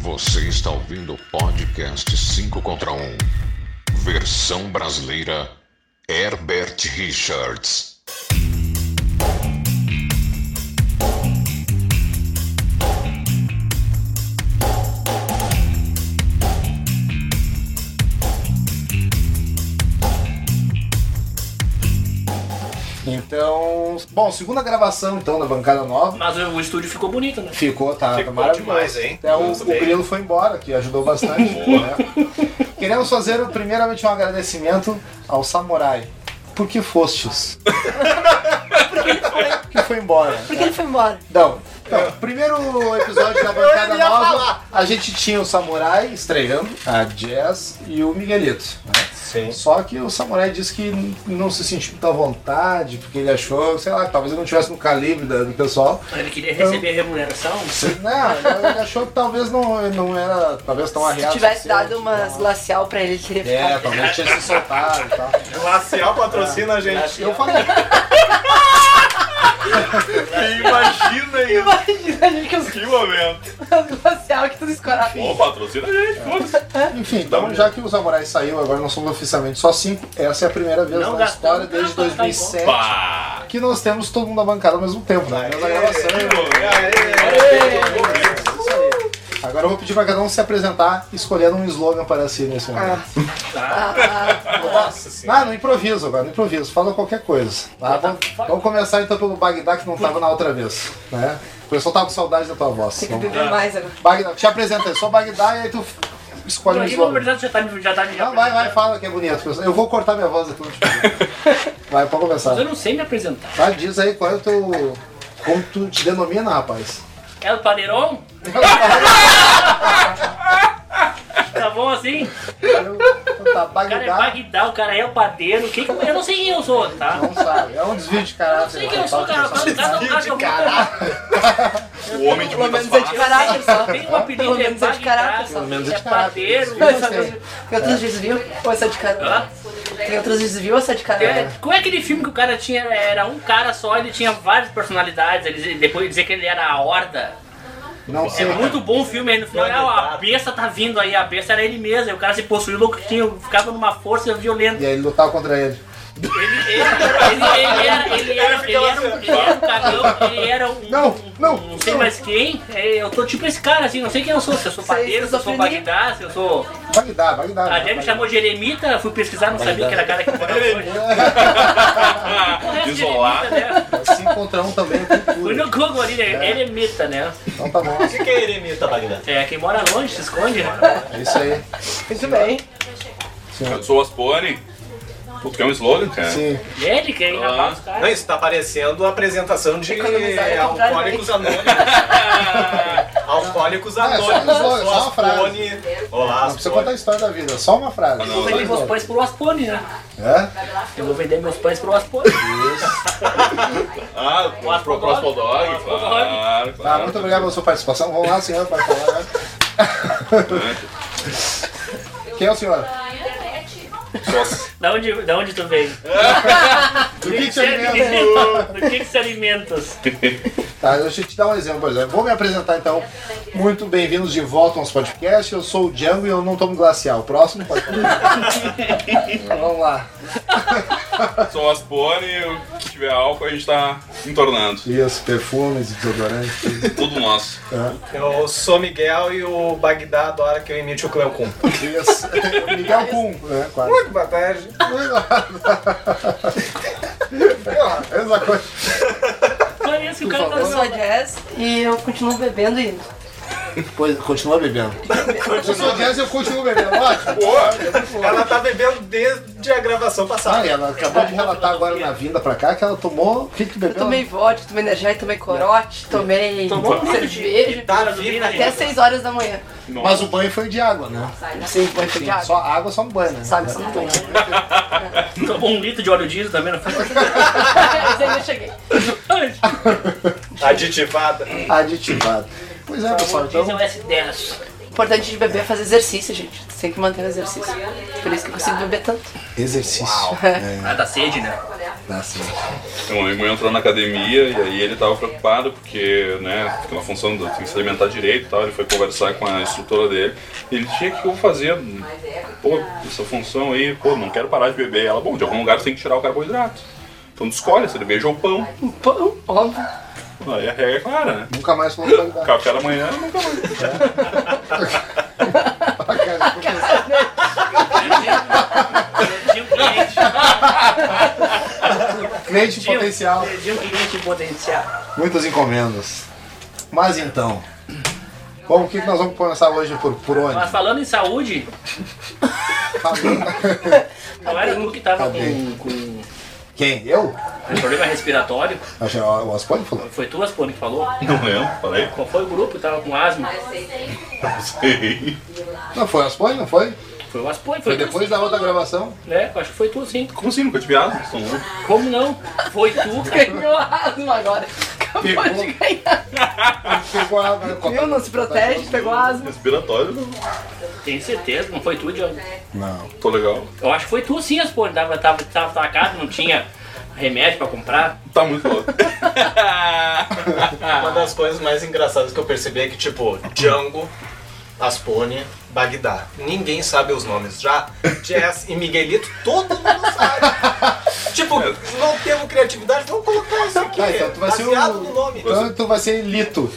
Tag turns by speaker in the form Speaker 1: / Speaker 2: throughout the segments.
Speaker 1: Você está ouvindo o podcast 5 contra 1. Versão brasileira Herbert Richards.
Speaker 2: Então, bom, segunda gravação então da bancada nova.
Speaker 3: Mas o estúdio ficou bonito, né?
Speaker 2: Ficou, tá,
Speaker 4: Ficou
Speaker 2: tá maravilhoso.
Speaker 4: demais, hein?
Speaker 2: Até o, o
Speaker 4: Gostei.
Speaker 2: Grilo foi embora, que ajudou bastante. né? Queremos fazer primeiramente um agradecimento ao Samurai. Por que fostes? que foi embora.
Speaker 5: Por que ele foi embora?
Speaker 2: Não. Então, primeiro episódio da bancada
Speaker 4: Eu ia
Speaker 2: nova,
Speaker 4: falar.
Speaker 2: a gente tinha o Samurai estreando, a Jazz e o Miguelito. né?
Speaker 4: Sim.
Speaker 2: Só que o Samurai disse que não se sentiu muito à vontade, porque ele achou, sei lá, talvez ele não tivesse no calibre da- do pessoal.
Speaker 3: Ele queria receber remuneração.
Speaker 2: Então, Não, ele achou que talvez não, não era, talvez tão
Speaker 5: Se
Speaker 2: arreado.
Speaker 5: tivesse
Speaker 2: suficiente,
Speaker 5: dado umas
Speaker 2: não.
Speaker 5: glacial pra ele, ele
Speaker 6: um
Speaker 5: teria
Speaker 2: É,
Speaker 5: ficado.
Speaker 2: talvez tinha se soltado e tal.
Speaker 4: Glacial patrocina a gente.
Speaker 2: Eu falei,
Speaker 4: Imagina aí
Speaker 5: Imagina, a gente com
Speaker 4: que momento.
Speaker 5: as glacial que tudo escorado.
Speaker 4: Ô, patrocina a gente, foda-se.
Speaker 2: enfim, então já que o Samurai saiu, agora nós somos oficialmente só cinco. Essa é a primeira vez
Speaker 3: Não
Speaker 2: na
Speaker 3: gastamos
Speaker 2: história,
Speaker 3: nada,
Speaker 2: desde
Speaker 3: tá
Speaker 2: 2007,
Speaker 4: Pá!
Speaker 2: que nós temos todo mundo na bancada ao mesmo tempo, né? Mesma gravação.
Speaker 4: Que momento.
Speaker 2: Agora eu vou pedir pra cada um se apresentar, escolhendo um slogan para si nesse momento.
Speaker 4: Nossa senhora.
Speaker 2: Ah, não improviso agora, não improviso. Fala qualquer coisa. Ah, vamos, vamos começar então pelo Bagdá que não tava na outra vez. Né? O pessoal tava com saudade da tua voz.
Speaker 5: Tem que
Speaker 2: Vamos lá.
Speaker 5: beber mais agora.
Speaker 2: Bagdá, te apresenta, eu sou Bagdá e aí tu escolhe um
Speaker 3: Aí, na
Speaker 2: slogan.
Speaker 3: verdade, já tá me já tá me
Speaker 2: Não, vai, vai, fala que é bonito. Eu vou cortar minha voz aqui. Vai, pode começar.
Speaker 3: Mas eu não sei me apresentar.
Speaker 2: Tá, diz aí qual é o teu. Como tu te denomina, rapaz?
Speaker 3: É o Padeirão? Tá bom assim?
Speaker 2: Eu, tá,
Speaker 3: O cara é
Speaker 2: Bagdá
Speaker 3: Bagdá, o cara é o padeiro. O que que- Eu não sei quem eu sou, tá?
Speaker 2: não sabe. É um desvio de
Speaker 3: Eu não
Speaker 2: caráter.
Speaker 3: sei quem eu sou,
Speaker 2: rapaz,
Speaker 3: cara.
Speaker 2: pessoal.
Speaker 3: Cada um acha muito. Eu
Speaker 4: O homem de
Speaker 5: Pelo
Speaker 4: muitas
Speaker 5: menos é de
Speaker 4: faces.
Speaker 5: caráter só.
Speaker 3: tenho um apelido
Speaker 5: Pelo
Speaker 3: de
Speaker 5: menos é de caráter
Speaker 3: Bagdá.
Speaker 5: só.
Speaker 2: menos é
Speaker 3: É
Speaker 2: de caráter.
Speaker 3: padeiro.
Speaker 2: Mas-
Speaker 5: Sabe, Tem outros desvios? Ou essa de
Speaker 3: Hã?
Speaker 5: caráter? Tem outros desvios ou essa de
Speaker 3: É,
Speaker 5: caráter?
Speaker 3: como é aquele filme que o cara tinha, era um cara só, ele tinha várias personalidades, ele, depois dizer que ele era a horda.
Speaker 2: Não
Speaker 3: É
Speaker 2: sei.
Speaker 3: muito bom o filme, aí no final, ah, a besta tá vindo aí, a besta era ele mesmo, aí o cara se possuiu louquinho, ficava numa força violenta.
Speaker 2: E aí ele lutava contra ele.
Speaker 3: Ele, ele, ele, ele era, ele era, ele era um, ele era um cagão, ele era um...
Speaker 2: Não, não,
Speaker 3: um- Não sei
Speaker 2: não.
Speaker 3: mais quem, é, eu tô tipo esse cara assim, não sei quem eu sou, se eu sou
Speaker 2: é
Speaker 5: Sei,
Speaker 3: padeiro, se eu sou
Speaker 5: esquizofrenia.
Speaker 3: Bagdá, se eu sou...
Speaker 2: Bagdá, Bagdá.
Speaker 3: A Débora me chamou de Eremita, fui pesquisar, não sabia que era cara que morava hoje.
Speaker 4: é tipo um Isolado.
Speaker 3: Isolado. Né?
Speaker 2: 5 contra 1 um também é
Speaker 3: Fui
Speaker 2: cultura.
Speaker 3: no Google ali, né? Eremita, né?
Speaker 2: Então tá bom.
Speaker 4: O que é eremita, Bagdá?
Speaker 3: É, quem mora longe se esconde, né?
Speaker 2: É isso aí.
Speaker 5: Muito bem.
Speaker 7: Eu sou o Aspone. Tu quer um slogan, cara?
Speaker 2: Sim.
Speaker 3: E ele, quem
Speaker 7: Ah.
Speaker 3: rapaz, os
Speaker 4: Não,
Speaker 3: caras.
Speaker 4: isso tá parecendo a apresentação de
Speaker 5: Economizar é o contrário,
Speaker 4: alcoólicos anônimos. Alcoólicos
Speaker 2: Ah, é só um
Speaker 4: anônimos.
Speaker 2: slogan, só uma
Speaker 4: Sou Aspone. Olá,
Speaker 2: Não precisa contar a
Speaker 4: Aspone.
Speaker 2: história da vida, só uma frase.
Speaker 7: não,
Speaker 3: Eu vou vender meus pães pro Aspone, né?
Speaker 2: É?
Speaker 3: Eu vou vender meus pães pro Aspone.
Speaker 7: Ah, pro, pro Crossball Dog, claro.
Speaker 2: Ah,
Speaker 7: claro.
Speaker 2: muito obrigado pela sua participação. Vamos lá, senhor, para falar. né? Quem é o senhor?
Speaker 3: da, onde, da onde tu vem?
Speaker 2: Do que, que se
Speaker 3: Se
Speaker 2: alimenta?
Speaker 3: alimenta- Do que que se alimentas?
Speaker 2: Tá, deixa eu te dar um exemplo, por exemplo. Vou me apresentar então. Muito bem-vindos de volta ao nosso podcast. Eu sou o Django e eu não tomo glacial. Próximo podcast. Vamos lá.
Speaker 7: Sou o Aspone, o que tiver álcool a gente tá entornando.
Speaker 2: Isso, perfumes, desodorante. tudo.
Speaker 7: Tudo nosso.
Speaker 4: Eu sou Miguel e o Bagdá adora que eu imite o Cleocum.
Speaker 2: Isso. Miguel Kuhn, né? Quase.
Speaker 4: Boa tarde.
Speaker 2: É Mesma coisa.
Speaker 3: Parece que o cara
Speaker 5: Eu
Speaker 3: tá
Speaker 5: sou a Jazz e eu continuo bebendo e
Speaker 2: Pois, continua bebendo. Eu sou jazz e eu continuo bebendo, ótimo.
Speaker 4: Ela tá bebendo desde a gravação
Speaker 2: Ah, e
Speaker 4: passada.
Speaker 2: ela acabou de relatar agora na vinda pra cá que ela tomou. O que que bebeu?
Speaker 5: tomei vodka, tomei energético, tomei corote, tomei
Speaker 3: Tomou um monte de-
Speaker 5: cerveja.
Speaker 4: Tá
Speaker 3: vindo
Speaker 4: viva.
Speaker 5: Até 6 horas da manhã.
Speaker 2: Mas o banho foi de água, né?
Speaker 5: Sim, foi de água.
Speaker 2: Só água, só um banho, né?
Speaker 5: Sabe, você não tem.
Speaker 3: Tomou um litro de óleo diesel também, não foi?
Speaker 5: Mas ainda cheguei.
Speaker 4: Aditivada.
Speaker 2: Aditivado. Pois é, pessoal.
Speaker 3: Óleo
Speaker 2: Então,
Speaker 3: diesel S10.
Speaker 5: importante de beber é fazer exercício, gente. Tu tem que manter o exercício. Por isso que eu consigo beber tanto.
Speaker 2: exercício.
Speaker 3: Ah, da sede, né?
Speaker 2: Dá sim.
Speaker 7: Um amigo meu entrou na academia e aí ele tava preocupado porque, né, aquela função do tem que se alimentar direito e tal, ele foi conversar com a instrutora dele. E ele tinha que eu vou fazer, pô, essa função aí, pô, não quero parar de beber. Ela, bom, de algum lugar você tem que tirar o carboidrato. Então tu escolhe, cerveja ou pão.
Speaker 5: Um pão, óbvio.
Speaker 7: Aí a regra é clara, né?
Speaker 2: Nunca mais falou qualidade.
Speaker 7: Café da manhã nunca mais.
Speaker 3: Perdi um cliente.
Speaker 2: Cliente potencial.
Speaker 3: Perdi um cliente potencial.
Speaker 2: Muitas encomendas. Mas então. Bom, o que que nós vamos começar hoje por, por
Speaker 3: Mas
Speaker 2: onde?
Speaker 3: falando em saúde, não era tu que tava
Speaker 2: Tá bem.
Speaker 3: com, com um
Speaker 2: Quem? Eu?
Speaker 3: problema respiratório?
Speaker 2: Acho que é o Aspone falou.
Speaker 3: Foi tu, Aspone, que falou?
Speaker 7: Não lembro, falei,
Speaker 3: Qual foi o grupo que tava com asma?
Speaker 7: não sei.
Speaker 2: Não foi o Aspone, não foi?
Speaker 3: Foi o Aspone,
Speaker 2: Foi
Speaker 3: foi, tu,
Speaker 2: depois
Speaker 3: sim,
Speaker 2: da
Speaker 3: que
Speaker 2: outra
Speaker 3: falou.
Speaker 2: gravação.
Speaker 3: Né? Acho que foi tu, sim.
Speaker 7: Como assim? Nunca tive asma? Então,
Speaker 3: Como não? Foi tu, cara.
Speaker 5: Ganhou asma agora. Acabou de ganhar.
Speaker 2: Pegou a água.
Speaker 5: Viu? Não se protege, pegou asma.
Speaker 7: Respiratório, não.
Speaker 3: Tenho certeza, não foi tu, Diogo.
Speaker 2: Não.
Speaker 7: Tô legal.
Speaker 3: Eu acho que foi tu, sim, Aspone. Tava, tava, tava atacado, não tinha remédio pra comprar.
Speaker 7: Tá muito louco.
Speaker 4: Uma das coisas mais engraçadas que eu percebi é que, tipo, Django, Aspone, Bagdá. Ninguém sabe os nomes. Já Jazz e Miguelito, todo mundo sabe. Tipo, não temos criatividade, vamos colocar isso aqui.
Speaker 2: Tá, então tu vai ser o.
Speaker 4: baseado no nome.
Speaker 2: Então tu vai ser Lito.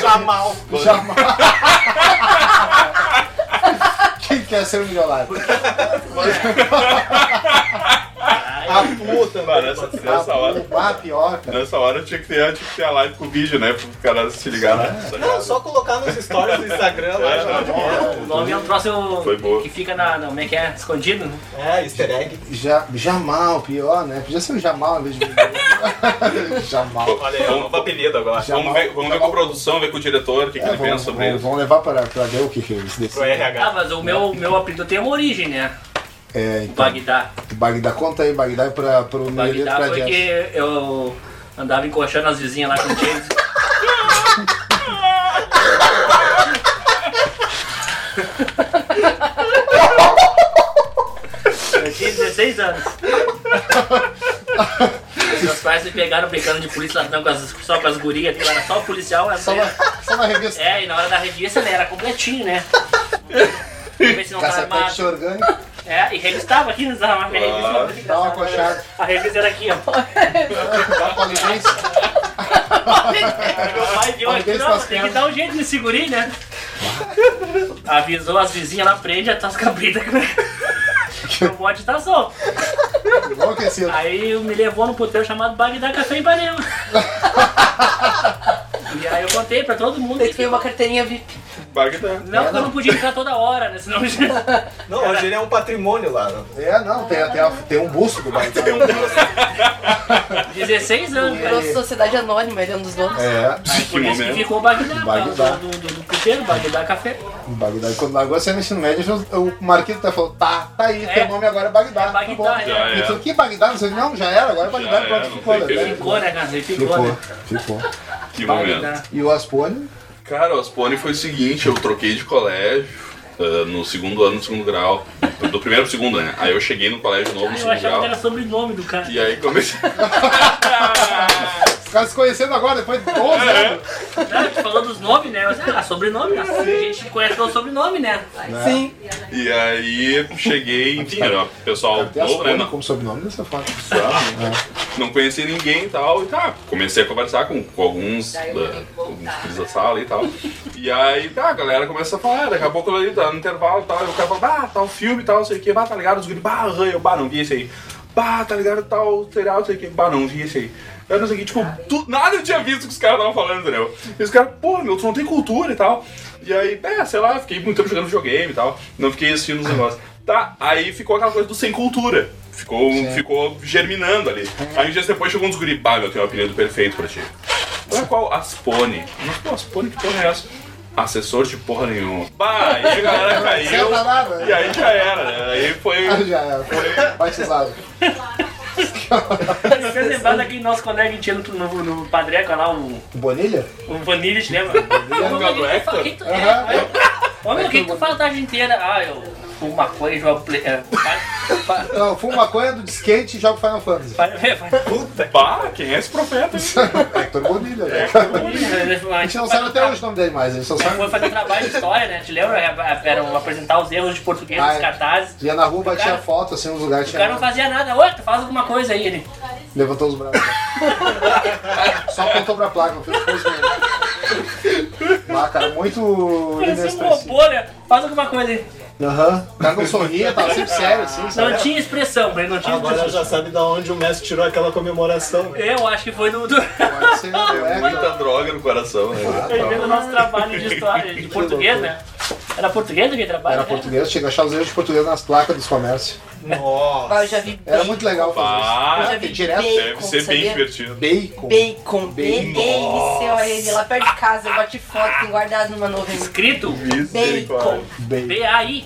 Speaker 4: Jamal.
Speaker 2: Jamais. Quem quer ser um milionário?
Speaker 4: A puta,
Speaker 7: Cara,
Speaker 4: mano.
Speaker 7: nessa, nessa hora.
Speaker 2: Ah, pior, cara.
Speaker 7: Nessa hora tinha que, ter, tinha que ter a live com o vídeo, né? Pro cara se ligar né? na
Speaker 3: É,
Speaker 4: Não, só colocar nos stories do Instagram
Speaker 2: É.
Speaker 4: lá. já
Speaker 7: não,
Speaker 4: era.
Speaker 3: O nome é um troço
Speaker 7: Foi boa.
Speaker 3: que fica na, na. Como é que é? Escondido, né?
Speaker 4: É, easter egg.
Speaker 2: Ja, Jamal, pior, né? Podia ser o Jamal em vez de. Jamal.
Speaker 4: Olha aí, é um novo apelido agora.
Speaker 7: Vamos ver, vamos ver com a
Speaker 2: Jamal.
Speaker 7: produção, ver com o diretor, o que, que ele pensa
Speaker 2: vamos,
Speaker 7: sobre
Speaker 2: vamos,
Speaker 7: isso.
Speaker 2: vamos levar para, para ver o que, é que eles
Speaker 4: Pro
Speaker 2: decidem.
Speaker 7: É.
Speaker 3: Ah,
Speaker 4: RH.
Speaker 3: mas o meu, o meu apelido tem uma origem, né?
Speaker 2: É,
Speaker 7: Tá.
Speaker 2: então,
Speaker 3: Bagdá.
Speaker 2: Bagdá, conta aí, Bagdá, para, para o Miguelito
Speaker 3: Bagdá
Speaker 2: para
Speaker 3: foi
Speaker 2: adiante.
Speaker 3: que eu andava encoxando as vizinhas lá com o James. Eu tinha 16 anos. Meus pais me pegaram brincando de polícia ladrão com as, só com as gurias, que eu era só o policial. era-
Speaker 2: Só na, só na revista.
Speaker 3: É, e na hora da revista né, era completinho, né? Pra ver se não tá
Speaker 2: Cacetete
Speaker 3: armado.
Speaker 2: orgânico,
Speaker 3: É, e revistava aqui, não usava mais a revista.
Speaker 2: dá uma coxada,
Speaker 3: A revista era aqui, ó.
Speaker 2: dá pra licença.
Speaker 3: Meu pai viu
Speaker 2: Olha,
Speaker 3: aqui,
Speaker 2: desce
Speaker 3: não,
Speaker 2: pras
Speaker 3: tem que
Speaker 2: pernas.
Speaker 3: dar um jeito nesse guri, né? Avisou as vizinhas lá, prende a tuas tá cabritas que o bote tá solto.
Speaker 2: Enlouquecido.
Speaker 3: Aí me levou num puteiro chamado Bagdá Café em Ipanema. E aí eu contei pra todo mundo.
Speaker 5: Daí tu
Speaker 3: Que...
Speaker 5: ganhou uma carteirinha VIP.
Speaker 7: Bagdá.
Speaker 3: Não, porque eu não podia entrar toda hora, né? Senão...
Speaker 4: Não, hoje ele é um patrimônio lá. né?
Speaker 2: É, não, tem até a- tem um busto do Bagdá.
Speaker 3: 16 anos,
Speaker 5: Virou
Speaker 3: cara.
Speaker 5: sociedade anônima, ele é um dos donos.
Speaker 2: É,
Speaker 3: Por isso que
Speaker 7: momento.
Speaker 3: ficou Bagdá,
Speaker 2: Bagdá.
Speaker 3: Do, do, do puteiro, Bagdá Café.
Speaker 2: Bagdá. E Quando largou a cena ensino médio, o Marquito até falou: tá, tá aí,
Speaker 3: É.
Speaker 2: teu nome agora é Bagdá.
Speaker 3: É Bagdá,
Speaker 2: tá bom.
Speaker 3: é.
Speaker 7: Já
Speaker 2: E
Speaker 7: era.
Speaker 2: tu, que Bagdá? Não sei, não, já era, agora é Bagdá,
Speaker 7: Já
Speaker 2: pronto,
Speaker 7: era, não
Speaker 2: ficou.
Speaker 7: tem
Speaker 2: né?
Speaker 7: que-
Speaker 3: Ficou, né, cara? Ele Ficou,
Speaker 2: Ficou,
Speaker 3: né?
Speaker 2: ficou.
Speaker 7: Que momento.
Speaker 3: Bagdá.
Speaker 2: E o Aspone?
Speaker 7: Cara, o Aspone foi o seguinte, eu troquei de colégio ah, no segundo ano, no segundo grau. Do primeiro pro segundo, né? Aí eu cheguei no colégio novo, no
Speaker 3: Ah, Eu
Speaker 7: segundo
Speaker 3: achava que era
Speaker 7: grau.
Speaker 3: sobrenome do cara.
Speaker 7: E aí comecei.
Speaker 2: Ficar tá se conhecendo agora, depois de 12
Speaker 7: É,
Speaker 2: anos.
Speaker 3: Não, a gente falou dos nomes, né? Eu disse, ah, sobrenome, assim, a gente conhece pelo sobrenome, né?
Speaker 5: Sim.
Speaker 7: E aí cheguei, enfim, era o pessoal
Speaker 2: Até
Speaker 7: novo, né?
Speaker 2: Aspone
Speaker 7: Não-
Speaker 2: como sobrenome dessa forma.
Speaker 7: Não conhecia ninguém e tal, e tá, comecei a conversar com, com alguns da, com alguns filhos da sala e tal. E aí, tá, a galera começa a falar, daqui a pouco ali, tá no intervalo e tal, e o cara fala, ah, tal filme e tal, não sei o que, bah, tá ligado, os guris, bah, aham, eu, bah, não vi esse aí, bah, tá ligado, tal, serial, não sei o que, bah, não vi esse aí. Eu não sei o que, tipo, tu- nada eu tinha visto que os caras estavam falando, entendeu? E os caras, pô, meu, tu não tem cultura e tal. E aí, é, sei lá, fiquei muito tempo jogando videogame e tal, não fiquei assistindo os negócios. Tá, aí ficou aquela coisa do sem cultura. Ficou, um, ficou germinando ali. Aí um dia depois chegou um dos guris, bah, meu, eu tenho um apelido perfeito pra ti. Olha qual Aspone. Mas pô, Aspone, que porra é essa? Assessor de porra nenhuma. Bah, aí a galera caiu.
Speaker 2: Senta lá, velho.
Speaker 7: E aí já era, né? Aí foi.
Speaker 2: Já era, foi batizado.
Speaker 3: Você lembrar daquele nosso colega que tinha no, no, no Padreca lá, o,
Speaker 2: O Bonilha?
Speaker 3: o Vanilla, te lembra? O
Speaker 7: do
Speaker 3: Vanilla,
Speaker 7: Hector?
Speaker 3: fala, "Quem tu é?" Aí eu, Homem, o que que tu fala a tarde inteira? Ah, eu fumo maconha e jogo play. é, vai- vai-
Speaker 2: Não, fumo maconha do de skate e jogo Final Fantasy.
Speaker 3: vai- vai- vai-
Speaker 4: Puta
Speaker 7: Pá, quem é esse profeta? hein?
Speaker 2: Hector Bonilha, né?
Speaker 7: É.
Speaker 3: A
Speaker 2: A gente não sabe até hoje o nome dele mais, a gente só
Speaker 3: Mas
Speaker 2: sabe.
Speaker 3: Foi fazer trabalho de história, né? Te lembra? Eram apresentar os erros de português nos
Speaker 2: Ah, é.
Speaker 3: cartazes.
Speaker 2: Ia na rua, batia
Speaker 3: Cara-
Speaker 2: foto, assim, nos lugares
Speaker 3: O cara não
Speaker 2: tinha.
Speaker 3: fazia nada. Ô, tu faz alguma coisa aí, ele.
Speaker 2: Levantou os braços. Só apontou pra placa, não fez coisa nenhuma. Ah, cara, muito
Speaker 3: Parecia um
Speaker 2: inexpressivo.
Speaker 3: robô, né? Faz alguma coisa aí.
Speaker 2: Aham. O cara não sorria, tava sempre sério, assim,
Speaker 3: Não
Speaker 2: sabe?
Speaker 3: tinha expressão, ele não tinha
Speaker 4: Agora
Speaker 3: expressão.
Speaker 4: já sabe da onde o Messi tirou aquela comemoração. né?
Speaker 3: Eu acho que foi do. do...
Speaker 7: Ah.
Speaker 2: Pode ser, né?
Speaker 7: Muita droga no coração, né?
Speaker 3: Ele veio do nosso trabalho de história, de português, né? Era português aquele trabalho?
Speaker 2: Era
Speaker 3: né?
Speaker 2: português, tinha que achar os erros de português nas placas dos comércios.
Speaker 6: Ah, eu
Speaker 4: Nossa.
Speaker 6: já vi bacon.
Speaker 2: Era muito legal fazer
Speaker 6: Eu
Speaker 7: Pá,
Speaker 6: já vi
Speaker 2: direto.
Speaker 6: bacon,
Speaker 7: deve ser bem
Speaker 6: sabia?
Speaker 7: divertido.
Speaker 2: isso. Bacon.
Speaker 6: Bacon, B-E-I-C-O-N, lá perto de casa, eu bati foto, tem guardado numa nuvem.
Speaker 3: Escrito
Speaker 6: Bacon,
Speaker 2: Bacon.
Speaker 3: B-A-I.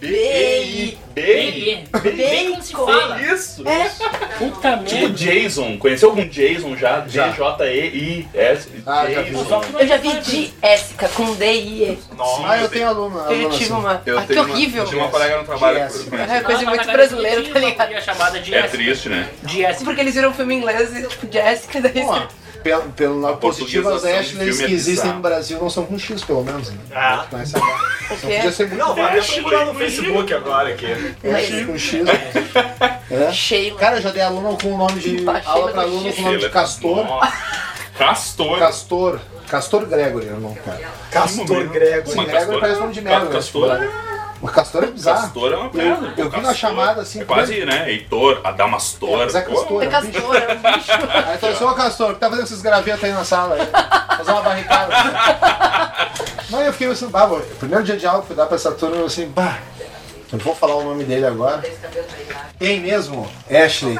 Speaker 6: B-I,
Speaker 7: B.
Speaker 3: B-I. Bacon se
Speaker 6: bacon.
Speaker 3: fala.
Speaker 7: Isso!
Speaker 6: É,
Speaker 3: Puta
Speaker 7: Tipo
Speaker 3: merda.
Speaker 7: Jason, conheceu algum Jason já? D-J-E-I-S.
Speaker 2: Ah, já vi.
Speaker 7: Jason.
Speaker 6: eu já vi de Jéssica com D-I-E.
Speaker 7: Nossa,
Speaker 2: Ah, eu tenho aluno.
Speaker 6: Eu
Speaker 2: aluno
Speaker 6: tive
Speaker 2: assim.
Speaker 6: uma.
Speaker 7: eu
Speaker 6: Ah, que
Speaker 7: tenho uma-
Speaker 6: horrível.
Speaker 7: eu tinha uma colega no trabalho.
Speaker 2: Yes.
Speaker 7: que conhece.
Speaker 6: É coisa
Speaker 3: Ah,
Speaker 6: muito
Speaker 3: mas
Speaker 6: brasileira,
Speaker 3: tinha
Speaker 6: tá
Speaker 3: uma
Speaker 6: ligado?
Speaker 3: guria chamada de
Speaker 7: É
Speaker 3: Jéssica.
Speaker 7: triste, né?
Speaker 3: De Jéssica.
Speaker 6: Porque eles viram um filme inglês e, tipo, Jéssica, daí
Speaker 2: Bom,
Speaker 6: escreveu.
Speaker 2: ó, pelo, pelo lado positivo, as
Speaker 7: portuguesação de
Speaker 2: Ashleys
Speaker 7: filme é
Speaker 2: que existem
Speaker 7: bizarro.
Speaker 2: no Brasil não são com X, pelo menos. Né?
Speaker 4: Ah.
Speaker 2: Mas, sei lá,
Speaker 6: o quê?
Speaker 2: podia ser muito
Speaker 4: Não, vai até procurar no Facebook agora aqui.
Speaker 2: Ashley com X. né? É.
Speaker 6: Sheila.
Speaker 2: Cara, eu já dei aluno com o nome de.
Speaker 6: Tá cheio
Speaker 2: aula pra
Speaker 6: do
Speaker 2: aluno
Speaker 6: X.
Speaker 2: com o nome de Castor.
Speaker 7: Nossa. Castor.
Speaker 2: Castor. Castor Gregory, eu não, cara.
Speaker 4: Castor Grego.
Speaker 2: Sim,
Speaker 7: Mas
Speaker 2: Gregory
Speaker 7: Castor-
Speaker 2: parece nome de merda.
Speaker 7: Castor-
Speaker 2: Né? Tipo, Mas Castor é bizarro.
Speaker 7: Castor é uma
Speaker 2: Eu-
Speaker 7: pedra.
Speaker 2: eu
Speaker 7: pô,
Speaker 2: vi na
Speaker 7: Castor.
Speaker 2: chamada, assim,
Speaker 7: É quase, né? Heitor, Adamastor.
Speaker 2: Mas é
Speaker 7: pô.
Speaker 2: Castor.
Speaker 6: É
Speaker 2: é um bicho.
Speaker 6: castor, é um bicho.
Speaker 2: Aí então, ô Castor, o que tá fazendo esses gravetos aí na sala? Aí? Fazer uma barricada. Não, eu fiquei assim, bah, o primeiro dia de aula que fui dar pra essa turma, eu assim, bah, eu vou falar o nome dele agora. Quem mesmo? Ashley.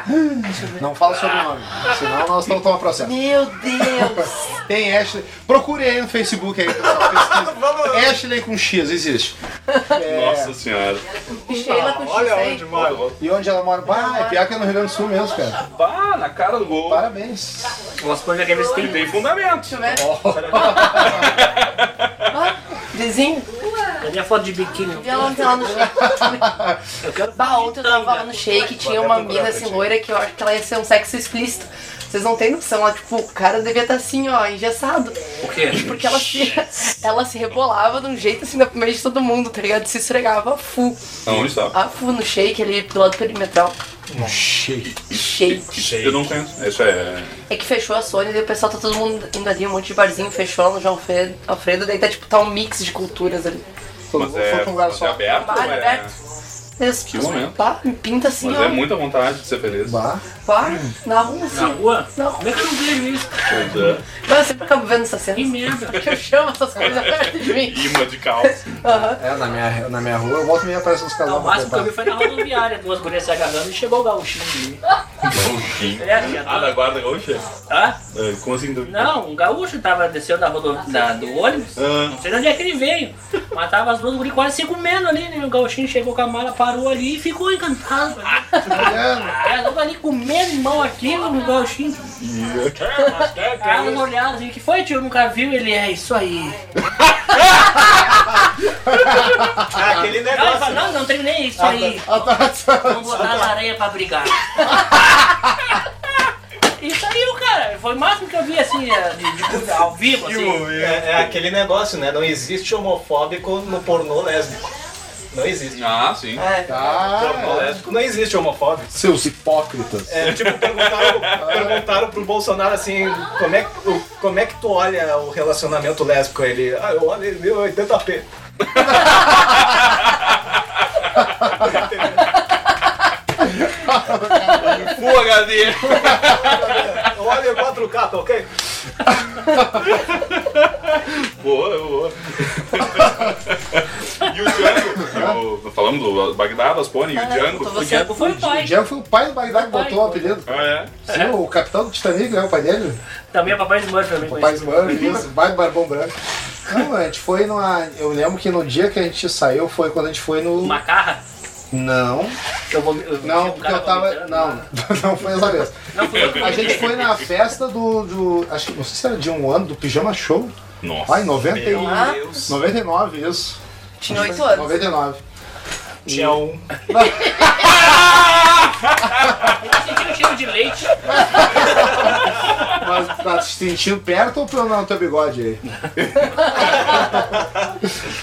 Speaker 2: Não fala sobre o nome, senão nós não tomamos processo.
Speaker 6: Meu Deus.
Speaker 2: Tem Ashley. Procure aí no Facebook aí, pessoal. Pesquisa. Ashley com X, existe. é.
Speaker 7: Nossa senhora.
Speaker 6: E Sheila com
Speaker 4: Olha
Speaker 6: X.
Speaker 4: onde
Speaker 6: hein?
Speaker 4: mora.
Speaker 2: E onde ela mora? Bah, é pior que é no Rio Grande do Sul mesmo, cara.
Speaker 7: Pá, na cara do gol.
Speaker 2: Parabéns.
Speaker 3: Umas coisas que eles
Speaker 7: Ele
Speaker 3: têm.
Speaker 7: tem fundamento.
Speaker 6: Deixa eu ver. Ah, vizinho,
Speaker 3: Cadê a foto de biquíni?
Speaker 6: vi ela ontem lá no shake. Bah, ontem eu tava lá no shake e tinha uma mina assim loira que eu acho que ela ia ser um sexo explícito. Vocês não têm noção, ela, tipo, o cara devia estar assim, ó, engessado.
Speaker 3: O quê?
Speaker 6: Porque ela se, ela se rebolava de um jeito assim na frente de todo mundo, tá ligado? Se esfregava a fu.
Speaker 7: Onde
Speaker 2: Ah,
Speaker 7: está?
Speaker 6: A fu no shake ali do lado perimetral.
Speaker 2: Shake.
Speaker 6: Shake.
Speaker 7: Eu não conheço. Isso é.
Speaker 6: É que fechou a Sony, daí o pessoal tá todo mundo indo ali, um monte de barzinho fechou lá no João Alfredo, Alfredo daí tá tipo, tá um mix de culturas ali.
Speaker 7: Mas é,
Speaker 2: Foi um lugar
Speaker 7: mas é
Speaker 2: só.
Speaker 7: aberto?
Speaker 6: Bah,
Speaker 7: ou é-
Speaker 6: aberto. Deus, que
Speaker 7: momento.
Speaker 6: É, Pá, me pinta assim,
Speaker 7: Mas
Speaker 6: ó.
Speaker 7: é muita vontade de ser feliz.
Speaker 2: Bah.
Speaker 6: Pá, na rua
Speaker 3: Na
Speaker 6: assim.
Speaker 3: rua?
Speaker 6: Não.
Speaker 3: Como é que eu não vejo isso?
Speaker 7: Puta.
Speaker 6: Mas eu sempre acabo vendo essas
Speaker 3: Que
Speaker 6: cenas.
Speaker 3: merda.
Speaker 6: Que eu chamo essas coisas perto de mim.
Speaker 7: Imã de calça.
Speaker 6: Aham.
Speaker 2: É, na minha, na minha rua, eu volto e meia aparece uns
Speaker 3: O
Speaker 2: casal pra
Speaker 3: máximo que eu vi
Speaker 2: tentar.
Speaker 3: foi na rodoviária, duas gurias se agarrando e chegou o gauchinho de mim. É, tia,
Speaker 7: Ah, da
Speaker 3: tá-
Speaker 7: guarda gaúcha?
Speaker 3: Hã?
Speaker 7: É, Como assim? do-
Speaker 3: Não, um gaúcho tava descendo da rodo... da- do ônibus,
Speaker 7: Ah.
Speaker 3: não sei de onde é que ele veio, mas tava as duas gurias quase se comendo ali, né? O gauchinho chegou com a mala, parou ali e ficou encantado.
Speaker 2: Olhando.
Speaker 3: Ela tava ali comendo irmão aquilo, o gauchinho. Aí elas olharam assim, que foi tio, nunca viu? Ele, é isso aí.
Speaker 4: Ah, aquele
Speaker 3: Aí ela fala,
Speaker 4: negócio.
Speaker 3: não, não tem nem isso aí. Vamos botar a aranha pra brigar. Isso aí, o cara, foi o máximo que eu vi assim, eh, de, de- ao vivo, assim.
Speaker 4: É, é aquele negócio, né? Não existe homofóbico no pornô lésbico. Não existe.
Speaker 7: Ah, sim.
Speaker 6: É.
Speaker 4: Pornô
Speaker 2: Ah,
Speaker 4: lésbico não existe homofóbico.
Speaker 2: seus hipócritas.
Speaker 4: É, tipo, perguntaram, perguntaram pro Bolsonaro assim, como é, que, o- como é que tu olha o relacionamento lésbico? Ele, ah, eu olho ele 80p.
Speaker 7: Full HD.
Speaker 4: Eu olho em 4K, tá ok?
Speaker 7: Boa, boa. e o Django? o- falamos do Bagdá, das Pony, e o
Speaker 6: Tô
Speaker 7: Django.
Speaker 6: você.
Speaker 3: Diego foi o
Speaker 2: O
Speaker 3: pai.
Speaker 2: Jean foi o pai do Bagdá que botou o apelido.
Speaker 7: Ah, é?
Speaker 2: Sim, o capitão do Titanic, né? O pai dele.
Speaker 3: Também é papai Smurf também.
Speaker 2: O pai Smurf, isso. Pai do Barbão Branco. Não, a gente foi numa. Eu lembro que no dia que a gente saiu foi quando a gente foi no.
Speaker 3: Uma carra?
Speaker 2: Não,
Speaker 3: Eu vou, eu,
Speaker 2: não,
Speaker 3: um
Speaker 2: porque
Speaker 3: cara
Speaker 2: eu tava.
Speaker 3: vomitando,
Speaker 2: Não,
Speaker 3: né?
Speaker 2: não foi essa vez.
Speaker 3: Não foi eu que
Speaker 2: A gente foi na festa do. do- acho que não sei se era de um ano, do Pijama Show.
Speaker 7: Nossa.
Speaker 2: Ai, 90 e-
Speaker 4: Meu Deus.
Speaker 2: 99, isso.
Speaker 6: Tinha oito anos.
Speaker 2: 99.
Speaker 4: Tinha um.
Speaker 3: Eu senti um cheiro de leite.
Speaker 2: Mas tá se sentindo perto ou pra não teu bigode aí?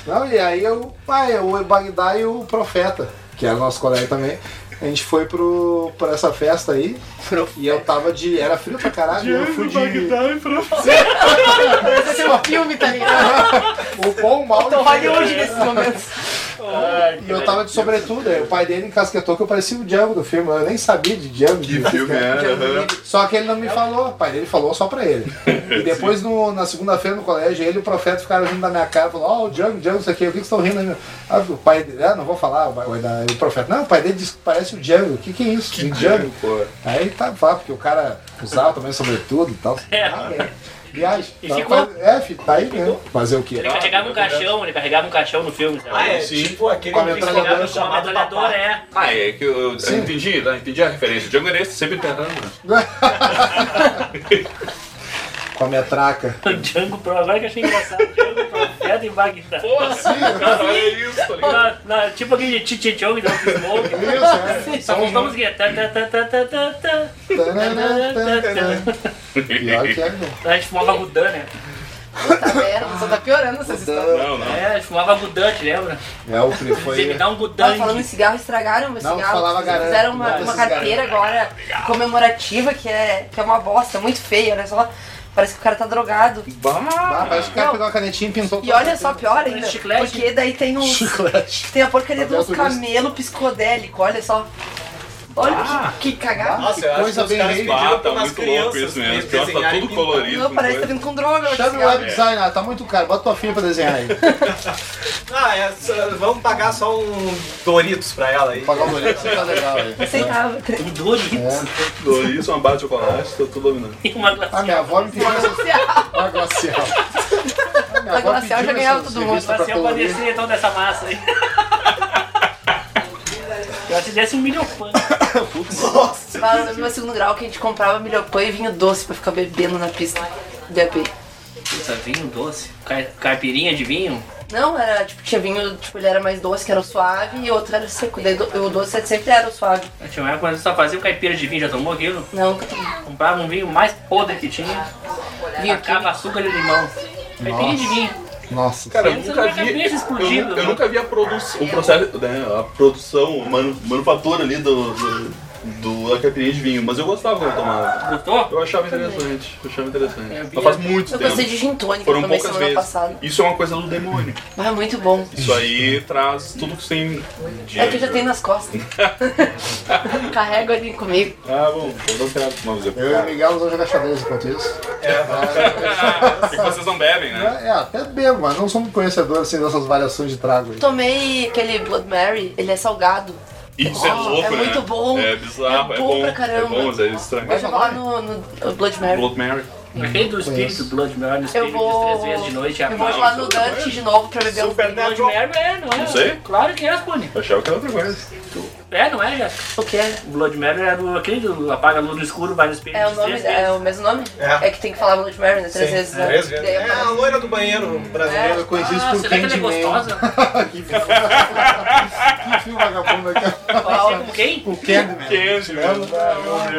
Speaker 2: não, e aí eu, pai, o Bagdá e o Profeta, que era nosso colega também, a gente foi pro, pra essa festa aí. E eu tava de. Era frio pra caralho. eu fui de.
Speaker 6: Esse é um filme, tá ligado?
Speaker 2: O bom, o mal.
Speaker 6: Então
Speaker 2: e o
Speaker 6: vale
Speaker 2: feio.
Speaker 6: hoje nesses momentos.
Speaker 2: E eu tava de sobretudo, aí o pai dele encasquetou que eu parecia o Django do filme, eu nem sabia de Django.
Speaker 7: Que filme era, aham.
Speaker 2: Só que ele não me falou, o pai dele falou só pra ele. E depois, no- na segunda-feira no colégio, ele e o profeta ficaram rindo da minha cara, falou, ó, o Django, Django, isso aqui, o que vocês estão rindo aí? meu?" Ah, o pai dele, ah, não vou falar, o, pai- o- o profeta, não, o pai dele disse que parece o Django, o que que é isso? um Django?
Speaker 7: Pô.
Speaker 2: Aí tá, pá, porque o cara usava também sobretudo e tal. Ah, bem. Viagem.
Speaker 3: E
Speaker 2: Tá,
Speaker 3: ficou.
Speaker 2: faz- É, fi- tá aí, né? Fazer o quê?
Speaker 3: Ele carregava um caixão, ele carregava um caixão no filme. sabe?
Speaker 4: Ah, é
Speaker 7: Sim.
Speaker 4: tipo aquele
Speaker 2: Com a metralhadora
Speaker 3: Com
Speaker 4: investigador
Speaker 3: a
Speaker 4: chamado
Speaker 3: metralhadora,
Speaker 4: Papá.
Speaker 3: é.
Speaker 7: Ah, é que eu, eu
Speaker 2: Sim.
Speaker 7: entendi, tá? entendi a referência. Django era esse, sempre tentando. né?
Speaker 2: Com a metraca.
Speaker 3: O Django Pro, agora que eu achei engraçado. Django Profeta em Bagdá.
Speaker 7: Porra, sim, cara, olha isso, tá ligado?
Speaker 3: Na, na, tipo aquele Chichi Chong da Smoke.
Speaker 2: Isso, é.
Speaker 3: Só contamos que é. tá, tá, tá, tá, tá, tá, tá.
Speaker 2: Tananã, tananã. Pior que é bom.
Speaker 3: A gente fumava Gudan, né?
Speaker 6: Tá vendo? Só tá piorando essa história.
Speaker 7: Não, não.
Speaker 3: É, a gente fumava Gudan, te lembra?
Speaker 2: É o Free
Speaker 3: Dizia, me
Speaker 2: foi.
Speaker 3: dá um
Speaker 6: Tava
Speaker 3: Gudan.
Speaker 6: falando em cigarro, estragaram meu
Speaker 2: Não,
Speaker 6: cigarro.
Speaker 2: falava garante.
Speaker 6: Fizeram uma,
Speaker 2: Não,
Speaker 6: uma
Speaker 2: esses
Speaker 6: carteira agora comemorativa que é, que é uma bosta, muito feia, olha só. Parece que o cara tá drogado.
Speaker 7: Bah,
Speaker 2: Ah, parece que o cara
Speaker 6: Não.
Speaker 2: pegou uma canetinha e pintou.
Speaker 6: E olha só, pior ainda.
Speaker 3: Chiclete.
Speaker 6: Porque daí tem uns.
Speaker 2: Chiclete.
Speaker 6: Tem a porcaria
Speaker 2: Até
Speaker 6: dos
Speaker 2: outro gosto.
Speaker 6: camelo psicodélico, olha só. Olha que, que cagada.
Speaker 4: Nossa, eu acho
Speaker 2: Coisa
Speaker 4: que os
Speaker 2: bem
Speaker 4: caras
Speaker 2: rei.
Speaker 7: bah,
Speaker 4: pediram
Speaker 7: tá
Speaker 4: pra umas
Speaker 7: muito louco
Speaker 4: crianças
Speaker 7: isso mesmo. Pior, tá
Speaker 4: desenharem
Speaker 7: tudo
Speaker 4: com-
Speaker 7: colorido. né?
Speaker 6: Não,
Speaker 7: com
Speaker 6: parece que tá
Speaker 7: coisa.
Speaker 6: vindo com droga. olha
Speaker 2: Chame
Speaker 6: esse
Speaker 2: o web
Speaker 6: cigarro.
Speaker 2: design, ah, tá muito caro. Bota tua filha pra desenhar aí.
Speaker 4: Ah, é, só- vamos pagar só um Doritos pra ela aí.
Speaker 2: Pagar o boleto, você tá legal aí.
Speaker 6: Aceitável.
Speaker 3: Um Doritos
Speaker 2: É.
Speaker 7: Isso, uma barra de chocolate, tá tudo dominando.
Speaker 3: e uma
Speaker 2: Ah,
Speaker 3: glacial.
Speaker 2: minha avó me pediu essa. Ah, glacial. Ah, minha
Speaker 6: A
Speaker 2: avó
Speaker 6: glacial
Speaker 2: pediu
Speaker 6: já ganhava
Speaker 2: essa
Speaker 6: todo mundo.
Speaker 2: revista pra
Speaker 3: Glacial pra
Speaker 2: colorir.
Speaker 3: assim, descer toda essa massa aí. Eu acho que desse um milhão pan.
Speaker 4: Nossa!
Speaker 6: Mas no meu segundo grau que a gente comprava milho pão e vinho doce pra ficar bebendo na pista do EP.
Speaker 3: Nossa, vinho doce. Ca- Caipirinha de vinho.
Speaker 6: Não, era tipo, tinha vinho, tipo, ele era mais doce, que era o suave, e outro era seco. Daí do- o doce sempre era o suave.
Speaker 3: Eu Tinha uma época quando só fazia um caipira de vinho, já tomou aquilo?
Speaker 6: Não, nunca tomei.
Speaker 3: Comprava um vinho mais podre que tinha.
Speaker 6: Vinho
Speaker 3: Tacava açúcar e limão. Caipirinha de vinho.
Speaker 2: Nossa.
Speaker 7: Cara, eu
Speaker 3: Pensa
Speaker 7: nunca
Speaker 3: na
Speaker 7: vi. um,
Speaker 3: cabeça explodindo,
Speaker 7: eu, nu-
Speaker 3: né?
Speaker 7: eu nunca vi a produção, o processo, né, a produção, a manu- manufatura ali do, do, do- da caipirinha de vinho, mas eu gostava quando eu tomava.
Speaker 3: Gostou?
Speaker 7: Eu achava interessante, eu achava interessante.
Speaker 3: vi-
Speaker 7: Mas faz muito
Speaker 6: Eu gostei
Speaker 7: tempo.
Speaker 6: de gin tônica, eu
Speaker 7: Foram
Speaker 6: tomei
Speaker 7: poucas
Speaker 6: semana
Speaker 7: vezes.
Speaker 6: passada.
Speaker 7: Isso é uma coisa do demônio.
Speaker 6: Mas é muito bom.
Speaker 7: Isso aí traz tudo que tem de...
Speaker 6: É que eu já tenho nas costas. Carrego ali comigo.
Speaker 7: Ah, bom, eu não quero tomar você.
Speaker 2: Eu e o Miguel nós vamos jogar xadrez enquanto isso.
Speaker 7: É que vocês não bebem, né?
Speaker 2: É, até bebo, mas não somos conhecedores assim, dessas variações de trago aí.
Speaker 6: Tomei aquele Blood Mary, ele é salgado.
Speaker 7: Isso é
Speaker 6: Oh,
Speaker 7: louco,
Speaker 6: é
Speaker 7: né?
Speaker 6: muito bom.
Speaker 7: É bizarro,
Speaker 6: É
Speaker 7: é
Speaker 6: bom
Speaker 7: bom.
Speaker 6: pra
Speaker 7: É
Speaker 6: caramba. é.
Speaker 7: bom, mas é estranho.
Speaker 6: Vai jogar no, no Blood Mary.
Speaker 7: Blood Mary.
Speaker 3: Aquele do espírito, Blood Mary, no
Speaker 6: Eu
Speaker 3: espírito
Speaker 6: vou.
Speaker 3: três vezes de noite. é
Speaker 6: eu vou
Speaker 3: apaga.
Speaker 6: lá no
Speaker 7: é
Speaker 6: Dante de novo pra beber um
Speaker 4: Super
Speaker 6: vinho.
Speaker 4: Neto.
Speaker 3: Blood Mary é, não é?
Speaker 7: Não sei.
Speaker 3: Claro que é, Spune.
Speaker 7: Eu achava que era outra coisa.
Speaker 3: É, não é, Jéssica?
Speaker 6: O que é?
Speaker 3: O Blood Mary é do, aquele do apaga a luz no escuro, vai no espelho.
Speaker 6: É o
Speaker 3: diz
Speaker 6: nome,
Speaker 3: três
Speaker 6: é
Speaker 3: vezes.
Speaker 6: o mesmo nome?
Speaker 4: É.
Speaker 6: É, que tem que falar Blood Mary, né? Três vezes, né?
Speaker 4: Três vezes. Hum.
Speaker 6: Daí eu
Speaker 4: É a
Speaker 6: falo,
Speaker 4: loira do banheiro brasileiro.
Speaker 2: Eu conheci isso
Speaker 3: Ah,
Speaker 2: por
Speaker 3: será que ela é
Speaker 2: Candyman.
Speaker 3: gostosa?
Speaker 2: que filme vagabundo aqui.
Speaker 3: Parecia com quem?
Speaker 2: O Candyman.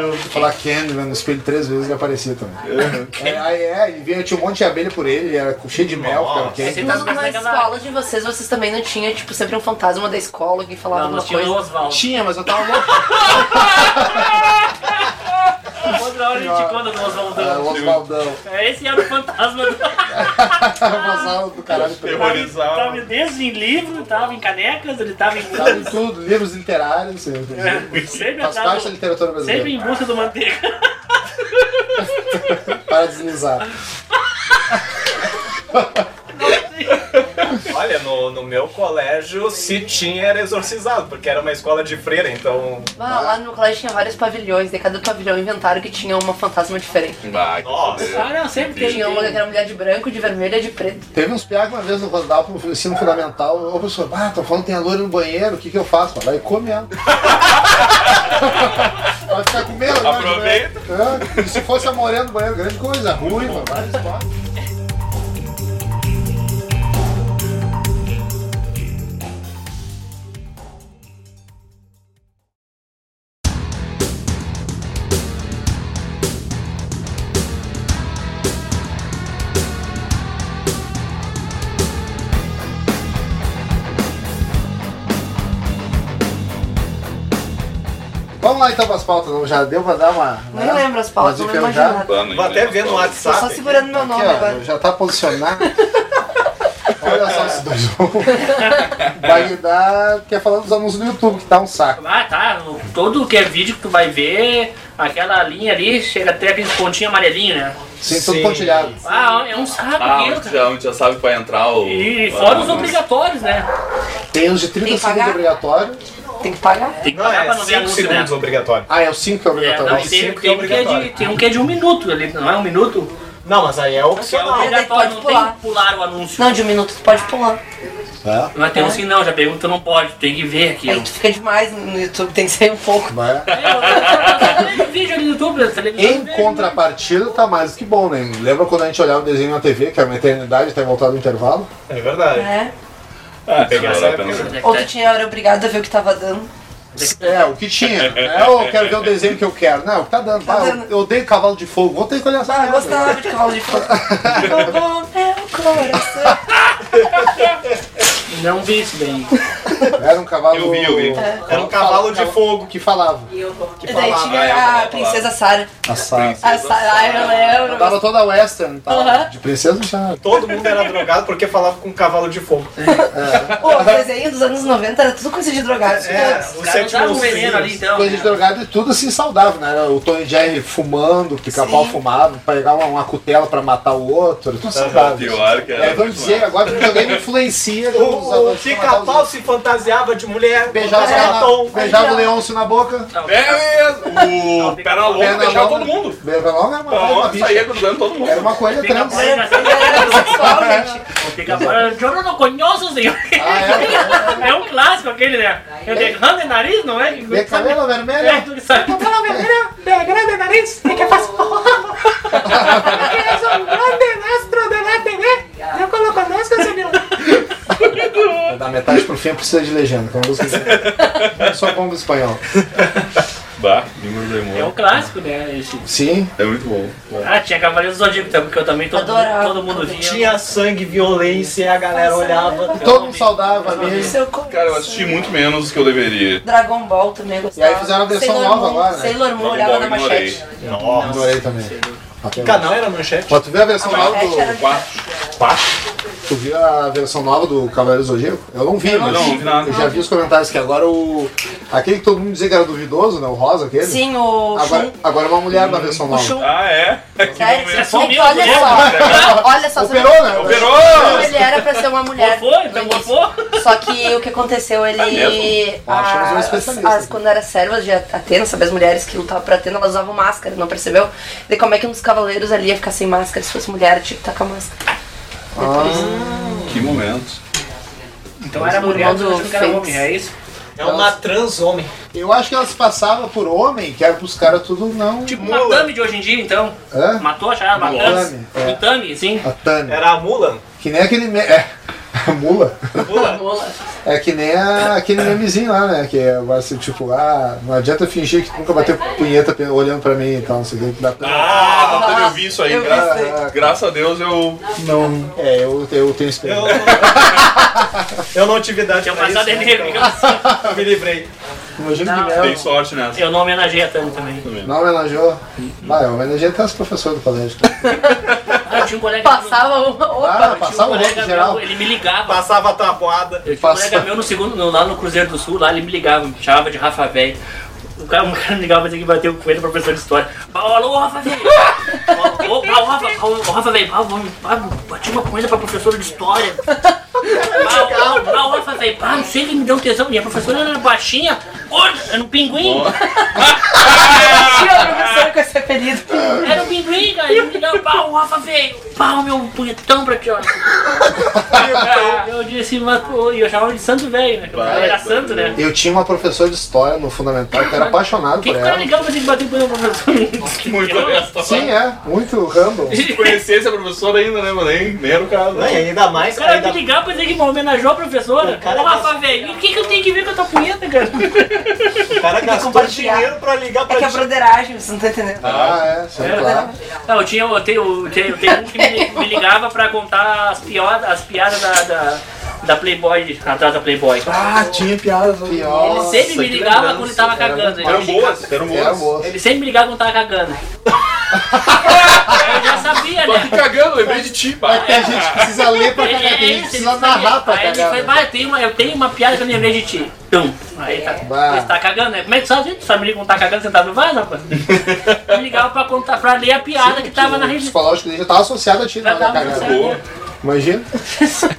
Speaker 2: Vou falar Candyman no espelho três vezes ele aparecia também.
Speaker 3: Uhum.
Speaker 2: É, aí é, e vinha, tinha um monte de abelha por ele, ele era cheio de mel, cara, o
Speaker 3: Você
Speaker 2: Candyman.
Speaker 3: tá-
Speaker 6: Mas na
Speaker 3: naquela-
Speaker 6: escola de vocês, vocês também não tinham, tipo, sempre um fantasma da escola que falava
Speaker 3: Não,
Speaker 6: alguma
Speaker 3: nós tínhamos o
Speaker 6: coisa?
Speaker 3: Oswaldo.
Speaker 2: Tinha, mas eu tava louco.
Speaker 3: Outra hora a gente conta do
Speaker 2: Ah,
Speaker 3: Oswaldo.
Speaker 2: o Oswaldão.
Speaker 3: É, Esse era o fantasma do.
Speaker 2: Vazado do caralho. preto.
Speaker 3: Tava
Speaker 7: Terrorizava.
Speaker 3: desde em livro, tava em canecas, ele tava em.
Speaker 2: Tava em tudo, livros literários, assim,
Speaker 3: Sempre
Speaker 2: faz
Speaker 3: atrás
Speaker 2: parte da
Speaker 3: do-
Speaker 2: literatura
Speaker 3: Sempre
Speaker 2: brasileira.
Speaker 3: em busca do manteiga.
Speaker 2: Para deslizar.
Speaker 4: Olha, no, no meu colégio se tinha era exorcizado, porque era uma escola de freira, então.
Speaker 6: Ah, lá no meu colégio tinha vários pavilhões, daí cada pavilhão inventaram que tinha uma fantasma diferente.
Speaker 7: Vai,
Speaker 4: Nossa.
Speaker 3: Ah, não, sempre tem.
Speaker 6: Tinha uma que era mulher de branco, de vermelho e de preto.
Speaker 2: Teve uns piados uma vez no quando dava pro ensino fundamental, o professor, ah, tô falando que tem a loira no banheiro, o que que eu faço? Vai lá e come ela. Vai ficar com medo agora. de banheiro. É, e se fosse a morena no banheiro, grande coisa, ruiva, vários quadros. Vamos lá então pras pautas, não? já deu pra dar uma. né,
Speaker 5: Nem lembro as pautas, não
Speaker 2: Mas
Speaker 5: lembro mais de
Speaker 2: enferrujar?
Speaker 5: nada.
Speaker 7: Tá, não
Speaker 4: Vou até
Speaker 7: lembro
Speaker 4: ver
Speaker 7: as
Speaker 4: no
Speaker 7: palavras.
Speaker 5: Tô só
Speaker 4: WhatsApp.
Speaker 5: segurando meu nome
Speaker 2: Aqui, ó,
Speaker 5: agora.
Speaker 2: já tá posicionado. Olha só esses dois. Bagdá quer falar dos anúncios do YouTube, que tá um saco.
Speaker 3: Ah, tá. o- Todo que é vídeo que tu vai ver, aquela linha ali, chega até aquele pontinho amarelinho, né?
Speaker 2: Sem tudo
Speaker 4: Sim.
Speaker 2: pontilhado.
Speaker 3: Ah, é um saco
Speaker 7: Ah,
Speaker 3: aquilo,
Speaker 7: onde
Speaker 3: cara.
Speaker 7: já, onde já sabe que vai entrar o.
Speaker 3: E
Speaker 7: ah,
Speaker 3: fora os
Speaker 7: não.
Speaker 3: obrigatórios, né?
Speaker 2: Tem os de 30
Speaker 5: Tem que
Speaker 2: segundos
Speaker 5: pagar?
Speaker 2: obrigatório.
Speaker 5: Tem que pagar?
Speaker 3: Tem que
Speaker 4: Não,
Speaker 3: pagar
Speaker 4: é
Speaker 3: pra não ver
Speaker 4: 5
Speaker 3: anúncio, né?
Speaker 4: segundos obrigatório.
Speaker 2: Ah, é o 5 que é
Speaker 3: É,
Speaker 2: obrigatório.
Speaker 3: não,
Speaker 4: Sim,
Speaker 3: tem,
Speaker 4: que
Speaker 3: tem
Speaker 4: é
Speaker 3: um que é de,
Speaker 4: obrigatório.
Speaker 3: tem um que é de um minuto ali, não é um minuto?
Speaker 4: Não, mas aí é
Speaker 3: É
Speaker 4: opcional.
Speaker 3: obrigatório,
Speaker 5: pode
Speaker 3: não
Speaker 5: pular.
Speaker 3: tem que pular o anúncio.
Speaker 5: Não, de um minuto tu pode pular.
Speaker 2: É.
Speaker 3: Mas tem uns que não, já pergunta, não pode, tem que ver aqui.
Speaker 5: Aí tu fica demais no YouTube, tem que sair um pouco.
Speaker 2: Mas,
Speaker 3: um vídeo ali no YouTube, na televisão,
Speaker 2: em
Speaker 3: né?
Speaker 2: contrapartida, tá mais do que bom, né? Lembra quando a gente olhava o desenho na TV, que era uma eternidade, até voltar do intervalo?
Speaker 4: É verdade.
Speaker 5: É.
Speaker 7: Ah, isso não vale a
Speaker 4: Mas
Speaker 3: é
Speaker 7: pena.
Speaker 3: tá?
Speaker 5: Ou tu tinha hora obrigada a ver o que tava dando.
Speaker 2: É, o que tinha. É, eu quero ver o desenho que eu quero. Não, o que tá dando.
Speaker 5: Tá
Speaker 2: Ah, eu-
Speaker 5: dando.
Speaker 2: eu odeio cavalo de fogo. Vou ter que olhar essa
Speaker 5: Ah, eu
Speaker 2: merda.
Speaker 5: gostava de cavalo de fogo. Roubou meu coração.
Speaker 3: Não vi isso daí.
Speaker 2: Era um cavalo.
Speaker 7: Eu vi, eu vi.
Speaker 5: É.
Speaker 4: Era
Speaker 3: é
Speaker 4: um cavalo de fogo.
Speaker 2: Que falava.
Speaker 5: E daí
Speaker 7: é,
Speaker 5: tinha
Speaker 7: eu
Speaker 5: a
Speaker 7: vou
Speaker 5: princesa Sarah.
Speaker 2: Assado.
Speaker 5: A Sarah, ai, eu lembro.
Speaker 2: Tava toda western, tá?
Speaker 5: Aham.
Speaker 2: De princesa não tinha nada.
Speaker 4: Todo mundo era drogado porque falava com um cavalo de fogo.
Speaker 5: Pô, o desenho dos anos 90 era tudo coisa de drogado.
Speaker 4: É,
Speaker 5: Putz.
Speaker 4: o
Speaker 3: Os caras
Speaker 4: sétimo
Speaker 3: usavam veneno ali, então.
Speaker 2: Coisa de
Speaker 3: né?
Speaker 2: drogado e tudo assim saudável, né? Era O Tony Jerry fumando, pica-pau fumado, pegar uma, uma cutela pra matar o outro, era tudo saudável.
Speaker 7: tá Pior que
Speaker 2: É,
Speaker 7: era. né?
Speaker 2: vamos dizer, agora o videogame influencia
Speaker 3: então.
Speaker 4: O,
Speaker 2: os adultos
Speaker 4: o,
Speaker 2: pra matar os
Speaker 4: pica-pau
Speaker 2: outros.
Speaker 4: se fantasiava de mulher,
Speaker 2: Beijava, os
Speaker 4: botava batom.
Speaker 2: caras na- beijava o Leôncio na boca.
Speaker 7: É mesmo! O perna longa
Speaker 2: Perna
Speaker 7: deixava
Speaker 2: longa.
Speaker 7: todo mundo. é
Speaker 2: Beijava logo, era uma,
Speaker 7: Perna
Speaker 2: uma
Speaker 7: longa
Speaker 2: bicha. É.
Speaker 7: saía grudando todo mundo.
Speaker 2: né, Era uma coisa trans.
Speaker 3: Pica-pau era
Speaker 5: Sexual, gente.
Speaker 3: assim, né? O pica-pau era de ouro no conheço, senhor.
Speaker 2: Ah, é?
Speaker 3: É um clássico aquele, né? É de grande nariz, não é?
Speaker 2: De cabelo
Speaker 3: É,
Speaker 2: vermelho.
Speaker 3: tu que sabe.
Speaker 4: De grande nariz, e que faz porra. Eu sou um grande astro de la TV. Eu coloco nós que
Speaker 2: Da metade pro fim precisa de legenda, como você É Só bomba espanhol.
Speaker 7: Bah, língua do
Speaker 3: É um
Speaker 7: demônio.
Speaker 3: clássico, né? Esse.
Speaker 2: Sim.
Speaker 7: É muito bom.
Speaker 3: Ah, tinha Cavaleiros do Zodíaco também, que eu também todo,
Speaker 5: Adorava.
Speaker 3: todo mundo via.
Speaker 4: Tinha sangue, violência, e a galera olhava.
Speaker 2: Todo mundo saudável ali.
Speaker 5: Seu coração.
Speaker 7: Cara, eu assisti muito menos do que eu deveria.
Speaker 5: Dragon Ball também eu gostava.
Speaker 2: E aí fizeram a versão
Speaker 5: Sailor
Speaker 2: nova
Speaker 5: Moon-
Speaker 2: agora, né?
Speaker 5: Sailor Moon
Speaker 7: Dragon
Speaker 5: olhava
Speaker 7: Ball
Speaker 5: na
Speaker 7: eu ignorei.
Speaker 5: manchete.
Speaker 4: Nossa.
Speaker 2: Adorei também. Até hoje.
Speaker 4: O canal era manchete.
Speaker 2: Mas tu viu a versão
Speaker 5: A
Speaker 2: nova
Speaker 5: manchete era-
Speaker 2: do.
Speaker 7: Quatro.
Speaker 2: Tu viu a versão nova do Cavaleiro Zodíaco? Eu não vi, mas
Speaker 7: não vi nada.
Speaker 2: eu já vi os comentários que agora o. Aquele que todo mundo dizia que era duvidoso, né? O rosa aquele.
Speaker 5: Sim, o
Speaker 2: Agora,
Speaker 5: Shun.
Speaker 2: agora é uma mulher na versão
Speaker 5: O
Speaker 2: nova.
Speaker 5: Shun.
Speaker 7: Ah, é? Que
Speaker 5: Sério,
Speaker 7: momento.
Speaker 5: você
Speaker 3: sumiu,
Speaker 5: olha
Speaker 3: né?
Speaker 5: só. Olha só. você-
Speaker 2: Operou, né?
Speaker 7: Operou!
Speaker 5: Não, ele era pra ser uma mulher.
Speaker 3: Morfou? Então Ah,
Speaker 5: no início.
Speaker 3: morfou?
Speaker 5: Só que o que aconteceu,
Speaker 7: É
Speaker 5: ele.
Speaker 7: mesmo?
Speaker 2: Ó, achamos um
Speaker 5: as-
Speaker 2: especialista.
Speaker 5: as- quando era servas de Atena, sabe, as mulheres que lutavam pra Atena, elas usavam máscara, não percebeu? E como é que um dos cavaleiros ali ia ficar sem máscara? Se fosse mulher, tinha que estar com a máscara.
Speaker 7: Que momento.
Speaker 3: Então era
Speaker 5: Mas o
Speaker 3: mulher,
Speaker 5: irmão
Speaker 3: tu achou
Speaker 5: do
Speaker 3: que era
Speaker 5: Fênix.
Speaker 3: homem, é isso?
Speaker 4: É uma trans homem.
Speaker 2: Eu acho que ela se passava por homem, que era pros caras tudo não.
Speaker 3: Tipo Matame de hoje em dia, então.
Speaker 2: Hã?
Speaker 3: Matou a charada, Matame.
Speaker 2: Matame, é.
Speaker 3: Matame, sim.
Speaker 2: A Tânia.
Speaker 4: Era a Mulan.
Speaker 2: Que nem aquele. Me... É. A mula.
Speaker 4: Mulan.
Speaker 2: É que nem a- aquele memezinho lá, né? Que é assim, tipo, ah, não adianta fingir que tu nunca bateu punheta pe- olhando pra mim e tal, não sei o que. Da Tânia.
Speaker 7: Ah, doutor, eu vi isso aí.
Speaker 5: Eu vi
Speaker 7: Gra-
Speaker 5: isso
Speaker 7: Graças a Deus eu.
Speaker 2: Não. É, eu, eu tenho
Speaker 4: Eu,
Speaker 2: experiência.
Speaker 4: eu não tive idade
Speaker 3: Tinha
Speaker 4: pra isso,
Speaker 3: passado
Speaker 4: né,
Speaker 3: ele.
Speaker 4: então eu me livrei.
Speaker 2: Imagina que
Speaker 3: Não.
Speaker 2: merda.
Speaker 7: Dei sorte nessa.
Speaker 3: Eu não homenageei a Tami também.
Speaker 2: Não homenageou? Vai, eu homenageei até os professores do colégio.
Speaker 3: Ah, eu tinha um colega
Speaker 5: Passava uma.
Speaker 2: Ah,
Speaker 5: Opa!
Speaker 3: meu,
Speaker 2: passava
Speaker 3: eu
Speaker 2: o
Speaker 3: tinha um
Speaker 2: louco
Speaker 3: colega
Speaker 2: em geral.
Speaker 3: meu, ele me ligava.
Speaker 4: Passava a tabuada.
Speaker 3: Eu tinha um
Speaker 2: Passa-
Speaker 3: colega meu no segundo, no- lá no Cruzeiro do Sul, lá ele me ligava, me chamava de Rafa Velho. O cara, um cara me ligava pra dizer que bateu com ele, professor de história. Bah, Alô, Rafa Velho! Ô, ô, bah, o Rafa, o, o Rafa Velho, bah, vamos- bah, bati uma coisa pra professora de história. Bah, o- bah, o Rafa Velho, bah, não sei o que me deu um tesão. Minha professora era baixinha, gorda, era um pinguim.
Speaker 5: Tinha uma professora com esse apelido.
Speaker 3: Era um pinguim, cara. Ele me deu pau, o Rafa veio. Pau, meu punhetão pra ti, ó. eu disse, mas pô, e eu chamava de santo velho, né? O cara era santo, né?
Speaker 2: Eu tinha uma professora de história no fundamental que era apaixonado
Speaker 3: Por que,
Speaker 2: por
Speaker 3: que o cara
Speaker 2: ela.
Speaker 3: ligava pra um ter que bater com ele, professor?
Speaker 7: Muito honesto.
Speaker 2: Sim, é, muito random.
Speaker 7: Conhecesse a professora ainda, né, mano? Nem, nem era o caso.
Speaker 4: Não, e ainda mais,
Speaker 3: O cara
Speaker 4: ainda
Speaker 3: me ligava pra dizer que me homenageou a professora.
Speaker 4: O cara
Speaker 3: Ô, Rafa, velho, e o que, que eu tenho que ver com a tua punheta, cara?
Speaker 4: O cara gastou
Speaker 5: compartilhar.
Speaker 4: dinheiro pra ligar pra
Speaker 5: É que é
Speaker 4: ti.
Speaker 5: broderagem, você não tá entendendo.
Speaker 2: Ah, é, sim, claro.
Speaker 3: Não, eu tinha, eu tenho, eu tenho, eu tenho um que me, me ligava pra contar as, pior, as piadas da, da, da Playboy, atrás da Playboy.
Speaker 6: Ah, tinha piadas.
Speaker 2: Pior.
Speaker 3: Ele sempre me
Speaker 6: que
Speaker 3: ligava
Speaker 6: lembrança.
Speaker 3: quando ele tava cagando. Ele,
Speaker 7: Eram
Speaker 3: me ligava-
Speaker 7: boas, eram
Speaker 2: Era
Speaker 7: boas.
Speaker 2: boa.
Speaker 3: ele sempre me ligava quando tava cagando. Eu já sabia,
Speaker 7: Tô aqui
Speaker 3: né?
Speaker 7: cagando, lembrei de ti, pai.
Speaker 2: Até a gente precisa ler
Speaker 3: É,
Speaker 2: pra cagar, que a gente
Speaker 3: isso, ele
Speaker 2: precisa
Speaker 3: sabia.
Speaker 2: narrar pra
Speaker 3: Aí ele
Speaker 2: cagar. né?
Speaker 3: foi, vai, eu tenho uma, eu tenho uma piada que eu lembrei de ti. Tum. Aí tá.
Speaker 2: Bah.
Speaker 3: Você tá cagando, né? Como é que sabe? gente? Sabe me contar cagando, você tá no vaso, rapaz? Me ligava pra contar, pra ler a piada que tava na
Speaker 2: O
Speaker 3: revista.
Speaker 2: psicológico dele já tava associado a ti na hora
Speaker 3: Pra
Speaker 2: da
Speaker 3: dar uma
Speaker 2: cagada.
Speaker 7: né?
Speaker 3: saída.
Speaker 2: Imagina.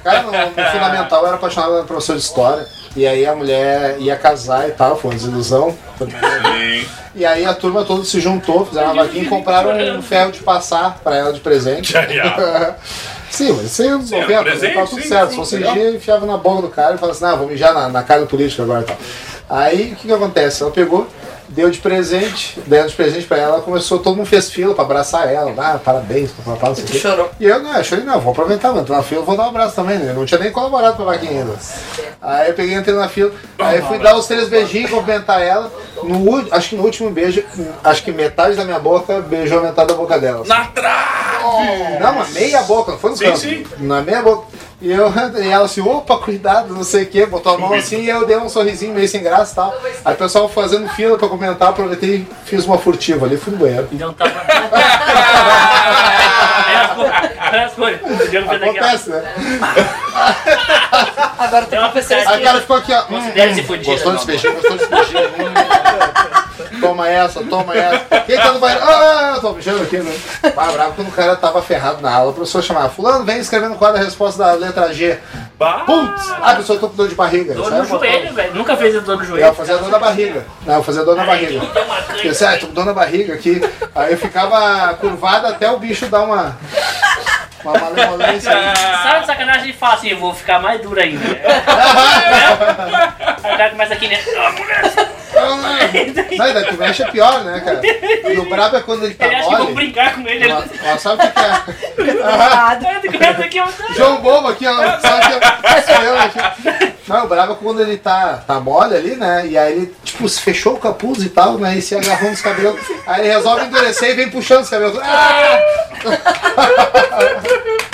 Speaker 2: Cara, no, no fundamental eu era apaixonado pela professora de história. E aí a mulher ia casar e tal, foi uma desilusão.
Speaker 7: Sim.
Speaker 2: E aí a turma toda se juntou, fizeram uma vaquinha e compraram um ferro de passar pra ela de presente.
Speaker 7: Já, já.
Speaker 2: Sim, mas isso aí é anos
Speaker 7: é
Speaker 2: 90,
Speaker 7: presente,
Speaker 2: tava tudo
Speaker 7: sim,
Speaker 2: certo.
Speaker 7: sim,
Speaker 2: Se fosse
Speaker 7: legal.
Speaker 2: dia, enfiava na boca do cara e falava assim, ah, vou mijar na, na cara do político agora e tal. Aí o que, que acontece? Ela pegou, deu de presente, deu de presente pra ela, começou, todo mundo fez fila pra abraçar ela, ah, parabéns, papapá, não sei o quê.
Speaker 5: Chorou.
Speaker 2: E eu, né, achei, não, vou aproveitar, mano, tô na fila, vou dar um abraço também, né? Eu não tinha nem colaborado pra vaquinha ainda. Aí eu peguei, entrei na fila, aí fui dar os três beijinhos, cumprimentar ela. No, ú- acho que no último beijo, acho que metade da minha boca beijou a metade da boca dela.
Speaker 7: Na trave!
Speaker 2: Não, uma meia boca, não foi no
Speaker 7: Sim,
Speaker 2: canto.
Speaker 7: sim.
Speaker 2: Na meia boca. E, eu, e ela assim, opa, cuidado, não sei o que, botou a mão assim e eu dei um sorrisinho meio sem graça e tal. Aí o pessoal fazendo fila pra comentar, aproveitei e fiz uma furtiva ali, fui no banheiro.
Speaker 3: Então tava. Olha as cores. Olha as cores. Eu não é fiz aquela.
Speaker 2: Acontece, né?
Speaker 5: Agora tem
Speaker 3: É uma
Speaker 5: uma pessoa
Speaker 3: piada.
Speaker 2: Aí o cara ficou aqui, ó. Hum,
Speaker 3: Deve se fudir.
Speaker 2: gostou desse beijinho, gostou desse beijinho. hum. Toma essa, toma essa. Quem tá no banheiro? Ah, eu tô beijando aqui, né? Ah, bravo, quando o cara tava ferrado na aula, o professor chamava, fulano, vem escrevendo no quadro a resposta da letra G.
Speaker 7: Bah.
Speaker 2: Putz! Ah, professor, tô com dor de barriga.
Speaker 3: Dor
Speaker 2: Sabe, é
Speaker 3: no
Speaker 2: botou-
Speaker 3: joelho, velho. Nunca fez dor no
Speaker 2: Eu
Speaker 3: joelho.
Speaker 2: fazia dor na barriga. Não, eu fazia dor na barriga.
Speaker 3: Tem uma canha.
Speaker 2: Eu disse, ah, tô com dor na barriga aqui. Aí eu ficava curvado até o bicho dar uma. Uma malemolência.
Speaker 3: Sabe de sacanagem e fala assim, eu vou ficar mais duro ainda. Aí o cara começa aqui, né? Ah, moleque.
Speaker 2: Não, e daí tu mexe é pior, né, cara? E o brabo é quando ele tá
Speaker 3: Ele acha que eu vou
Speaker 2: mole.
Speaker 3: brincar com ele.
Speaker 2: Ó,
Speaker 3: Ele
Speaker 2: ó, sabe o que, que é?
Speaker 5: errada.
Speaker 3: Ele começa aqui, ó.
Speaker 2: João Bobo aqui, ó. Sabe o que é? Sou eu aqui. Não, o brabo é quando ele tá, tá mole ali, né? E aí ele, tipo, se fechou o capuz e tal, né? E se agarrou nos cabelos. Aí ele resolve endurecer e vem puxando os cabelos. Ah!
Speaker 6: É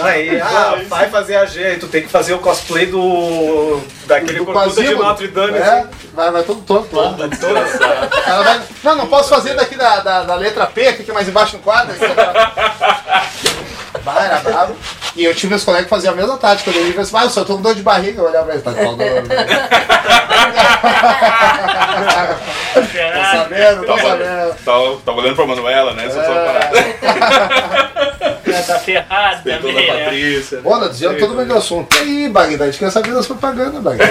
Speaker 4: Aí, ah, vai fazer a G, aí tu tem que fazer o cosplay do. daquele
Speaker 2: Do
Speaker 4: corcunda de
Speaker 2: Basílio.
Speaker 4: Notre Dame.
Speaker 2: É, vai, vai todo torto lá.
Speaker 4: assim, toda essa-
Speaker 2: Ela vai- Não, não posso fazer daqui da, da, da letra P, que é mais embaixo no quadro. Vai, era brabo. E eu tive meus colegas que faziam a mesma tática. Ele disse, mas eu só tô com dor de barriga. Eu olhava pra ele, tá com dor. Tô
Speaker 3: Caralho.
Speaker 2: tá sabendo, tô
Speaker 7: Tava,
Speaker 2: sabendo.
Speaker 7: tava, tava olhando Tá, pra Manuela, né? Essa Tá é. só parada.
Speaker 3: Ela Tá ferrado
Speaker 7: Pegou
Speaker 3: também,
Speaker 7: da
Speaker 3: né?
Speaker 7: Patrícia.
Speaker 2: Bom, nós desviamos tá todo mundo do assunto. E aí, Bagdá, a gente quer saber das propagandas, Bagdá.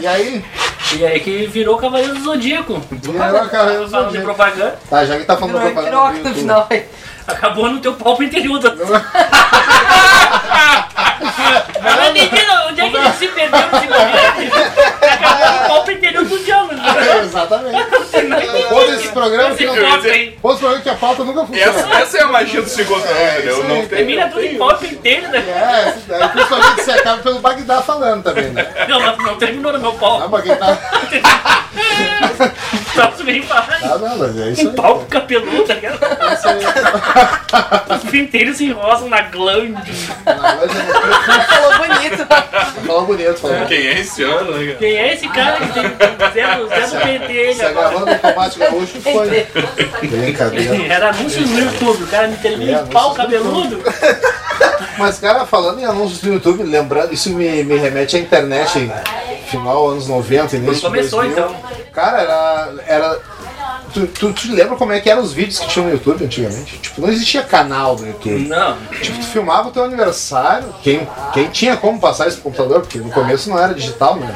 Speaker 2: E aí,
Speaker 3: E aí que virou Cavaleiro do Zodíaco.
Speaker 2: virou a carreira do
Speaker 3: Falando de
Speaker 2: Zodíaco.
Speaker 3: propaganda,
Speaker 2: Tá, já que tá falando
Speaker 5: Virou
Speaker 2: da
Speaker 5: piroca
Speaker 2: propaganda
Speaker 5: no
Speaker 2: do
Speaker 5: final.
Speaker 2: YouTube.
Speaker 5: velho.
Speaker 3: acabou no teu palco interior. Da... Mas não entendi não, onde é que ele se perdeu nesse momento? Acabou no palco interior do diabo. né?
Speaker 2: Exatamente.
Speaker 3: Não entendi.
Speaker 2: Todo esse programa que
Speaker 3: Esse
Speaker 2: não...
Speaker 3: copo aí.
Speaker 2: Todo esse programa que a pauta nunca funciona.
Speaker 7: Essa, essa é a magia do segundo entendeu?
Speaker 2: isso
Speaker 7: Não
Speaker 2: aí.
Speaker 7: tem.
Speaker 3: Termina tudo em pop inteiro, né?
Speaker 2: É, esse daí, principalmente se acaba pelo Bagdá falando também, né?
Speaker 3: Não, mas não terminou no meu
Speaker 2: Ah,
Speaker 3: palco.
Speaker 2: mas quem tá.
Speaker 3: Tá subindo pra
Speaker 2: Ah, não, mas é isso
Speaker 3: Um
Speaker 2: aí.
Speaker 3: palco cabeludo, tá ligado? Os penteiros se enroscam na glande.
Speaker 2: né?
Speaker 5: Falou bonito.
Speaker 2: Falou é, bonito, falou bonito.
Speaker 7: Quem é esse ano, né, cara?
Speaker 3: Quem é esse cara que tem zero, zero pentelho
Speaker 2: Se
Speaker 3: agora?
Speaker 2: agarrando no combate gaúcho foi. Brincadeira.
Speaker 3: Era anúncio no YouTube, o cara me termina em
Speaker 2: anúncios
Speaker 3: pau
Speaker 2: no
Speaker 3: cabeludo.
Speaker 2: Mas, cara, falando em anúncios do YouTube, lembrando, isso me, me remete à internet, final anos 90, início
Speaker 3: Quando começou,
Speaker 2: 2000. Cara, era. era tu, tu, tu lembra como é que eram os vídeos que tinham no YouTube antigamente? Tipo, não existia canal no YouTube.
Speaker 3: Não,
Speaker 2: Tipo, tu filmava o teu aniversário, quem, quem tinha como passar isso pro computador, porque no começo não era digital, né?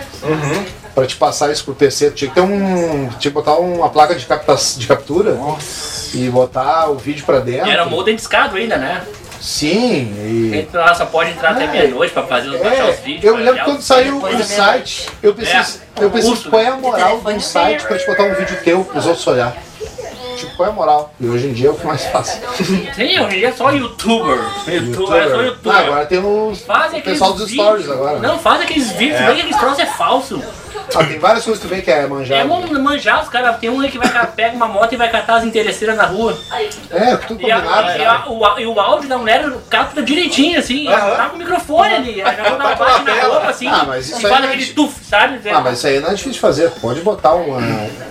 Speaker 2: Pra te passar isso pro PC, tu tinha que ter um. Tinha que botar uma placa de, capta, de captura e botar o vídeo pra dentro.
Speaker 3: e era modem discado ainda, né?
Speaker 2: Sim, e.
Speaker 3: Então ela só pode entrar até meia-noite pra fazer os baixar os
Speaker 2: É,
Speaker 3: vídeos. né?
Speaker 2: eu
Speaker 3: pra
Speaker 2: lembro
Speaker 3: olhar
Speaker 2: quando
Speaker 3: os-
Speaker 2: saiu
Speaker 5: depois
Speaker 2: o
Speaker 5: da meia-noite.
Speaker 2: site, eu preciso,
Speaker 3: É,
Speaker 2: eu preciso
Speaker 3: custo,
Speaker 2: qual é a moral
Speaker 5: telefone.
Speaker 2: do site pra te botar um vídeo teu pros outros olhar. Tipo, qual é a moral? E hoje em dia é o que mais faço.
Speaker 3: Tem, hoje em dia é só youtuber. Youtuber, é só youtuber.
Speaker 2: Ah, agora tem os,
Speaker 3: Faz
Speaker 2: o
Speaker 3: aqueles
Speaker 2: pessoal dos
Speaker 3: vídeos.
Speaker 2: stories agora. né?
Speaker 3: Não, faz aqueles vídeos, vê que aqueles troços é falso.
Speaker 2: Ah, tem várias coisas também que é
Speaker 3: É
Speaker 2: manjado.
Speaker 3: bom manjar os caras. Tem um aí que vai ca- pega uma moto e vai catar as interesseiras na rua.
Speaker 2: É, tudo
Speaker 3: E, a-
Speaker 2: combinado.
Speaker 3: e a- o, á- e o áudio da mulher capta direitinho, assim. Ela tá com o microfone ali. Ela
Speaker 2: Tá
Speaker 3: joga uma parte na roupa, assim.
Speaker 2: Ah, mas isso
Speaker 3: e
Speaker 2: aí
Speaker 3: faz
Speaker 2: não é
Speaker 3: aquele
Speaker 2: de-
Speaker 3: tuf, sabe?
Speaker 2: Ah, mas isso aí não é difícil de fazer. Pode botar uma-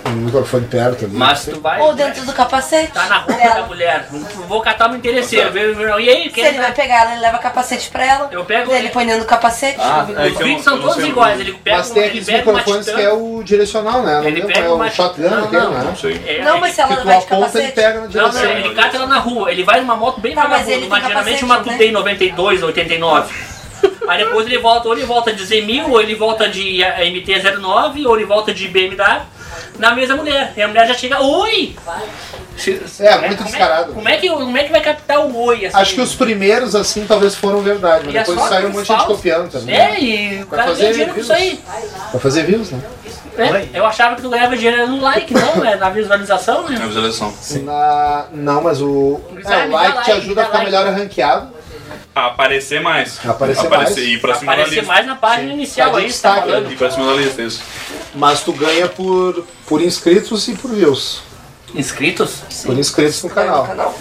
Speaker 2: um microfone perto ali.
Speaker 3: Mas tu vai.
Speaker 6: Ou dentro do capacete.
Speaker 3: Tá na roupa da
Speaker 6: dela.
Speaker 3: mulher. Vou catar no interesseiro. vê- vê- E aí,
Speaker 6: Se
Speaker 3: quem
Speaker 6: ele vai pegar ela, ele leva capacete pra ela.
Speaker 3: Eu pego-
Speaker 6: Daí Ele põe dentro do capacete.
Speaker 7: Ah, é
Speaker 3: Os
Speaker 7: que eu não-
Speaker 3: vídeos
Speaker 7: eu
Speaker 3: são
Speaker 7: não
Speaker 3: todos
Speaker 7: sei o
Speaker 3: iguais.
Speaker 7: nome.
Speaker 3: Ele pega,
Speaker 2: Mas tem
Speaker 3: um-
Speaker 2: aqueles
Speaker 3: ele pega uma
Speaker 2: microfones
Speaker 3: titã,
Speaker 2: que é o direcional, né? Não
Speaker 3: Ele
Speaker 2: lembro
Speaker 3: pega
Speaker 2: qual é o
Speaker 3: uma-
Speaker 2: shotgun
Speaker 3: Não,
Speaker 2: aquele,
Speaker 3: não.
Speaker 2: né?
Speaker 7: Não sei.
Speaker 3: é,
Speaker 6: Não,
Speaker 3: ele-
Speaker 6: mas se ela
Speaker 2: Que
Speaker 6: não
Speaker 2: tu
Speaker 6: vai de
Speaker 2: aponta e
Speaker 6: capacete.
Speaker 2: pega na
Speaker 3: Não, não,
Speaker 2: direção.
Speaker 3: ele cata ela na rua, ele vai numa moto bem
Speaker 6: Tá,
Speaker 3: devagar,
Speaker 6: mas ele
Speaker 3: uma,
Speaker 6: tem
Speaker 3: geralmente
Speaker 6: capacete,
Speaker 3: uma
Speaker 6: né?
Speaker 3: Tupi 92, 89. Aí depois ele volta, ou ele volta de 100 mil, ou ele volta de eh, MT-09, ou ele volta de BMW, na mesma mulher. E a mulher já chega, oi!
Speaker 2: É,
Speaker 3: Como
Speaker 2: muito
Speaker 3: como
Speaker 2: descarado.
Speaker 3: Como é, que, como é que vai captar o oi, assim?
Speaker 2: Acho que os primeiros, assim, talvez foram verdade, mas
Speaker 3: E é
Speaker 2: depois
Speaker 3: só
Speaker 2: saiu um
Speaker 3: aqueles
Speaker 2: monte de gente
Speaker 3: falsos.
Speaker 2: copiando também.
Speaker 3: É, e o cara
Speaker 2: fazer
Speaker 3: ganha dinheiro com isso aí.
Speaker 2: Pra fazer views, né?
Speaker 3: né? Eu achava que tu ganhava dinheiro no like, não, é na visualização,
Speaker 7: É a
Speaker 3: né?
Speaker 7: visualização.
Speaker 2: Na- Não, mas o.
Speaker 3: Mas
Speaker 2: É,
Speaker 3: é,
Speaker 2: o
Speaker 3: me dá
Speaker 2: like te
Speaker 3: like,
Speaker 2: ajuda a
Speaker 3: me dá
Speaker 2: ficar
Speaker 3: like.
Speaker 2: melhor ranqueado.
Speaker 7: Aparecer mais.
Speaker 2: Aparecer mais.
Speaker 7: Ir pra cima da
Speaker 3: Aparecer
Speaker 7: lista.
Speaker 3: mais na página inicial
Speaker 2: Tá de
Speaker 3: aí, você tá
Speaker 2: destaque,
Speaker 3: falando.
Speaker 7: Ir pra cima da lista, isso.
Speaker 2: Mas tu ganha por, por inscritos e por views.
Speaker 3: Inscritos?
Speaker 2: Por inscritos
Speaker 3: É,
Speaker 2: no canal.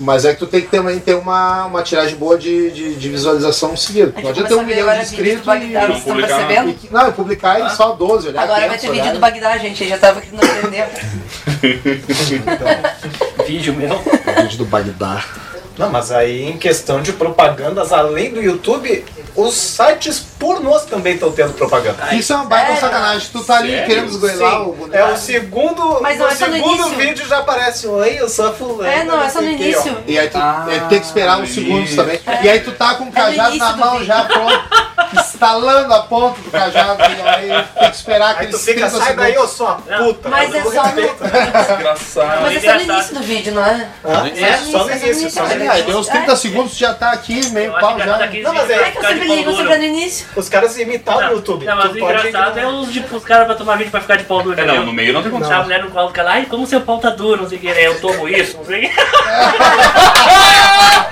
Speaker 2: Mas é que tu tem que também ter uma, uma tiragem boa de, de, de visualização seguida.
Speaker 6: A
Speaker 2: Não
Speaker 6: gente
Speaker 2: adianta ter
Speaker 6: É começa
Speaker 2: um
Speaker 6: a ver
Speaker 2: milhão de
Speaker 6: agora vídeo do
Speaker 2: inscritos
Speaker 6: Bagdá,
Speaker 2: e.
Speaker 6: vocês estão
Speaker 7: publicar na-
Speaker 2: e
Speaker 6: percebendo?
Speaker 2: que- Não, e publicar ele só 12, olhar
Speaker 6: Agora vai
Speaker 2: 500,
Speaker 6: ter vídeo
Speaker 2: olhar-
Speaker 6: do Bagdá, gente. Eu já tava aqui no entender.
Speaker 3: Vídeo meu.
Speaker 2: Vídeo do Bagdá.
Speaker 4: Não, mas aí em questão de propagandas, além do YouTube, os sites pornôs também estão tendo propaganda.
Speaker 2: Isso é uma baita
Speaker 6: sério?
Speaker 2: sacanagem. Tu tá ali
Speaker 7: Sério?
Speaker 2: querendo esgoelar o
Speaker 4: Sim, é o segundo,
Speaker 6: Mas
Speaker 4: no
Speaker 6: não, é só no
Speaker 4: segundo
Speaker 6: início.
Speaker 4: vídeo já aparece, oi, eu sou fulano.
Speaker 6: É, não, é só no
Speaker 4: sei quem, ó.
Speaker 6: início.
Speaker 2: E aí tu aí tu tem que esperar uns
Speaker 7: isso.
Speaker 2: segundos também. E aí tu tá com o cajado
Speaker 6: É. início
Speaker 2: na
Speaker 6: do
Speaker 2: mão
Speaker 6: vídeo.
Speaker 2: já pronto, estalando a ponta do cajado. E aí tem que esperar
Speaker 4: Aí
Speaker 2: aqueles
Speaker 4: tu fica,
Speaker 2: 30
Speaker 4: sai daí,
Speaker 2: segundos.
Speaker 4: eu sou a puta.
Speaker 6: Mas é só no.
Speaker 7: Engraçado.
Speaker 6: Mas é só no início do vídeo, não é?
Speaker 4: É, só no início, só no
Speaker 6: eu-
Speaker 2: Aí
Speaker 4: início.
Speaker 2: deu uns 30 segundos, tu já tá aqui, meio
Speaker 3: Eu acho
Speaker 2: pau
Speaker 3: que
Speaker 2: já.
Speaker 3: tá aqui,
Speaker 4: Não, mas é-
Speaker 3: vai
Speaker 6: É que eu
Speaker 3: ficar de
Speaker 6: sempre
Speaker 3: pau
Speaker 6: ligo,
Speaker 3: duro.
Speaker 6: sempre é no início.
Speaker 4: Os caras imitaram no YouTube.
Speaker 3: Não, mas o
Speaker 4: Tu pode
Speaker 3: engraçado é
Speaker 4: ignorar.
Speaker 3: os, tipo, os caras pra tomar vídeo pra ficar de pau duro.
Speaker 7: É, não,
Speaker 3: entendeu? né,
Speaker 7: no meio não tem como.
Speaker 3: A mulher não coloca lá, ai, como seu pau tá duro, não sei o que, né? eu tomo isso, não sei o que.
Speaker 4: um-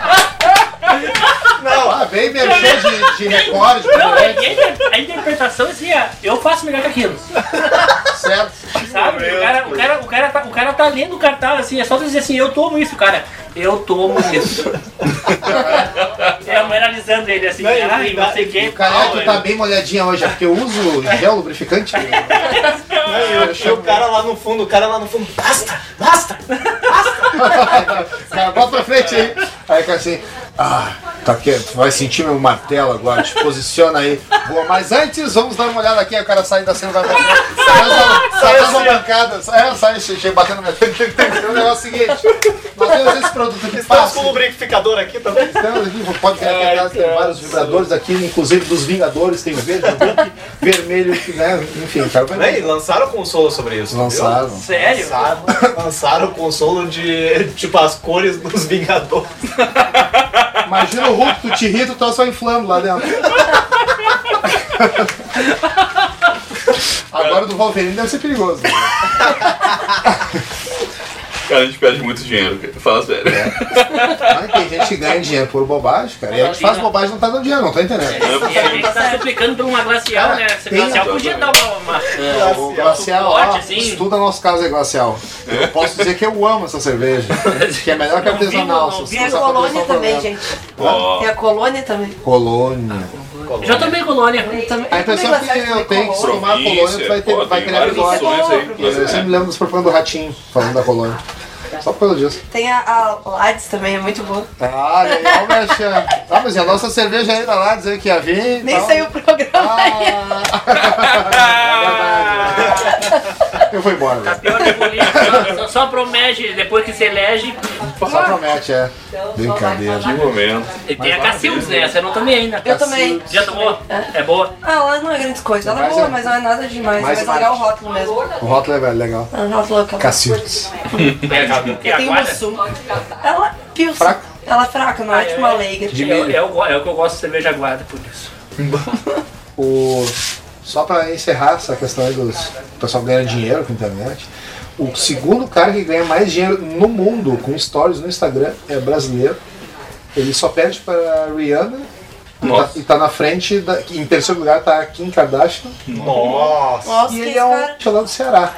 Speaker 2: Ah, vem mexer de, de recorde, por
Speaker 3: Não,
Speaker 2: aí,
Speaker 3: e a inter- a interpretação assim, é, eu faço melhor que aquilo,
Speaker 2: certo?
Speaker 3: sabe? O cara, o, cara, o, cara tá, o cara tá lendo o cartaz, assim, é só dizer assim, eu tomo isso, cara. Eu tomo isso. é, a mulher analisando ele assim, ai, não sei o que.
Speaker 2: O cara, tu tá bem molhadinha hoje, é porque eu uso gel lubrificante.
Speaker 4: E o cara lá no fundo, o cara lá no fundo, basta, basta.
Speaker 2: Cara, bota pra frente aí. Aí fica assim, ah, tá aqui, tu vai sentir meu martelo agora, te posiciona aí. Boa, mas antes vamos dar uma olhada aqui, aí o cara sai da cena da sai da- sai assim, da bancada, sai, é, sai, cheguei batendo na minha frente. O negócio é o seguinte, nós temos esse produto aqui
Speaker 4: Estamos com
Speaker 2: fácil.
Speaker 4: o lubrificador aqui também.
Speaker 2: Temos aqui, pode ver aqui atrás, tem vários vibradores aqui, inclusive dos Vingadores, tem verde, Hulk, vermelho, né? Enfim, o cara vai
Speaker 4: Né, e lançaram consolo sobre isso.
Speaker 2: lançaram.
Speaker 4: viu?
Speaker 3: Sério?
Speaker 4: Lançaram, lançaram o consolo de tipo as cores dos Vingadores.
Speaker 2: Imagina o Hulk, tu te irrita, tu tá só inflando lá dentro. Agora o do Wolverine deve ser perigoso. né?
Speaker 7: Cara, a gente perde muito dinheiro, cara. Fala sério.
Speaker 2: Mas tem gente que ganha dinheiro por bobagem, cara. E a gente faz bobagem e não tá dando dinheiro, não tá entendendo.
Speaker 3: E a gente tá suplicando por uma glacial, né? Essa
Speaker 2: tem-
Speaker 3: glacial podia dar uma... uma...
Speaker 2: É, O glacial, ó,
Speaker 3: Suporte, assim.
Speaker 2: estuda nosso caso é glacial. Eu posso dizer que eu amo essa cerveja. Que é melhor que
Speaker 3: Não vivo,
Speaker 2: artesanal.
Speaker 3: não
Speaker 2: se
Speaker 6: Tem a
Speaker 2: você passar por
Speaker 6: colônia
Speaker 2: esse
Speaker 6: também,
Speaker 2: problema.
Speaker 6: gente.
Speaker 7: Ó,
Speaker 6: Tem a colônia também.
Speaker 2: Colônia.
Speaker 3: Já tomei colônia.
Speaker 6: Eu também-
Speaker 2: A
Speaker 6: eu também
Speaker 2: impressão que
Speaker 6: gosto de
Speaker 2: eu tenho é que se
Speaker 6: colônia.
Speaker 2: tomar a colônia, tu vai, ter,
Speaker 7: Pô,
Speaker 2: vai
Speaker 7: tem
Speaker 2: criar
Speaker 7: várias
Speaker 2: bigode.
Speaker 7: opções aí.
Speaker 2: Eu sempre me lembro dos propagandas do Ratinho, falando da colônia. Só por causa disso.
Speaker 6: Tem a, a Lades também, é muito boa.
Speaker 2: Ah, legal, Merchan. Ah, mas e a nossa cerveja ainda lá dizendo que tá ia vir. e
Speaker 6: Nem
Speaker 2: tal.
Speaker 6: saiu o programa
Speaker 2: Ah,
Speaker 6: ainda.
Speaker 2: Eu vou embora.
Speaker 3: A
Speaker 2: velho.
Speaker 3: Tá pior que política, só, só promete, depois que se elege,
Speaker 2: Só promete, é. Brincadeira.
Speaker 7: Que momento.
Speaker 3: e tem a Cacildes, né? Essa eu não tomei ainda.
Speaker 2: tá
Speaker 6: Eu também.
Speaker 3: Já tomou? É boa.
Speaker 6: Ah, lá não é grande coisa. Ela é
Speaker 2: Mas
Speaker 6: boa,
Speaker 2: é-
Speaker 6: mas não é nada demais.
Speaker 2: Mas
Speaker 6: Mas
Speaker 2: é
Speaker 6: legal o rótulo mesmo.
Speaker 2: O rótulo é velho, legal.
Speaker 6: É um rótulo local.
Speaker 2: Cacildes.
Speaker 3: É, tem
Speaker 6: Eu
Speaker 3: a
Speaker 6: tenho uma
Speaker 3: quadra.
Speaker 6: sul. Ela é pilsa.
Speaker 2: Fraca.
Speaker 6: Ela é fraca, não é tipo uma leiga.
Speaker 2: De
Speaker 3: Eu-
Speaker 2: milho.
Speaker 3: eu go- é o que eu gosto de cerveja guarda, por isso.
Speaker 2: O... Só pra encerrar essa questão aí dos. O pessoal ganha dinheiro com a internet. O segundo cara que ganha mais dinheiro no mundo com stories no Instagram é brasileiro. Ele só perde para Rihanna. E tá,
Speaker 7: Nossa.
Speaker 2: e tá na frente, da, em terceiro lugar tá a Kim Kardashian.
Speaker 4: Nossa.
Speaker 6: Nossa,
Speaker 2: E
Speaker 6: que
Speaker 2: ele
Speaker 6: esse
Speaker 2: é um
Speaker 6: cara...
Speaker 2: tio lá do Ceará.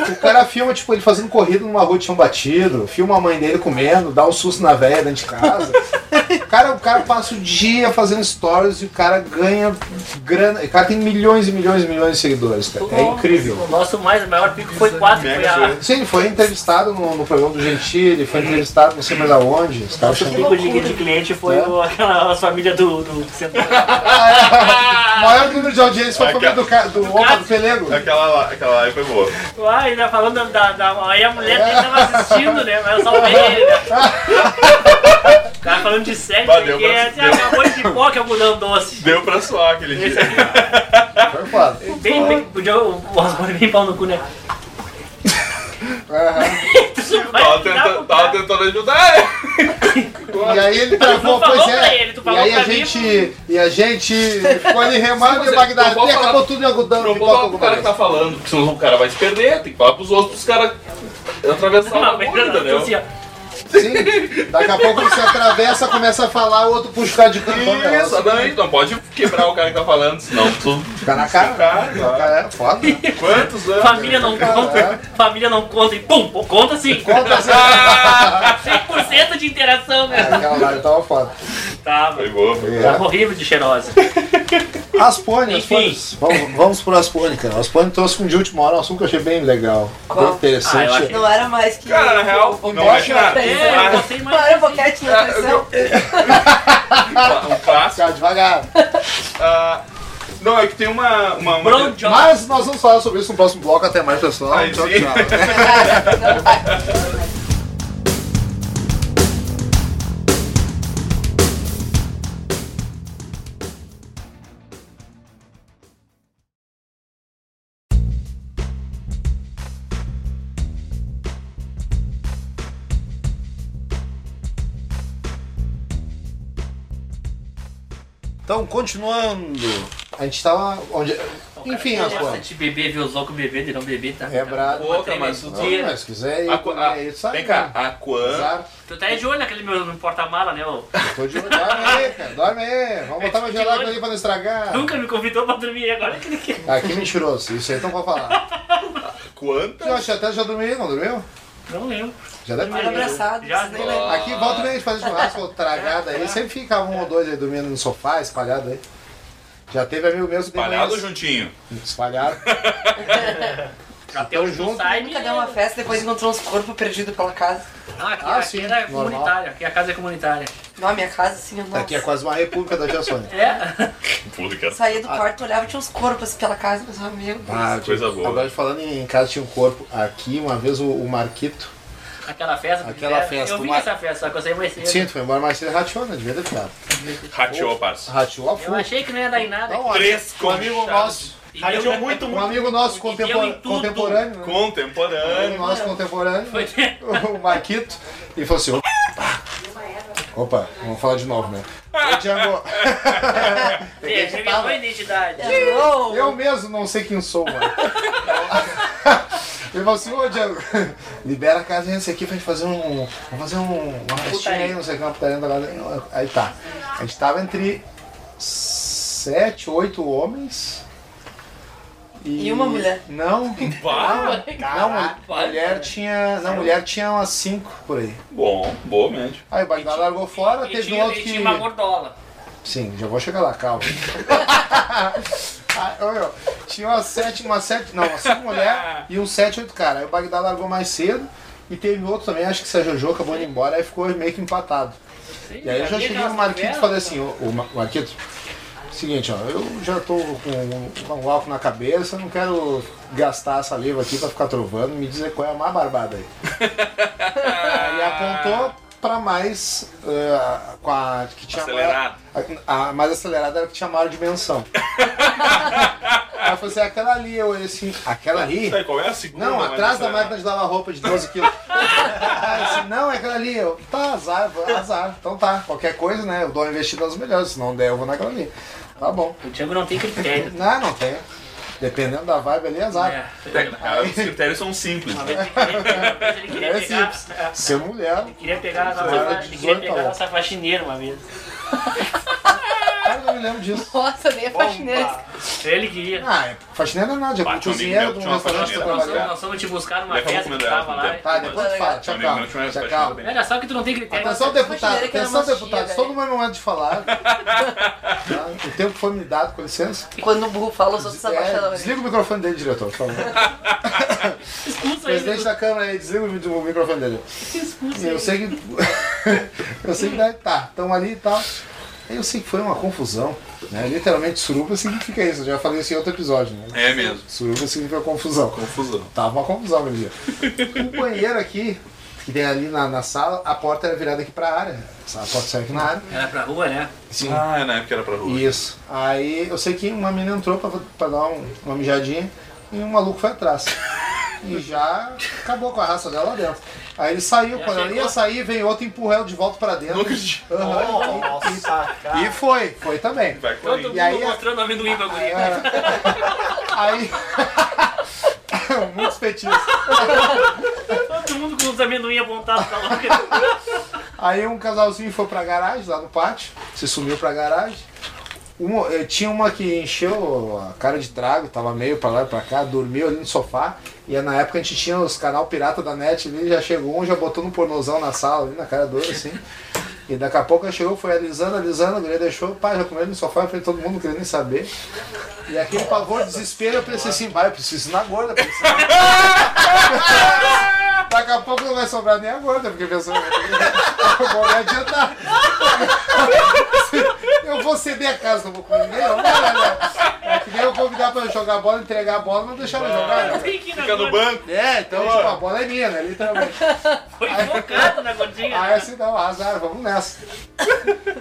Speaker 2: O cara filma, tipo, ele fazendo corrida numa rua de chão batido, filma a mãe dele comendo, dá um susto na velha dentro de casa. O cara, o cara passa o dia fazendo stories e o cara ganha grana. O cara tem milhões e milhões e milhões de seguidores, cara. É incrível.
Speaker 3: O nosso mais, o maior pico foi 4, foi a...
Speaker 2: Sim, ele foi entrevistado no, no programa do Gentili, foi entrevistado não sei mais aonde. Os caras
Speaker 3: O
Speaker 2: chamam-
Speaker 3: pico de, de cliente foi o, aquela as família do, do, do centro.
Speaker 2: O maior número de audiência foi É a família do, ca- do É Opa do Pelego.
Speaker 7: Aquela lá, aquela lá foi boa.
Speaker 3: Ah, ele tá falando da, da. Aí a mulher dele tava assistindo, né? Mas eu só vi ele, né? O cara falando de sexo,
Speaker 7: Valeu,
Speaker 3: que é,
Speaker 7: mas-
Speaker 3: assim, acabou de pipoca e algodão doce.
Speaker 7: Deu pra suar aquele dia.
Speaker 2: Foi foda.
Speaker 3: Bem, bem, podia o o Osborne bem pau no cu, né? Vai
Speaker 7: Tava
Speaker 3: dar pro cara.
Speaker 7: tentando, tava tentando ajudar.
Speaker 2: E aí ele travou,
Speaker 3: Tu falou
Speaker 2: pois é.
Speaker 3: pra ele, tu falou
Speaker 2: e aí a
Speaker 3: pra mim.
Speaker 2: gente. E a gente ficou ali remando
Speaker 7: Mas
Speaker 2: e
Speaker 7: é,
Speaker 2: Bagdad
Speaker 7: não vou
Speaker 2: e acabou
Speaker 7: falar-
Speaker 2: tudo em algodão.
Speaker 7: Não
Speaker 2: de
Speaker 7: vou
Speaker 2: coca
Speaker 7: falar pro cara que
Speaker 2: alguma
Speaker 7: tá falando, porque senão o cara vai se perder. Tem que falar pros outros pros caras atravessar
Speaker 3: Uma
Speaker 7: a
Speaker 3: vez,
Speaker 7: coisa, entendeu?
Speaker 3: assim, ó.
Speaker 7: tá-
Speaker 2: coisa. Sim. Daqui a pouco você atravessa, começa a falar, o outro puxa o cara de canto.
Speaker 7: Isso, exatamente. Não pode quebrar o cara que tá falando, senão tu.
Speaker 2: Fica na cara.
Speaker 7: Cara,
Speaker 2: O cara é foda. né?
Speaker 7: Quantos anos?
Speaker 3: Família não conta, família não conta e pum, pô, conta sim.
Speaker 2: Conta assim.
Speaker 3: 100% de interação, né?
Speaker 2: Aquela lá tava foda.
Speaker 3: Tava,
Speaker 7: Foi boa, foi boa.
Speaker 2: É.
Speaker 3: tava horrível de cheirosa.
Speaker 2: Aspone, Aspone.
Speaker 3: Enfim.
Speaker 2: Vamos, vamos pro Aspone, cara. Aspone trouxe um de última hora, um assunto que eu achei bem legal. Bem
Speaker 3: Ah, eu
Speaker 2: interessante.
Speaker 3: acho-
Speaker 6: Não era mais que...
Speaker 7: Cara, na real,
Speaker 6: o
Speaker 7: não
Speaker 6: boquete
Speaker 7: é nada.
Speaker 6: na
Speaker 3: É, eu
Speaker 6: traição.
Speaker 3: gostei
Speaker 6: Não era
Speaker 3: mais.
Speaker 6: o boquete na traição.
Speaker 7: Um clássico.
Speaker 2: Cara, devagar.
Speaker 7: Ah, não, é que tem uma. uma, uma-
Speaker 3: Brown Jones.
Speaker 2: Mas nós vamos falar sobre isso no próximo bloco. Até mais, pessoal.
Speaker 7: Aí
Speaker 2: tchau,
Speaker 7: sim.
Speaker 2: tchau. Então, continuando. A gente tava. Onde... Enfim, as
Speaker 3: Nossa, de bebê, ver os loucos bebendo e não beber, tá?
Speaker 2: É brabo. é
Speaker 7: Boa, cara, mas tu-
Speaker 2: Não, mas se quiser ir.
Speaker 7: a qu- a-
Speaker 2: é isso aí,
Speaker 7: Vem cá,
Speaker 2: né?
Speaker 7: a Quan.
Speaker 2: Azar.
Speaker 3: Tu tá aí de olho naquele meu no porta-mala, né? ô?
Speaker 2: Tô de olho. Dorme aí, cara. Dorme aí. Vamos botar uma gelada ali pra não estragar.
Speaker 3: Nunca me convidou pra dormir, agora é que ele quer.
Speaker 2: Ah, que mentiroso. Isso aí não vou falar.
Speaker 7: Quanta?
Speaker 2: Eu acho que até já dormiu, não dormiu?
Speaker 3: Não lembro.
Speaker 2: Já deve
Speaker 6: Era
Speaker 2: ter.
Speaker 6: abraçado.
Speaker 3: Já-
Speaker 6: isso nem lembro.
Speaker 2: Aqui volta bem a gente fazer churrasco tragada aí. Sempre ficava um ou dois aí dormindo no sofá, espalhado aí. Já teve amigo mesmo que tem
Speaker 7: Espalhado ou
Speaker 2: mais-
Speaker 7: juntinho?
Speaker 2: Espalhado.
Speaker 3: Até o
Speaker 2: junto.
Speaker 3: Sai,
Speaker 6: Nunca deu uma
Speaker 3: menino.
Speaker 6: festa, depois encontrou uns corpos perdidos pela casa.
Speaker 3: Ah, aqui,
Speaker 2: Ah,
Speaker 3: aqui
Speaker 2: sim,
Speaker 3: era
Speaker 2: normal.
Speaker 3: comunitária, aqui a casa é comunitária.
Speaker 6: Não, a minha casa, assim, eu não...
Speaker 2: Aqui é quase uma república da Jassônia.
Speaker 3: É?
Speaker 7: Puta que essa
Speaker 2: Ah.
Speaker 6: Saía do quarto, olhava, tinha uns corpos assim pela casa, mas, ah, meu Deus.
Speaker 7: coisa boa.
Speaker 2: Agora falando em casa tinha um corpo. Aqui, uma vez o, o Marquito.
Speaker 3: Aquela festa. que
Speaker 2: Aquela
Speaker 3: fizeram.
Speaker 2: festa,
Speaker 3: Eu vi
Speaker 2: uma-
Speaker 3: essa festa, só que eu saí mais cedo.
Speaker 2: Sim, tu foi embora mais cedo ratiou, né? Devia ter ficado.
Speaker 7: Rateou, parça.
Speaker 2: Ratiou a
Speaker 3: Eu
Speaker 2: full.
Speaker 3: achei que não ia dar em nada.
Speaker 2: Não,
Speaker 7: Três
Speaker 2: um amigo
Speaker 7: conchadas.
Speaker 2: nosso.
Speaker 3: E
Speaker 4: Radiou
Speaker 3: deu-
Speaker 4: muito,
Speaker 2: Um
Speaker 4: muito.
Speaker 2: amigo nosso
Speaker 3: E deu em
Speaker 2: contempor-
Speaker 3: tudo.
Speaker 2: contemporâneo, né? Um
Speaker 7: Contemporâneo.
Speaker 2: amigo nosso contemporâneo,
Speaker 3: Foi-
Speaker 2: o Marquito, e falou assim: opa, opa, vamos falar de novo, né? Ô, Django,
Speaker 3: Você revelou a identidade.
Speaker 2: É,
Speaker 6: Hello!
Speaker 2: eu mesmo não sei quem sou, mano. Ele falou assim: ô, Django, libera a casa esse aqui pra gente fazer um. Vamos fazer um. Uma festinha aí, não sei o que, uma putaria da galera. Aí tá. A gente tava entre sete, oito homens.
Speaker 6: E uma mulher.
Speaker 2: Não,
Speaker 7: Pá.
Speaker 2: Não, mu- mulher tinha. Não, mulher tinha umas 5 por aí.
Speaker 7: Bom, boa mente.
Speaker 2: Aí o Bagdá largou fora,
Speaker 3: E
Speaker 2: teve
Speaker 3: tinha,
Speaker 2: um outro
Speaker 3: e
Speaker 2: que.
Speaker 3: tinha uma gordola.
Speaker 2: Sim, já vou chegar lá, calma. Ah, ô, meu, tinha umas sete, umas sete. Não, umas cinco mulheres e uns sete, oito caras. Aí o Bagdá largou mais cedo e teve outro também, acho que se a Jojo acabou indo embora, aí ficou meio que empatado. E aí eu já
Speaker 3: Sim,
Speaker 2: cheguei
Speaker 3: é aquelas
Speaker 2: no Marquito e
Speaker 3: novelas,
Speaker 2: falei assim, ô, ô, Ma- Marquito, seguinte, ó, eu já tô com um- um álcool na cabeça, não quero gastar a saliva aqui pra ficar trovando, me dizer qual é a má barbada aí. aí apontou pra mais ah, com a que tinha
Speaker 7: Acelerado.
Speaker 2: maior- a, a mais acelerada era a que tinha maior dimensão. aí eu falei assim, aquela ali, eu olhei assim, aquela ali?
Speaker 7: Sabe qual é a segunda?
Speaker 2: Não,
Speaker 7: mais
Speaker 2: atrás da
Speaker 7: acelerada?
Speaker 2: máquina de lavar roupa de 12 quilos. Aí eu disse, não, é aquela ali. Eu, tá, azar, vou- azar. Então tá, qualquer coisa, né? Eu dou uma investida nas melhores. Se não der, eu vou naquela ali. Tá bom.
Speaker 3: O Django não tem critério.
Speaker 2: Não, não tem. Dependendo da vibe ali, é azar.
Speaker 3: É,
Speaker 7: Até, cara, os critérios são simples.
Speaker 2: Ah,
Speaker 3: Uma
Speaker 7: né?
Speaker 3: vez ele queria- uma vez ele queria
Speaker 2: É
Speaker 3: pegar.
Speaker 2: simples.
Speaker 3: é,
Speaker 2: Ser mulher.
Speaker 3: Queria pegar a nossa,
Speaker 2: Era
Speaker 3: ele queria
Speaker 2: 18
Speaker 3: pegar a
Speaker 2: a
Speaker 3: nossa faxineira uma vez.
Speaker 2: Cara, eu não me lembro disso.
Speaker 5: Nossa,
Speaker 6: é
Speaker 5: nem a faxineira.
Speaker 3: Bomba. Ele queria.
Speaker 2: Ah, é faxineira é nada, é
Speaker 7: Bate um
Speaker 2: cozinheiro de
Speaker 7: amigo
Speaker 2: um
Speaker 7: meu,
Speaker 2: restaurante que
Speaker 7: tinha
Speaker 2: eu
Speaker 7: uma
Speaker 3: Nós
Speaker 2: trabalhava.
Speaker 3: fomos, nós fomos te buscar numa
Speaker 7: Daqui a pouco
Speaker 3: festa que
Speaker 7: eu
Speaker 3: tava
Speaker 7: lembro,
Speaker 3: lá.
Speaker 7: né?
Speaker 2: Tá, depois tu fala.
Speaker 7: Tinha
Speaker 2: Tchau,
Speaker 7: um amigo meu
Speaker 2: calma.
Speaker 7: que tinha uma
Speaker 2: Tchau,
Speaker 7: faxineira
Speaker 2: calma.
Speaker 7: bem
Speaker 3: Olha só que tu não tem critério.
Speaker 2: Atenção, deputado.
Speaker 5: faxineira né? que era
Speaker 2: Atenção,
Speaker 5: uma
Speaker 2: deputado.
Speaker 5: tia,
Speaker 2: Estou no meu momento de falar. Tá? O tempo foi me dado, com licença.
Speaker 5: Quando o burro fala, os outros abaixam
Speaker 2: É,
Speaker 5: a orelha.
Speaker 2: desliga o microfone dele, diretor, por favor.
Speaker 3: Expulsa ele.
Speaker 2: Presidente da Câmara aí, desliga o vídeo- o microfone dele.
Speaker 3: Expulsa
Speaker 2: Eu
Speaker 3: ele.
Speaker 2: sei que. eu sei que daí tá, estão ali e tal. Aí Eu sei que foi uma confusão. Né? Literalmente, suruba significa isso. Eu já falei isso em outro episódio. Né?
Speaker 7: É mesmo.
Speaker 2: Suruba significa confusão.
Speaker 7: Confusão.
Speaker 2: Tava uma confusão aquele dia. O banheiro aqui, que tem ali na, na sala, a porta era virada aqui pra área. A porta sai aqui na área.
Speaker 3: Era pra rua, né?
Speaker 2: Sim.
Speaker 7: Ah, na época era pra rua.
Speaker 2: Isso. Aí eu sei que uma menina entrou pra, pra dar um- uma mijadinha e um maluco foi atrás. E já acabou com a raça dela lá dentro. Aí ele saiu,
Speaker 3: Já
Speaker 2: quando ela
Speaker 3: chegou.
Speaker 2: ia sair, veio outro e empurrou ela de volta pra dentro.
Speaker 7: Não acredito.
Speaker 2: Aham.
Speaker 4: Nossa, cara.
Speaker 2: E, e foi, foi também.
Speaker 7: Vai com
Speaker 3: Todo
Speaker 7: ele.
Speaker 2: E aí,
Speaker 3: mundo mostrando amendoim pra guria.
Speaker 2: Aí. Muitos petinhos.
Speaker 3: Todo mundo com os amendoim apontados pra louca.
Speaker 2: Aí um casalzinho foi pra garagem, lá no pátio, se sumiu pra garagem. Um, eh, tinha uma que encheu a cara de trago, tava meio pra lá e pra cá, dormiu ali no sofá. E na época a gente tinha os canal pirata da net ali, já chegou um, já botou no pornozão na sala, ali na cara dura, assim. E daqui a pouco ela chegou, foi alisando, alisando, a guria deixou, pá, já comeu ele no sofá, eu falei, todo mundo querendo nem saber. E aquele pavor, desespero, eu pensei assim, vai, eu preciso ir na gorda, eu preciso ir na- Daqui a pouco não vai sobrar nem a gorda, porque a pessoa vai ter que- eu vou me adiantar. Eu vou ceder a casa, não vou com ninguém, não, não, não, não. É que nem eu convidar pra jogar bola, entregar a bola, não deixar ela jogar. né?
Speaker 3: Tem que ir na
Speaker 7: Fica no
Speaker 3: gorda.
Speaker 7: banco.
Speaker 2: É, então tipo, a bola é minha, né, literalmente.
Speaker 3: Foi focado na gordinha. né?
Speaker 2: Aí assim, não, azar, vamos nessa.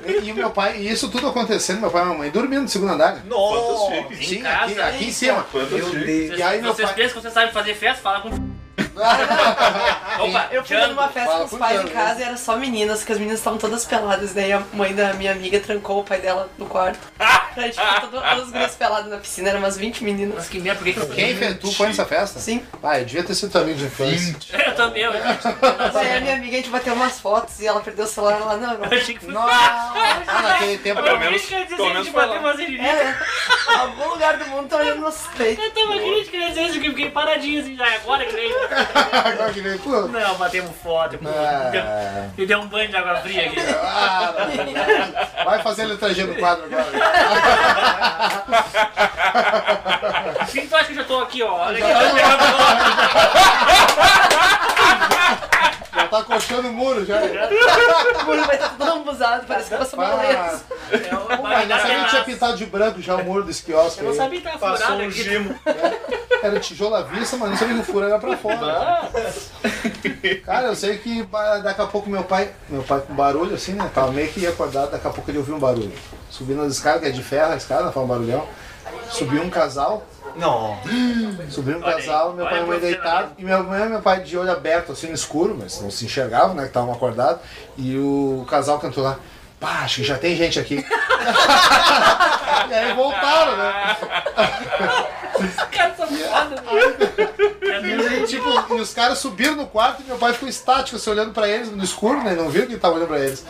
Speaker 2: E, e meu pai, e isso tudo acontecendo, meu pai e minha mãe dormindo no segundo andar. né?
Speaker 7: Quantos
Speaker 4: Nossa.
Speaker 7: chiques.
Speaker 2: Sim,
Speaker 3: casa,
Speaker 2: aqui, aqui
Speaker 3: hein?
Speaker 2: em cima.
Speaker 7: Quantos chiques.
Speaker 3: Vocês-
Speaker 2: E aí meu
Speaker 3: Vocês
Speaker 2: pai-
Speaker 3: pensam que vocês sabem fazer festa? Fala com... Opa,
Speaker 6: Eu fui
Speaker 3: Django.
Speaker 6: numa festa
Speaker 2: Fala
Speaker 6: com os
Speaker 2: com né?
Speaker 6: pais
Speaker 2: Django,
Speaker 6: em casa e era só meninas, que as meninas estavam todas peladas. Daí a mãe da minha amiga trancou o pai dela no quarto. Daí, tipo, todo- todas as meninas peladas na piscina, eram umas 20 meninas. assim.
Speaker 3: Mas que merda, por que que eu...
Speaker 2: Quem inventou foi nessa festa?
Speaker 6: Sim.
Speaker 2: Pai, devia ter sido teu amigo de infância.
Speaker 3: Eu também, eu...
Speaker 6: Daí a minha amiga, a gente bateu umas fotos e ela perdeu o celular lá na Europa.
Speaker 3: Eu achei que foi...
Speaker 2: Nossa, ah, naquele tempo.
Speaker 7: Pelo menos-
Speaker 3: Crítica dizendo
Speaker 7: pelo menos
Speaker 3: que
Speaker 7: foi
Speaker 3: bateu
Speaker 7: lá.
Speaker 3: umas ervilhas.
Speaker 6: É, em algum lugar do mundo tá olhando nossos peitos.
Speaker 3: Eu tava crítica às vezes que fiquei paradinho assim, já agora que veio.
Speaker 2: Agora que veio, pô.
Speaker 3: Não, batemos foto, pô.
Speaker 2: Ah.
Speaker 3: Me deu um banho de água fria aqui.
Speaker 2: Ah, na verdade. Vai fazer a letra G no quadro agora.
Speaker 3: Por que que tu acha que eu já tô aqui, ó? Olha aqui, eu tô pegando
Speaker 2: Já tá coxando o muro já.
Speaker 6: O muro vai estar todo ambuzado, parece que passou uma
Speaker 2: Ah,
Speaker 6: beleza.
Speaker 3: É, o
Speaker 2: mas
Speaker 3: banho da
Speaker 2: nessa ele tinha
Speaker 3: terraça.
Speaker 2: pintado de branco já o muro desse quiosque.
Speaker 3: Eu não
Speaker 2: aí.
Speaker 3: sabia que tava
Speaker 4: Passou
Speaker 3: furado
Speaker 4: um
Speaker 3: aqui.
Speaker 4: gimo.
Speaker 2: Era tijolo à vista, mas não sabia que o furo era pra fora. Cara, eu sei que ba- daqui a pouco meu pai, meu pai com barulho assim, né? Tava meio que acordado, daqui a pouco ele ouviu um barulho. Subindo as escadas, que é de ferro a escada, faz um barulhão. Subiu um casal,
Speaker 4: Não.
Speaker 2: subiu um
Speaker 3: Olha aí,
Speaker 2: casal, meu
Speaker 3: olha
Speaker 2: pai e
Speaker 3: a
Speaker 2: minha mãe deitado. E minha mãe e meu pai de olho aberto, assim, no escuro, mas não se enxergavam, né? Que estavam acordados. E o casal cantou lá, pá, acho que já tem gente aqui. e aí voltaram, né?
Speaker 3: Os caras são foda,
Speaker 2: E aí, tipo, e os caras subiram no quarto e meu pai ficou estático, assim, olhando pra eles no escuro, né? Não viu que ele tava olhando pra eles.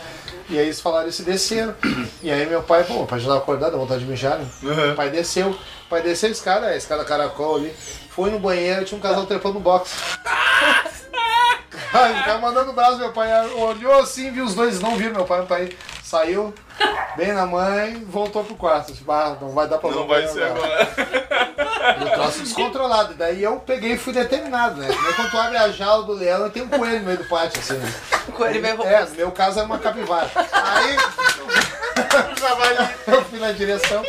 Speaker 2: E aí eles falaram isso e desceram. E aí meu pai, pô, meu pai já tava acordado, dá vontade de mijar, né?
Speaker 7: Uhum.
Speaker 2: Meu pai desceu. O pai desceu a escada, a escada caracol ali. Foi no banheiro, tinha um casal trepando no box. Cara, ele tava mandando o braço, meu pai olhou assim, viu os dois, não viu meu pai, meu pai saiu. Bem na mãe, voltou pro quarto. Tipo, ah, não vai dar pra
Speaker 7: Não
Speaker 2: voltar
Speaker 7: vai ser agora.
Speaker 2: um troço descontrolado. Daí eu peguei e fui determinado, né? Mas quando tu abre a jaula do leão, tem um coelho no meio do pátio, assim. Né?
Speaker 6: O coelho veio
Speaker 2: É,
Speaker 6: roubar.
Speaker 2: no meu caso era uma capivara. Aí. Eu fui na direção.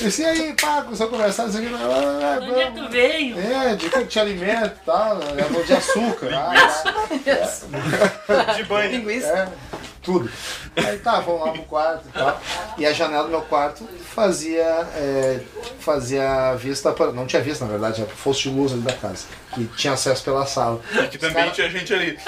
Speaker 2: E assim, aí, pá, começou a conversar, assim, ah,
Speaker 3: Onde é que
Speaker 2: vamos.
Speaker 3: tu veio?
Speaker 2: É, de que te alimento e tal, né? de açúcar. ah,
Speaker 6: Yes.
Speaker 4: De banho.
Speaker 6: Linguiça.
Speaker 2: é. tudo. Aí tá, vamos lá pro quarto e tal. E a janela do meu quarto fazia, é, fazia vista para. Não tinha vista, na verdade, era pro fosso de luz ali da casa. Que tinha acesso pela sala.
Speaker 7: E que também tinha gente ali.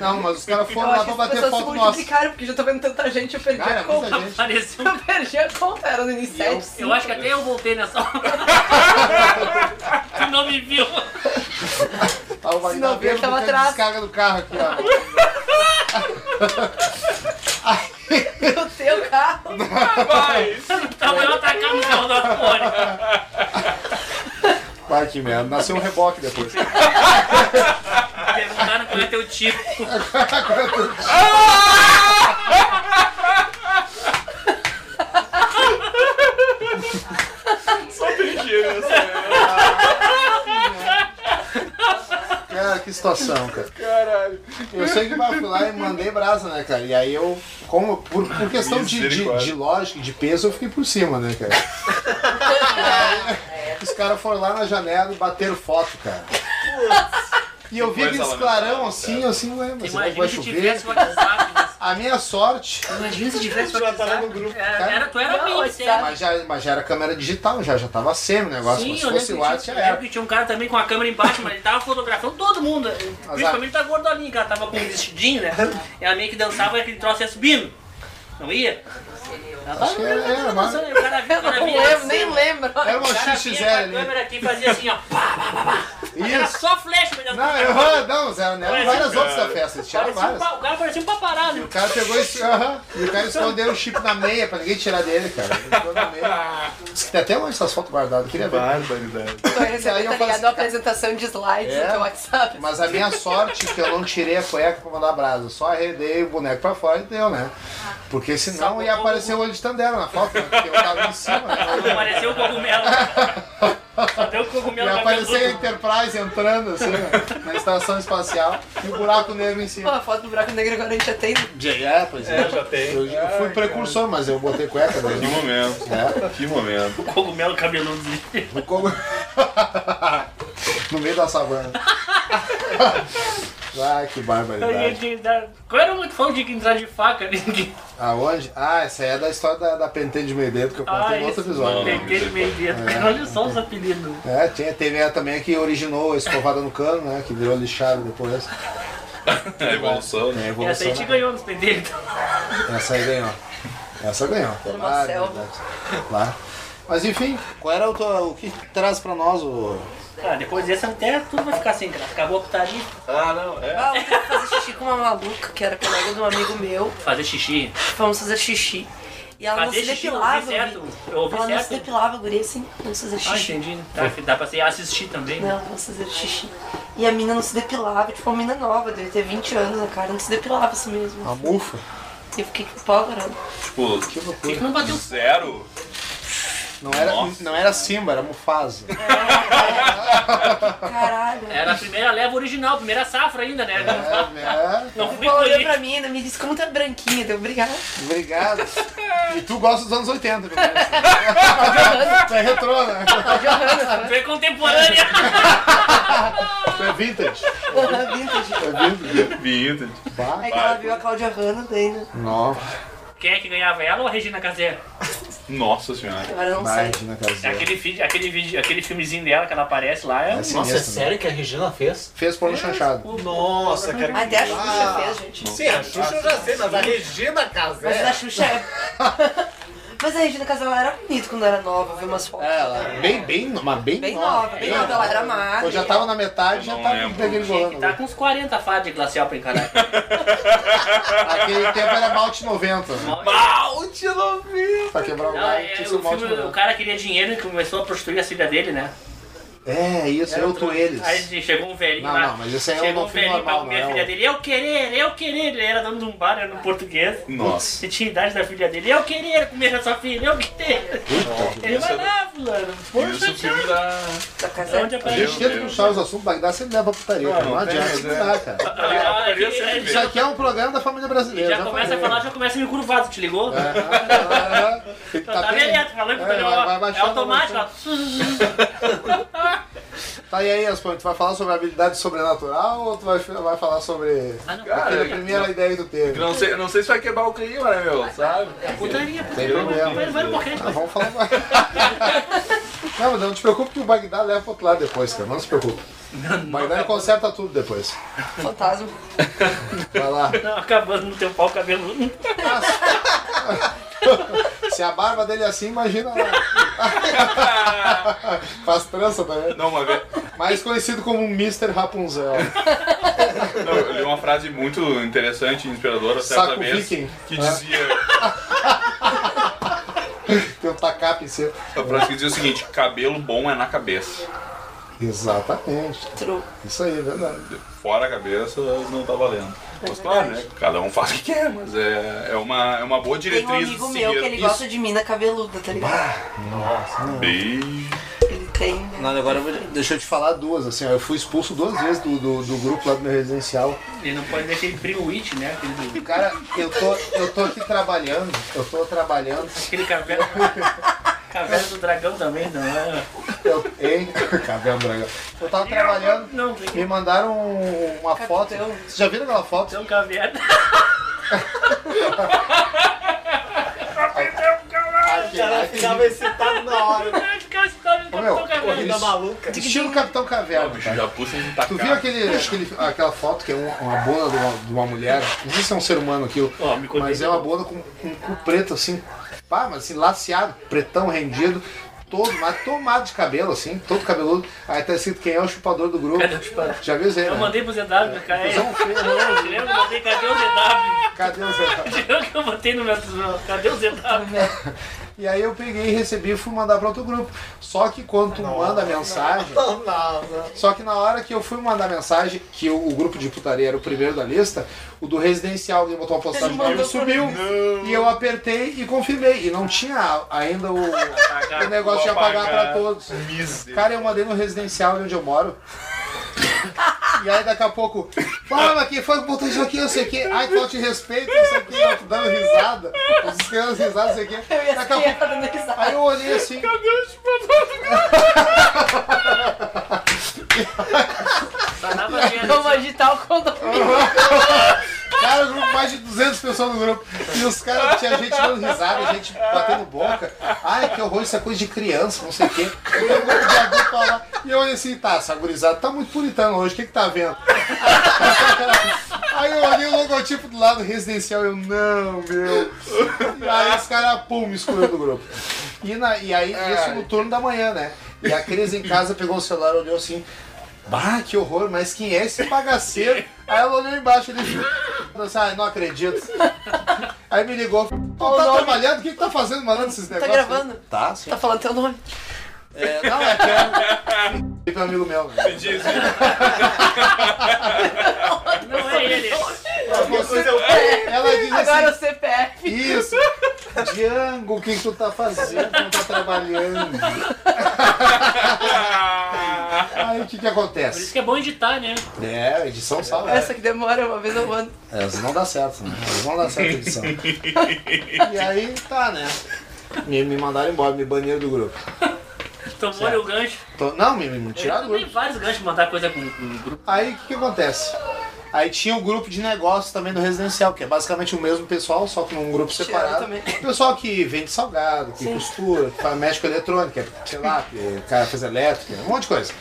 Speaker 2: Não, mas os caras
Speaker 6: Eu
Speaker 2: foram lá
Speaker 6: acho que
Speaker 2: pra
Speaker 6: as
Speaker 2: bater
Speaker 6: pessoas se
Speaker 2: foto nossa.
Speaker 6: multiplicaram, porque já tô vendo tanta gente, eu perdi
Speaker 2: Cara, é
Speaker 6: a
Speaker 2: muita
Speaker 6: conta.
Speaker 2: gente.
Speaker 3: Apareceu. um
Speaker 6: Eu perdi a conta, era no início
Speaker 2: E eu-
Speaker 6: sete,
Speaker 3: Eu acho que até eu voltei nessa hora. tu não me viu.
Speaker 2: Ah, o marido
Speaker 6: não
Speaker 2: da
Speaker 6: viu,
Speaker 2: Bêbada
Speaker 6: ele tava
Speaker 2: teve
Speaker 6: atrás.
Speaker 2: descarga do carro aqui, ó.
Speaker 6: cinco. O teu carro.
Speaker 3: Tava eu atacando o carro do Antônio.
Speaker 2: Vai que merda. Nasceu um reboque depois.
Speaker 3: Perguntaram qual é teu tipo.
Speaker 2: Cara, É, que situação, cara.
Speaker 7: Caralho.
Speaker 2: Eu sei que eu fui lá e mandei brasa, né, cara? E aí eu, como, por, por questão de, de, de lógica, e de peso, eu fiquei por cima, né, cara? E aí, os caras foram lá na janela e bateram foto, cara. E eu vi
Speaker 7: Coisa
Speaker 2: aqueles
Speaker 7: lamentável,
Speaker 2: clarão assim, assim, ué, mas será que
Speaker 3: Imagina
Speaker 2: vai
Speaker 3: se
Speaker 2: chover?
Speaker 3: tivesse WhatsApp. né?
Speaker 2: A minha sorte,
Speaker 3: Imagina se tivesse
Speaker 4: Já tá lá no
Speaker 3: WhatsApp.
Speaker 4: grupo.
Speaker 3: Era, era- tu era
Speaker 6: Não,
Speaker 3: mim,
Speaker 6: WhatsApp.
Speaker 3: sério.
Speaker 2: mas já, mas já era câmera digital, já, já tava semi o negócio,
Speaker 3: Sim,
Speaker 2: mas
Speaker 3: eu
Speaker 2: se
Speaker 3: lembro,
Speaker 2: fosse
Speaker 3: que
Speaker 2: o ar, já
Speaker 3: tinha, eu lembro
Speaker 2: era.
Speaker 3: que tinha um cara também com a câmera embaixo, mas ele tava fotografando todo mundo. Principalmente da gordolinha, que ela tava com um vestidinho, né? E ela meio que dançava e aquele troço ia subindo. Não ia? Ela tava
Speaker 2: Acho que era, era, mas-
Speaker 3: dançando, e o cara vinha, o
Speaker 6: Eu
Speaker 3: cara
Speaker 6: não
Speaker 3: vinha,
Speaker 2: assim? né?
Speaker 6: lembro, nem lembro.
Speaker 2: Era
Speaker 3: o
Speaker 2: uma
Speaker 3: cara vinha com a
Speaker 2: XXL ali.
Speaker 3: câmera aqui e fazia assim, ó. Pá, pá, pá, pá. Era
Speaker 2: Isso.
Speaker 3: só flash, mas
Speaker 2: Não, eu, ah, não, Zé, não, eram várias outras da festa, eles tiraram
Speaker 3: Parecia um
Speaker 2: várias.
Speaker 3: pa- o cara parecia um paparazzo.
Speaker 2: O cara pegou esse. aham, e o cara escondeu o chip na meia pra ninguém tirar dele, cara. Ele ficou na meia. Diz que Tem até onde essas fotos guardadas, eu queria ver.
Speaker 4: Barbaridade.
Speaker 6: Tô
Speaker 2: Aí
Speaker 6: recebendo,
Speaker 2: eu falei
Speaker 6: tá ligado?
Speaker 2: assim,
Speaker 6: Uma apresentação de slides
Speaker 2: É.
Speaker 6: no teu WhatsApp.
Speaker 2: Mas a minha sorte é que eu não tirei a cueca pra mandar brasa, eu só arredei o boneco pra fora e deu, né? Porque senão ia aparecer o olho de Tandera na foto, né? porque eu tava em cima, né?
Speaker 3: Parecia o cogumelo. Até o cogumelo
Speaker 2: Ia aparecer a
Speaker 3: cabeludo.
Speaker 2: Enterprise entrando assim, né? na estação espacial e o buraco negro em
Speaker 6: Pô,
Speaker 2: cima.
Speaker 6: a foto do buraco negro agora a gente já tem.
Speaker 2: É, pois é.
Speaker 4: É, já tem.
Speaker 2: Eu, eu fui precursor, mas eu botei cueca né?
Speaker 7: Que
Speaker 2: daí.
Speaker 7: momento.
Speaker 2: É.
Speaker 7: Que momento.
Speaker 3: O Um cogumelo cabeludo.
Speaker 2: Como- no meio da savana. Ah, que barbaridade.
Speaker 3: Então, tá- Qual era o que falou de entrar de faca? Ninguém.
Speaker 2: Aonde? Ah, essa aí é da história da, da pentelha de meio dedo que eu contei no outro episódio.
Speaker 7: Não.
Speaker 3: Peguei Ah, meio dedo. Olha só os apelidos.
Speaker 2: É, tinha, teve a também que originou a escovada no cano, né? Que virou lixado depois.
Speaker 7: É a evolução,
Speaker 2: Tem
Speaker 7: né?
Speaker 2: a
Speaker 3: Essa
Speaker 2: evolução.
Speaker 3: aí te
Speaker 2: né?
Speaker 3: ganhou nos pentelhos.
Speaker 2: Essa aí ganhou. Essa ganhou.
Speaker 6: uma
Speaker 2: Ah,
Speaker 6: selva.
Speaker 2: verdade. Lá. Mas enfim, qual era o, teu- o que traz pra nós o.
Speaker 3: Ah, depois dessa até tudo vai ficar sem graça. Acabou a putaria.
Speaker 4: Ah, não, é.
Speaker 6: Ah, eu fui fazer xixi com uma maluca que era colega de um amigo meu.
Speaker 3: Fazer xixi.
Speaker 6: Vamos fazer xixi. E ela
Speaker 3: Fazer
Speaker 6: não se
Speaker 3: xixi, eu ouvi
Speaker 6: depilava.
Speaker 3: certo.
Speaker 6: guri.
Speaker 3: Eu ouvi
Speaker 6: Ela não se
Speaker 3: certo.
Speaker 6: depilava, guria, assim. Vamos fazer
Speaker 3: Ah,
Speaker 6: xixi.
Speaker 3: entendi. Tá, dá pra ser assistir também. né?
Speaker 6: Não, vamos fazer xixi. E a mina não se depilava, tipo, uma mina nova, devia ter 20 anos, a cara não se depilava assim mesmo.
Speaker 2: A mufa?
Speaker 6: E eu fiquei apavorada.
Speaker 7: Tipo,
Speaker 2: Que
Speaker 3: Por que
Speaker 2: loucura.
Speaker 3: que não bateu
Speaker 7: zero.
Speaker 2: Não era,
Speaker 7: Nossa.
Speaker 2: não era Simba, era Mufasa.
Speaker 6: Caralho.
Speaker 3: Era a primeira leva original, a primeira safra ainda, né?
Speaker 2: É, né?
Speaker 3: Não fui
Speaker 6: Ela olhou
Speaker 3: colher.
Speaker 6: pra mim e me disse como tá branquinha, deu obrigada.
Speaker 2: Obrigado. E tu gosta dos anos 80, pelo menos. Tu é retrô, né?
Speaker 3: Tu é contemporânea.
Speaker 2: Tu é vintage.
Speaker 6: Ela viu, gente.
Speaker 2: Tu é vintage.
Speaker 7: Vintage.
Speaker 2: Bah.
Speaker 6: Aí que ela viu a Cláudia Hanna daí, né?
Speaker 2: Nossa,
Speaker 3: Quem é que ganhava ela ou a Regina Casé?
Speaker 7: Nossa senhora.
Speaker 6: Agora eu não sei.
Speaker 2: imagina, cara. é
Speaker 3: Aquele, fi- aquele, vídeo- aquele filmezinho dela que ela aparece lá é um.
Speaker 4: Nossa, é sério que a Regina fez?
Speaker 2: né? Fez porno chanchado.
Speaker 4: Nossa, cara.
Speaker 6: Até a Xuxa fez, gente.
Speaker 4: Sim, a Xuxa eu já sei, mas a Regina
Speaker 6: Mas a da
Speaker 4: Casé.
Speaker 6: Xuxa Ah. é. Mas a Regina Casal era bonita quando era nova, eu vi umas fotos.
Speaker 2: Ela, bem, bem, mas bem,
Speaker 6: Bem nova, bem nova, ela era magra.
Speaker 2: Eu já tava na metade,
Speaker 7: Eu
Speaker 2: já
Speaker 7: não
Speaker 2: tava
Speaker 7: lembro.
Speaker 3: Tinha que
Speaker 2: degringolando.
Speaker 3: tá com uns 40 fadas de glacial pra encarar.
Speaker 2: Aquele tempo era Malte 90, né?
Speaker 4: Malte Lovino.
Speaker 2: Pra quebrar o
Speaker 3: Não,
Speaker 2: galho,
Speaker 3: é,
Speaker 2: tinha que ser
Speaker 3: o,
Speaker 2: Malte
Speaker 3: filme, o
Speaker 2: 90.
Speaker 3: cara queria dinheiro e começou a prostituir a filha dele, né?
Speaker 2: É, isso, eu tu eles.
Speaker 3: Aí chegou um velhinho
Speaker 2: Não,
Speaker 3: lá.
Speaker 2: não, mas esse aí é
Speaker 3: chegou
Speaker 2: um
Speaker 3: um
Speaker 2: filme
Speaker 3: velhinho pra
Speaker 2: normal,
Speaker 3: comer a
Speaker 2: não é
Speaker 3: filha
Speaker 2: um-
Speaker 3: dele. Eu querer, eu querer. Ele era dono de um bar, era no português.
Speaker 7: Nossa.
Speaker 3: E tinha a idade da filha dele. Eu querer comer a sua filha, eu querer. Ele vai lá, fulano.
Speaker 7: Isso o
Speaker 3: Poxa,
Speaker 7: filme da.
Speaker 6: Da Casé.
Speaker 3: onde
Speaker 2: A
Speaker 3: apareceu?
Speaker 2: gente tenta puxar os assuntos, Bagdá sempre leva pra putaria,
Speaker 7: Não,
Speaker 2: cara. Não
Speaker 7: não tem,
Speaker 2: adianta, não
Speaker 7: né?
Speaker 2: dá, cara.
Speaker 3: Ah,
Speaker 7: Ele
Speaker 3: é que-
Speaker 7: sempre
Speaker 3: é,
Speaker 7: vê.
Speaker 2: Isso aqui é um programa da família brasileira. tá
Speaker 3: Já começa a falar, já começa meio curvado, te ligou?
Speaker 2: Ah, ah, ah. Ele
Speaker 3: Tá, tá
Speaker 2: bem-
Speaker 3: bem, falando que
Speaker 2: É,
Speaker 3: o programa
Speaker 2: vai- vai
Speaker 3: é
Speaker 2: baixando,
Speaker 3: automático. ó.
Speaker 2: Tá, e aí, Aspone, tu vai falar sobre habilidade sobrenatural ou tu vai, vai falar sobre
Speaker 3: Ah, não.
Speaker 7: Cara,
Speaker 2: aquela primeira ideia que tu teve?
Speaker 7: Não sei, não sei se vai quebrar o clima, né, meu? Sabe?
Speaker 3: Putaria,
Speaker 2: Tem
Speaker 3: putaria.
Speaker 2: problema.
Speaker 3: Vai, vai no boquete,
Speaker 2: Ah,
Speaker 3: vai.
Speaker 2: vamos falar mais. não, mas não te preocupe que o Bagdá leva pro outro lado depois, cara. Não se preocupe. O Bagdá conserta tudo depois.
Speaker 6: é Fantasma. um
Speaker 2: Vai lá.
Speaker 3: Não, acabando no teu pau cabeludo.
Speaker 2: Se a barba dele é assim, imagina lá. Faz trança também.
Speaker 7: Não, uma vez.
Speaker 2: Mais conhecido como Mr. Rapunzel.
Speaker 7: Não, eu li uma frase muito interessante e inspiradora certa
Speaker 2: Saco
Speaker 7: vez
Speaker 2: viking.
Speaker 7: que
Speaker 2: Ah.
Speaker 7: dizia.
Speaker 2: Tem um tacap em cima.
Speaker 7: A frase que dizia o seguinte, cabelo bom é na cabeça.
Speaker 2: Exatamente.
Speaker 6: True.
Speaker 2: Isso aí, é verdade.
Speaker 7: Fora a cabeça não tá valendo. Mas claro, né? Cada um faz o que quer, mas é, é, uma, é uma boa
Speaker 6: Tem
Speaker 7: diretriz.
Speaker 6: um amigo meu
Speaker 7: de seguir.
Speaker 6: que ele
Speaker 7: Isso.
Speaker 6: gosta de mina cabeluda, tá ligado?
Speaker 7: Beijo.
Speaker 6: Ele tem. né?
Speaker 4: Não, agora eu vou...
Speaker 2: Deixa eu te falar duas, assim, ó, eu fui expulso duas vezes do, do, do grupo lá do meu residencial.
Speaker 3: Ele não pode deixar ele priuite, né? Aquele, do-
Speaker 2: Cara, eu tô, eu tô aqui trabalhando, eu tô trabalhando,
Speaker 3: aquele caverna. Caverna do dragão também, não é?
Speaker 2: eu, hein? Cabelo dragão. Eu tava trabalhando,
Speaker 3: Não, tem que
Speaker 2: me mandaram um- uma foto. Vocês já viram aquela foto?
Speaker 3: ser um caverna.
Speaker 2: Aqui, aqui,
Speaker 4: excitado na hora.
Speaker 3: tá
Speaker 2: Ô, meu,
Speaker 4: Corrida maluca.
Speaker 2: estilo Capitão Caverna, cara.
Speaker 7: Já puxa de
Speaker 2: Tu
Speaker 7: tacar.
Speaker 2: viu aquele, aquele- aquela foto que é um- uma, bola de uma, de uma mulher? Não sei se é um ser humano aquilo,
Speaker 3: Ó, me convida.
Speaker 2: mas é uma bola com, com um cu preto assim, pá, mas assim, laceado, pretão, rendido, todo, mas tomado de cabelo assim, todo cabeludo. Aí tá escrito quem é o chupador do grupo.
Speaker 3: Cadê o chupador? É
Speaker 2: Já viu isso aí,
Speaker 3: Eu
Speaker 2: né?
Speaker 3: mandei pro ZW, cara.
Speaker 2: Vocês são feios, né?
Speaker 3: Eu lembro, eu mandei, cadê o ZW?
Speaker 2: Cadê o Zé?
Speaker 3: Eu que eu botei no meu. Cadê o ZW?
Speaker 2: E aí eu peguei e recebi e fui mandar pra outro grupo. Só que quando tu manda a mensagem,
Speaker 4: Não, não, não.
Speaker 2: Só que na hora que eu fui mandar mensagem, que o, o grupo de putaria era o primeiro da lista, o do residencial, alguém botou uma postagem
Speaker 6: mandou
Speaker 2: e subiu. E eu apertei e confirmei. E não tinha ainda o, o negócio de apagar pra todos. Cara, eu mandei no residencial onde eu moro. E aí daqui a pouco, fala que foi que botou isso aqui, não sei o que, ai, falta de respeito, não sei o que, eu tô dando risada, os crianças risadas, não sei o que.
Speaker 6: Eu ia
Speaker 2: Daqui a pouco,
Speaker 6: ficar dando risada.
Speaker 2: aí eu olhei assim,
Speaker 3: Tava vendo.
Speaker 6: Vamos agitar o condomínio.
Speaker 2: Cara, o grupo, mais de 200 pessoas no grupo. E os caras, tinha gente dando risada, gente batendo boca. Ai, que horror, isso é coisa de criança, não sei o quê. E eu, grupo de adulto pra lá. E eu olhei assim, tá, essa gurizada tá muito puritano hoje, o que que tá vendo? Aí eu olhei o logotipo do lado residencial, eu, não, meu. E aí os caras, pum, me excluíram do grupo. E, na- e aí, isso no turno da manhã, né? E a Cris em casa pegou o celular, olhou assim, Bah, que horror, mas quem é esse bagaceiro? Aí ela olhou embaixo ele falou assim, ah, não acredito. Aí me ligou, "Pô, tá
Speaker 6: nome.
Speaker 2: trabalhando, o que, que tá fazendo mandando esses
Speaker 6: Tá
Speaker 2: negócios?
Speaker 6: gravando?
Speaker 2: Tá, sim.
Speaker 6: Tá falando teu nome?
Speaker 2: É, não, é que é um- é um amigo meu. né?
Speaker 7: Diz,
Speaker 3: Não é ele.
Speaker 2: Você- ela diz
Speaker 6: Agora o
Speaker 2: assim,
Speaker 6: CPF.
Speaker 2: isso, Django, o que, que tu tá fazendo? Tu não tá trabalhando. Aí o que que
Speaker 3: Por isso
Speaker 2: acontece?
Speaker 3: que é bom editar, né?
Speaker 2: É, edição salva.
Speaker 6: Essa que demora uma vez ao ano.
Speaker 2: É, às vezes não dá certo, né? Às vezes não dá certo a edição. e aí tá, né? Me, me mandaram embora, me baniram do grupo.
Speaker 3: Tomou ali o gancho.
Speaker 2: Tô- não, me, me
Speaker 3: Eu
Speaker 2: tiraram do
Speaker 3: tomei
Speaker 2: grupo.
Speaker 3: vários ganchos de mandar coisa com com o grupo.
Speaker 2: Aí o que, que acontece? Aí tinha o grupo de negócios também do residencial, que é basicamente o mesmo pessoal, só que num grupo
Speaker 6: Tiraram
Speaker 2: separado.
Speaker 6: também.
Speaker 2: O pessoal que vende salgado, que costura, que faz médico eletrônica, sei lá, que o cara faz elétrica, um monte de coisa.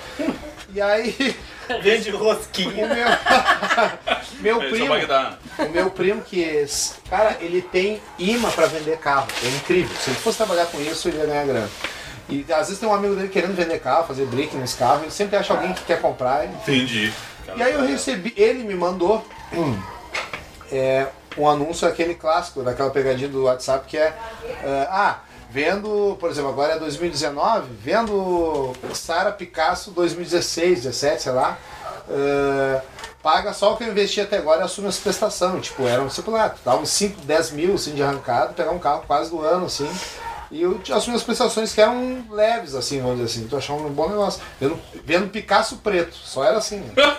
Speaker 2: E aí,
Speaker 4: Vende rosquinha.
Speaker 2: o meu, meu
Speaker 7: Esse é o
Speaker 2: primo.
Speaker 7: Bagdá.
Speaker 2: O meu primo que, é esse- cara, ele tem imã pra vender carro. É incrível. Se ele fosse trabalhar com isso, ele ia ganhar grana. E às vezes tem um amigo dele querendo vender carro, fazer brick nesse carro. Ele sempre acha alguém que quer comprar. E,
Speaker 7: Entendi.
Speaker 2: e aí eu recebi, ele me mandou hum, é, um anúncio aquele clássico, daquela pegadinha do WhatsApp que é é, ah, vendo, por exemplo, agora é 2019, vendo Sara Picasso 2016, 17, sei lá. é, paga só o que eu investi até agora e assume as prestações. Tipo, era um tipo lá, dá uns 5, 10 mil assim, de arrancado, pegar um carro quase do ano, assim. E eu assumi as prestações que eram leves, assim, vamos dizer assim. Tu achava um bom negócio. Vendo, vendo Picasso preto, só era assim. né?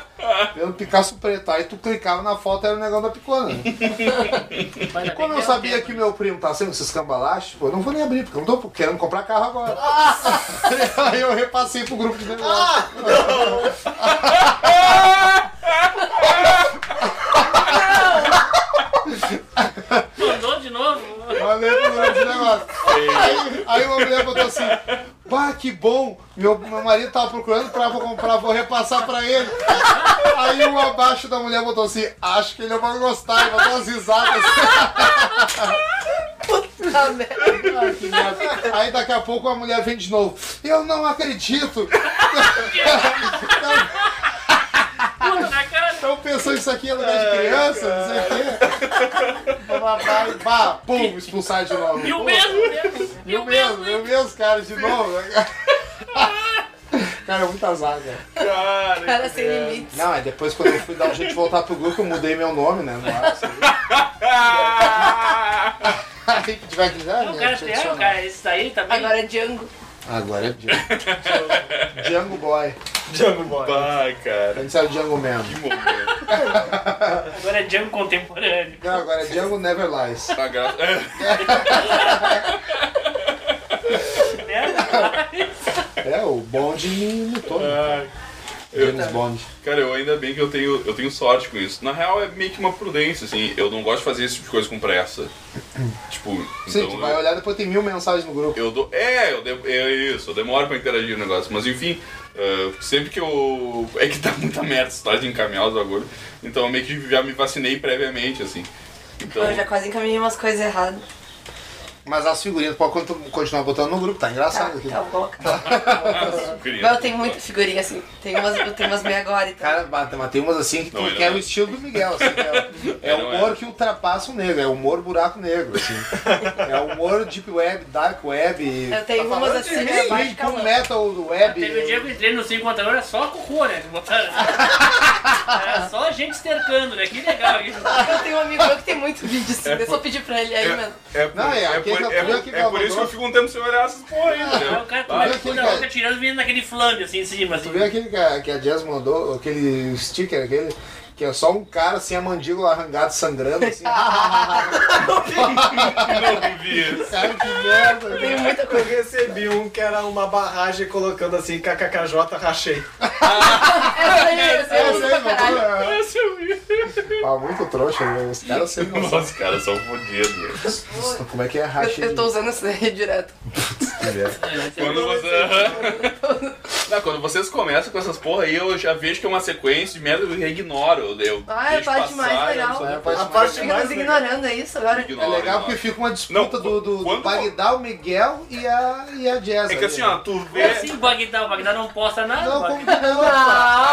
Speaker 2: Pelo Picasso Preto. Aí tu clicava na foto era o negão da picona.
Speaker 3: Mas ainda
Speaker 2: Como
Speaker 3: bem
Speaker 2: eu
Speaker 3: que
Speaker 2: sabia que meu primo tava sendo esses cambalachos, pô, eu não vou nem abrir, porque eu não tô querendo comprar carro agora. Aí eu repassei pro grupo de negócio.
Speaker 3: Mandou de novo.
Speaker 2: Valeu pro grupo de negócio. Aí, aí uma mulher botou assim, bah, que bom, meu, meu marido tava procurando pra vou comprar, vou repassar pra ele. Aí um abaixo da mulher botou assim, acho que ele vai gostar, e botou umas risadas.
Speaker 6: Tá, né?
Speaker 2: Aí daqui a pouco a mulher vem de novo. Eu não acredito!
Speaker 3: Puta na cara.
Speaker 2: Então pensou isso aqui é lugar de criança, não sei o quê. Ela vai, pá, pum, expulsar de novo.
Speaker 3: E o
Speaker 2: Pum,
Speaker 3: mesmo, mesmo. E
Speaker 2: Eu
Speaker 3: o
Speaker 2: mesmo, né?
Speaker 3: mesmo.
Speaker 2: eu mesmo, cara, de novo. Cara, é muita azar, cara.
Speaker 7: Cara,
Speaker 6: Cara sem limites.
Speaker 2: Não, é depois quando eu fui dar um jeito de voltar pro grupo, eu mudei meu nome, né? Nossa. Aí que tiver que já,
Speaker 3: Não,
Speaker 2: né,
Speaker 3: cara,
Speaker 2: te
Speaker 3: tem,
Speaker 2: adicionar.
Speaker 3: cara, esse daí também.
Speaker 6: Agora é Django.
Speaker 2: Agora é Django. Django Boy.
Speaker 4: Django Boy.
Speaker 7: Vai, cara.
Speaker 2: Antes era Django Man.
Speaker 7: Que momento.
Speaker 3: Agora é Django contemporâneo.
Speaker 2: Não, agora é Django Never Lies.
Speaker 7: A graça...
Speaker 2: É.
Speaker 3: Né?
Speaker 2: É, o Bond me imitou. né?
Speaker 7: Ai,
Speaker 2: James Bond.
Speaker 7: Cara, eu ainda bem que eu tenho, eu tenho sorte com isso. Na real, é meio que uma prudência, assim. Eu não gosto de fazer esse tipo de coisa com pressa. Tipo,
Speaker 2: Sim, tu
Speaker 7: então
Speaker 2: vai
Speaker 7: eu,
Speaker 2: olhar, depois tem mil mensagens no grupo.
Speaker 7: eu dou. É, eu de- é isso, eu demoro pra interagir no negócio. Mas enfim, ah, sempre que eu. É que dá muita merda essa história de encaminhar os bagulhos. Então eu meio que já me vacinei previamente, assim. Então.
Speaker 6: Eu já quase encaminhei umas coisas erradas.
Speaker 2: Mas as figurinhas, pode cont- continuar botando no grupo, tá
Speaker 6: Tá,
Speaker 2: engraçado aqui.
Speaker 6: tá boca.
Speaker 7: eu queria-
Speaker 6: é. Mas eu tenho muita figurinha assim. Tem umas, eu tenho umas meia agora e tal.
Speaker 2: Cara, bate- mas tem umas assim que tu
Speaker 7: Não, ele
Speaker 2: quer
Speaker 7: não
Speaker 2: o
Speaker 7: é.
Speaker 2: estilo do Miguel, assim, que é, é
Speaker 7: Ele não
Speaker 2: humor
Speaker 7: é.
Speaker 2: que ultrapassa o negro, é humor buraco negro, assim. É humor deep web, dark web.
Speaker 6: Eu tenho
Speaker 2: tá
Speaker 6: umas
Speaker 2: falando
Speaker 6: assim,
Speaker 2: de
Speaker 6: né,
Speaker 2: mim,
Speaker 6: baixo
Speaker 2: com
Speaker 6: calão.
Speaker 2: metal web.
Speaker 3: Teve um dia que eu entrei no 50 horas só com rua, né? Botaram- Era só gente cercando, né? Que legal isso.
Speaker 6: Eu tenho um amigo meu que tem muito vídeo assim. Eu só pedi pra ele aí, mano.
Speaker 7: É por,
Speaker 2: Não, é,
Speaker 7: é,
Speaker 2: aquele
Speaker 7: por,
Speaker 2: da
Speaker 7: é
Speaker 2: porra
Speaker 7: por-
Speaker 2: que né?
Speaker 7: é por isso que
Speaker 2: mandou.
Speaker 7: eu fico um tempo sem olhar essas porra né? aí,
Speaker 3: Aí o cara
Speaker 7: entendeu?
Speaker 2: Vai,
Speaker 3: tava
Speaker 2: aquele
Speaker 3: toda boca
Speaker 2: cara.
Speaker 3: tirando vindo naquele flambe assim em cima. Assim.
Speaker 2: é. Tu viu aquele que a, que a Jazz mandou, aquele sticker, aquele. Que é só um cara assim, a mandíbula arrancada, sangrando, assim.
Speaker 6: Ah,
Speaker 7: Não vi isso.
Speaker 2: cara, que merda. né?
Speaker 6: Tem muita coisa.
Speaker 4: Eu recebi um que era uma barragem colocando assim, kkkj, rachei.
Speaker 6: Essa aí,
Speaker 7: É,
Speaker 6: essa aí É, eu
Speaker 2: Eu
Speaker 6: uso
Speaker 2: sei,
Speaker 6: pra
Speaker 2: mas
Speaker 6: caralho.
Speaker 2: tu-
Speaker 7: Esse eu vi.
Speaker 2: Ah, é. muito trouxa, né? Os caras sem noção.
Speaker 7: Nossa, cara, são fodidos.
Speaker 2: Como é que é racha?
Speaker 6: Eu, eu tô usando essa daí direto.
Speaker 3: É,
Speaker 7: Quando você. Não, quando vocês começam com essas porra aí, eu já vejo que é uma sequência de merda e eu ignoro. Eu, eu
Speaker 6: Ah,
Speaker 7: deixo
Speaker 6: é a parte
Speaker 7: passar,
Speaker 6: mais
Speaker 7: eu não
Speaker 6: legal.
Speaker 7: sou-
Speaker 2: É, pode-
Speaker 4: A parte
Speaker 6: Fica
Speaker 4: mais
Speaker 6: nos ignorando, é isso agora?
Speaker 2: É
Speaker 7: ignoro,
Speaker 2: legal
Speaker 7: ignoro.
Speaker 2: porque fica uma disputa
Speaker 7: Não,
Speaker 2: do, do, do
Speaker 7: quando-
Speaker 2: Bagdá, o Miguel e a, e a Jazz. né?
Speaker 7: É que assim, ó, tu vê.
Speaker 3: É assim o Bagdá, o Bagdá não posta nada.
Speaker 2: Não,
Speaker 3: o
Speaker 2: como
Speaker 3: Bagdá.
Speaker 2: que não?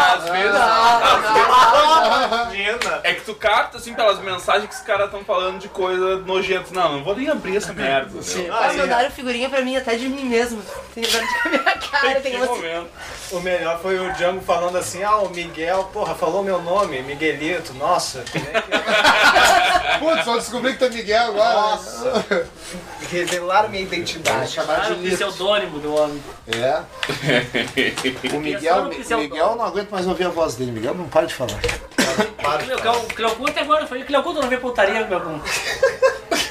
Speaker 7: Às vezes.
Speaker 4: Imagina.
Speaker 7: É que tu capta, assim, pelas mensagens que os caras estão falando de coisa nojenta. Não, não vou nem abrir essa merda. entendeu?
Speaker 6: Mas
Speaker 4: Aí,
Speaker 6: mandaram figurinha pra mim até de mim mesmo. Tem lugar de minha cara, tem
Speaker 7: Que
Speaker 6: umas.
Speaker 7: momento.
Speaker 4: O melhor foi o Django falando assim, ah, o Miguel, porra, falou meu nome, Miguelito, nossa. que nem que-
Speaker 2: Putz, só descobri que tu é Miguel agora.
Speaker 4: Nossa. Revelaram minha
Speaker 2: Ah,
Speaker 4: identidade.
Speaker 2: chamaram
Speaker 3: Ah,
Speaker 2: de
Speaker 3: o
Speaker 2: Lito.
Speaker 3: pseudônimo do homem.
Speaker 2: É. O
Speaker 3: só
Speaker 2: Miguel,
Speaker 3: no
Speaker 2: o
Speaker 3: pseudônimo.
Speaker 2: Miguel não aguento mais ouvir a voz dele. Miguel não para de falar.
Speaker 3: Meu, o Cleocu até agora, eu falei, Cleocu, tu não vê putaria, Cleocu.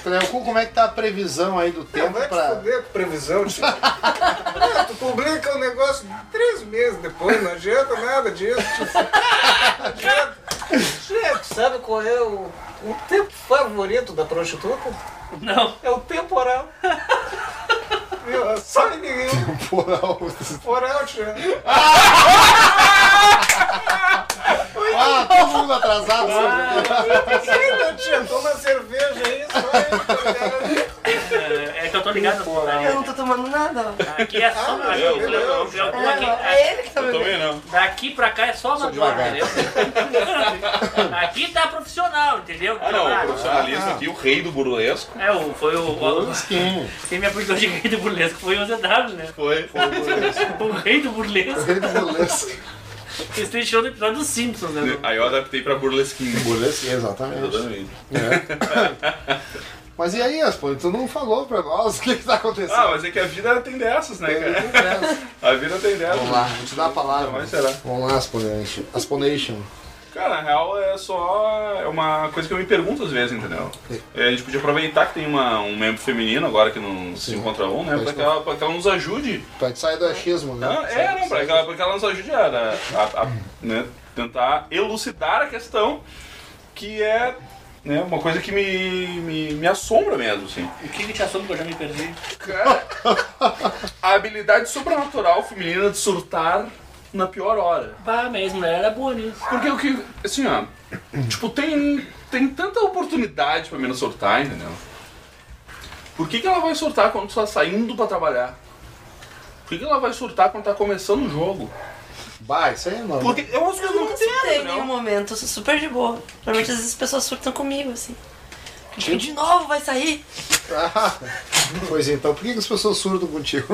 Speaker 2: Cleucu, como é que tá a previsão aí do tempo
Speaker 4: Vai te
Speaker 2: pra.
Speaker 4: foder com previsão, tio. É, tu publica um negócio três meses depois, não adianta nada disso, tio. Não adianta. Gente, sabe qual é o, o tempo favorito da prostituta?
Speaker 3: Não.
Speaker 4: É o temporal. Meu, Só ninguém.
Speaker 2: Temporal.
Speaker 4: Temporal, tio.
Speaker 2: Ah, todo mundo atrasado. sabe?
Speaker 4: Sei lá, tio. Ah, Toma cerveja aí, só
Speaker 3: É, é que eu tô ligado.
Speaker 6: Eu
Speaker 3: Putaria.
Speaker 6: não tô tomando nada, ó.
Speaker 3: Aqui é
Speaker 4: Ah,
Speaker 3: só. aqui,
Speaker 7: eu-
Speaker 3: o Cleocu- o Cleocu
Speaker 6: É,
Speaker 3: aqui-
Speaker 6: ó,
Speaker 3: é-
Speaker 6: é ele que tá
Speaker 7: Eu
Speaker 6: bebendo.
Speaker 7: também não.
Speaker 3: Daqui pra cá é só amador,
Speaker 2: devagar.
Speaker 3: entendeu? Aqui tá profissional, entendeu?
Speaker 7: Ah, não, o
Speaker 3: Ah,
Speaker 7: profissionalista aqui, o rei do burlesco.
Speaker 3: É, o, foi o. o
Speaker 2: Quem?
Speaker 3: quem me aplicou de rei do burlesco foi o ZW, né?
Speaker 7: Foi.
Speaker 3: O rei do burlesco.
Speaker 2: Ele do burlesco.
Speaker 3: Vocês têm show do episódio dos Simpsons, né?
Speaker 7: Aí eu adaptei pra burlesquinho.
Speaker 2: Burlesco, exatamente.
Speaker 7: Exatamente.
Speaker 2: É. Mas e aí, Aspone? Tu não falou pra nós o que, que tá acontecendo?
Speaker 7: Ah, mas é que a vida tem dessas, né, cara? A vida tem dessas. Então,
Speaker 2: Vamos lá, vou te dar a palavra.
Speaker 7: Mas será?
Speaker 2: Vamos lá, Asponation. Asponation.
Speaker 7: Cara, na real é só é uma coisa que eu me pergunto às vezes, entendeu? É, a gente podia aproveitar que tem uma, um membro feminino agora que não se encontra um, né?
Speaker 2: Pode
Speaker 7: Pra que,
Speaker 2: ser.
Speaker 7: ela, pra que ela nos ajude.
Speaker 2: Pra te é sair do achismo, né?
Speaker 7: Não, é, não, pra que, ela, pra que ela nos ajude a, a- a- né, tentar elucidar a questão que é né, uma coisa que me, me, me assombra mesmo, assim.
Speaker 3: O que que te assombra que eu já me perdi?
Speaker 7: Cara, a habilidade sobrenatural feminina de surtar na pior hora.
Speaker 3: Bah, mas mulher era boa nisso.
Speaker 7: Porque o que. Assim, ó. tipo, tem, tem tanta oportunidade pra menos sortar, entendeu? Por que, que ela vai sortar quando tu tá saindo pra trabalhar? Por que, que ela vai sortar quando tá começando o jogo?
Speaker 2: Bah, isso aí é não.
Speaker 7: Porque eu acho que eu não
Speaker 6: nunca surtei em
Speaker 7: entendo,
Speaker 6: nenhum
Speaker 7: não.
Speaker 6: momento, eu sou super de boa. Normalmente às vezes as pessoas surtam comigo, assim. Tipo, de novo vai sair?
Speaker 2: Pois então, por que, que as pessoas surtam contigo?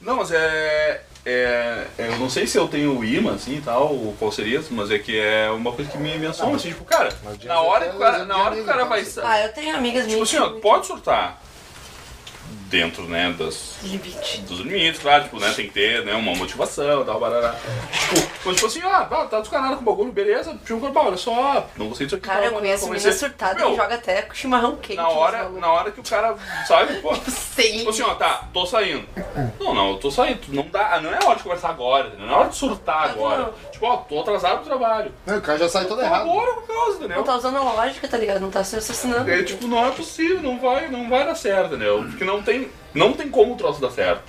Speaker 7: Não, mas é, é, é, Eu não sei se eu tenho o imã, assim e tal, ou qual seria, mas é que é uma coisa que me, me assombra. Assim, tipo, cara,
Speaker 2: mas dias
Speaker 7: na hora,
Speaker 2: até
Speaker 7: que o cara,
Speaker 2: elas
Speaker 7: na
Speaker 2: eram
Speaker 7: hora que o cara vai.
Speaker 2: amigas,
Speaker 6: Ah, eu tenho amigas
Speaker 7: Tipo
Speaker 6: minhas.
Speaker 7: assim, ó, pode surtar. Dentro, né, das,
Speaker 6: Limite.
Speaker 7: dos limites, claro, tipo, né, tem que ter, né, uma motivação, tal, barará. Tipo, mas tipo assim, ah, tá, tá descanado com o bagulho, beleza, tipo, bah, olha só, não gostei disso aqui.
Speaker 6: Cara,
Speaker 7: tal,
Speaker 6: eu
Speaker 7: mas
Speaker 6: conheço
Speaker 7: comecei-
Speaker 6: menina surtada
Speaker 7: Meu,
Speaker 6: que joga até com chimarrão quente.
Speaker 7: Na hora, na hora que o cara, sabe, pô...
Speaker 6: Sim.
Speaker 7: Tipo assim, ó, tá, tô saindo. Não, não, eu tô saindo. Não dá, não é hora de conversar agora, entendeu? não é hora de surtar agora. Tipo, ó, tô atrasado pro trabalho.
Speaker 2: Não, o cara já sai todo errado.
Speaker 7: Agora por causa, entendeu?
Speaker 6: Tá Não tá usando a lógica, tá ligado? Não tá se raciocinando.
Speaker 7: É, tipo, não é possível, não vai, não vai dar certo, entendeu? Porque não tem, não tem como o troço dar certo.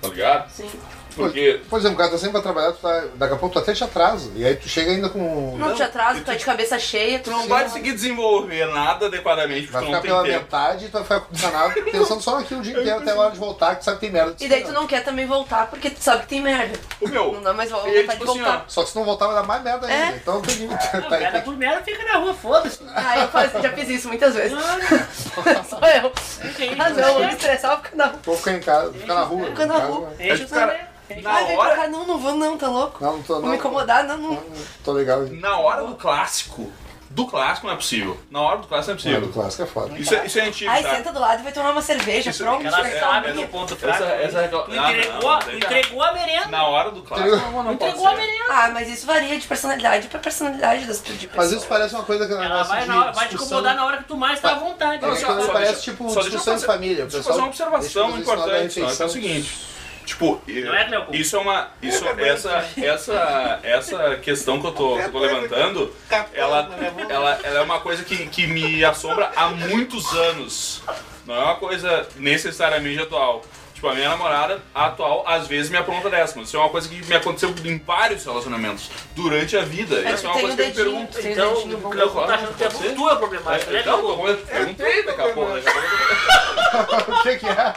Speaker 7: Tá ligado?
Speaker 6: Sim.
Speaker 7: Porque.
Speaker 2: Por exemplo, o cara tá sempre pra trabalhar, tu tá- daqui a pouco tu até te atrasa. E aí tu chega ainda com. um-
Speaker 6: Não te atrasa, tá de cabeça cheia, tu
Speaker 7: Tu não
Speaker 6: sim,
Speaker 7: vai
Speaker 6: não-
Speaker 7: conseguir desenvolver nada adequadamente
Speaker 2: Vai
Speaker 7: porque
Speaker 2: ficar
Speaker 7: tu não
Speaker 2: pela
Speaker 7: tem tempo.
Speaker 2: metade e tu vai ficar condicionado pensando só naquilo o dia inteiro até a hora de voltar, que tu sabe que tem merda. te
Speaker 6: E daí tu
Speaker 7: assim,
Speaker 2: esperando.
Speaker 6: não quer também voltar porque tu sabe que tem merda.
Speaker 7: O meu.
Speaker 6: Não dá mais vontade
Speaker 7: e aí,
Speaker 6: de
Speaker 7: tipo assim, ó,
Speaker 6: voltar.
Speaker 2: Só que se não voltar vai dar mais merda ainda.
Speaker 6: É.
Speaker 2: Então tem que.
Speaker 3: Ah,
Speaker 2: Tá,
Speaker 3: Merda
Speaker 2: tem que...
Speaker 3: por merda, fica na rua, foda-se.
Speaker 6: Ah, eu faço, já fiz isso muitas vezes.
Speaker 3: Ah,
Speaker 6: Só eu.
Speaker 3: entendi.
Speaker 6: Ah não, eu me estressava porque não.
Speaker 2: Vou ficar em casa, ficar na rua.
Speaker 6: Ficar na
Speaker 2: em casa,
Speaker 6: rua.
Speaker 2: né?
Speaker 3: Deixa os
Speaker 7: cara-
Speaker 3: caras.
Speaker 7: assim, na
Speaker 6: Ai, vem pra
Speaker 7: hora,
Speaker 6: cá, não, não vou não, tá louco?
Speaker 2: Não, não tô.
Speaker 6: Vou
Speaker 2: não,
Speaker 6: me incomodar, não,
Speaker 2: Não,
Speaker 6: não.
Speaker 2: não tô legal.
Speaker 7: na hora do clássico, do clássico não é possível. Na hora do clássico não é
Speaker 2: Não, do
Speaker 7: possível.
Speaker 2: clássico é foda.
Speaker 7: Isso é, isso é antigo,
Speaker 6: Ai,
Speaker 7: tá?
Speaker 6: senta do lado e vai tomar uma cerveja,
Speaker 7: Isso-
Speaker 6: pronto.
Speaker 3: Ela
Speaker 7: é-
Speaker 3: sabe
Speaker 7: é-
Speaker 3: que é ponto fraco.
Speaker 7: essa- essa é aquela-
Speaker 3: Tu
Speaker 7: Ah,
Speaker 3: entregou,
Speaker 7: não,
Speaker 3: tu
Speaker 7: não.
Speaker 3: entregou a merenda.
Speaker 7: Na hora do clássico. Não, não pode
Speaker 3: entregou a
Speaker 7: ser.
Speaker 3: merenda.
Speaker 6: Ah, mas isso varia de personalidade pra personalidade das de pessoas.
Speaker 2: Mas isso parece uma coisa que é um
Speaker 3: Ela
Speaker 2: negócio
Speaker 3: vai,
Speaker 2: de
Speaker 3: na hora- vai te
Speaker 2: discussão-
Speaker 3: incomodar na hora que tu mais tá à vontade.
Speaker 2: Não,
Speaker 3: né?
Speaker 2: isso
Speaker 7: Ah, só- só
Speaker 2: parece
Speaker 7: deixa-
Speaker 2: tipo
Speaker 7: só deixa eu
Speaker 2: discussão de
Speaker 7: fazer-
Speaker 2: família. O
Speaker 7: Deixa eu
Speaker 2: pessoal
Speaker 7: fazer uma observação
Speaker 2: deixa eu fazer isso na hora da
Speaker 7: importante, não, é o
Speaker 2: refeição.
Speaker 7: seguinte. Tipo,
Speaker 3: Não é, Cleo?
Speaker 7: isso é uma. Isso, essa, essa, essa questão que eu tô, que eu tô levantando, ela,
Speaker 3: né,
Speaker 7: ela, ela é uma coisa que, que me assombra há muitos anos. Não é uma coisa necessariamente atual. Tipo, a minha namorada atual às vezes me apronta dessa, mas isso é uma coisa que me aconteceu em vários relacionamentos durante a vida. Isso é uma
Speaker 6: tem
Speaker 7: coisa
Speaker 6: um
Speaker 7: que eu me
Speaker 6: dedinho,
Speaker 7: pergunto.
Speaker 6: tem um
Speaker 3: Então,
Speaker 6: dedinho
Speaker 3: o
Speaker 6: bom.
Speaker 7: Cleo,
Speaker 3: Cleo tá achando que
Speaker 7: pode
Speaker 3: é
Speaker 7: ser?
Speaker 3: tua problemática, né,
Speaker 7: Então,
Speaker 3: Cleo?
Speaker 7: eu perguntei daqui a pouco. daqui a pouco-
Speaker 2: O que que é?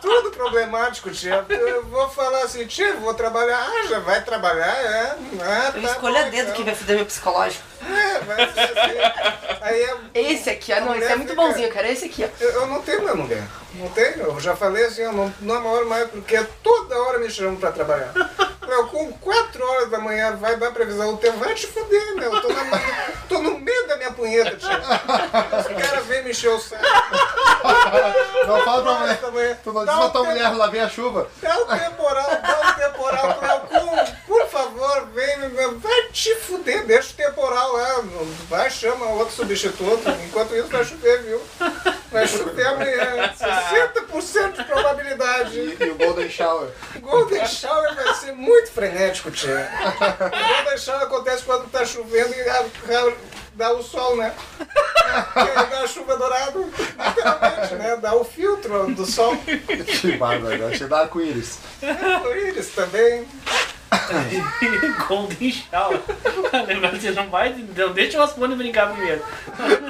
Speaker 4: Tudo problemático, tia. Eu vou falar assim, tia, vou trabalhar. Ah, já vai trabalhar, é. Ah, tá
Speaker 6: Eu escolho a
Speaker 4: bom,
Speaker 6: dedo
Speaker 4: então.
Speaker 6: que vai foder meu psicológico.
Speaker 4: É, vai ser assim. Aí é-
Speaker 6: Esse aqui, ah não, esse é muito bonzinho, cara. Esse aqui, ó.
Speaker 4: eu, eu não tenho minha mulher. Não tenho. Eu já falei assim, eu não, não namoro mais porque é toda hora me chamam pra trabalhar. Meu, com 4 horas da manhã vai dar previsão do tempo, vai te fuder, meu. Eu Tô, na, tô no meio da minha punheta, tia. Os caras vêm me encher o saco.
Speaker 2: Não fala pra mulher.
Speaker 4: Essa mulher-
Speaker 2: Tu não
Speaker 4: Dá
Speaker 2: diz pra
Speaker 4: um
Speaker 2: tua
Speaker 4: tempo.
Speaker 2: mulher, lá vem a chuva.
Speaker 4: Dá o temporal, dá o temporal pra cu, por favor, vem, meu, meu, vai te fuder, deixa o temporal lá, vai, chama outro substituto, enquanto isso vai chover, viu? Vai chover amanhã, 60% de probabilidade.
Speaker 2: E o Golden Shower.
Speaker 4: Golden Shower vai ser muito frenético, tia. Golden Shower acontece quando tá chovendo e a- a- dá o sol, né? E dá a chuva dourada, literalmente, né? Dá o filtro do sol.
Speaker 2: Que bárbaro, te dá arco-íris.
Speaker 4: Íris também.
Speaker 3: Golden Shower. Lembrando, você não vai. Não deixa o Raspone brincar primeiro.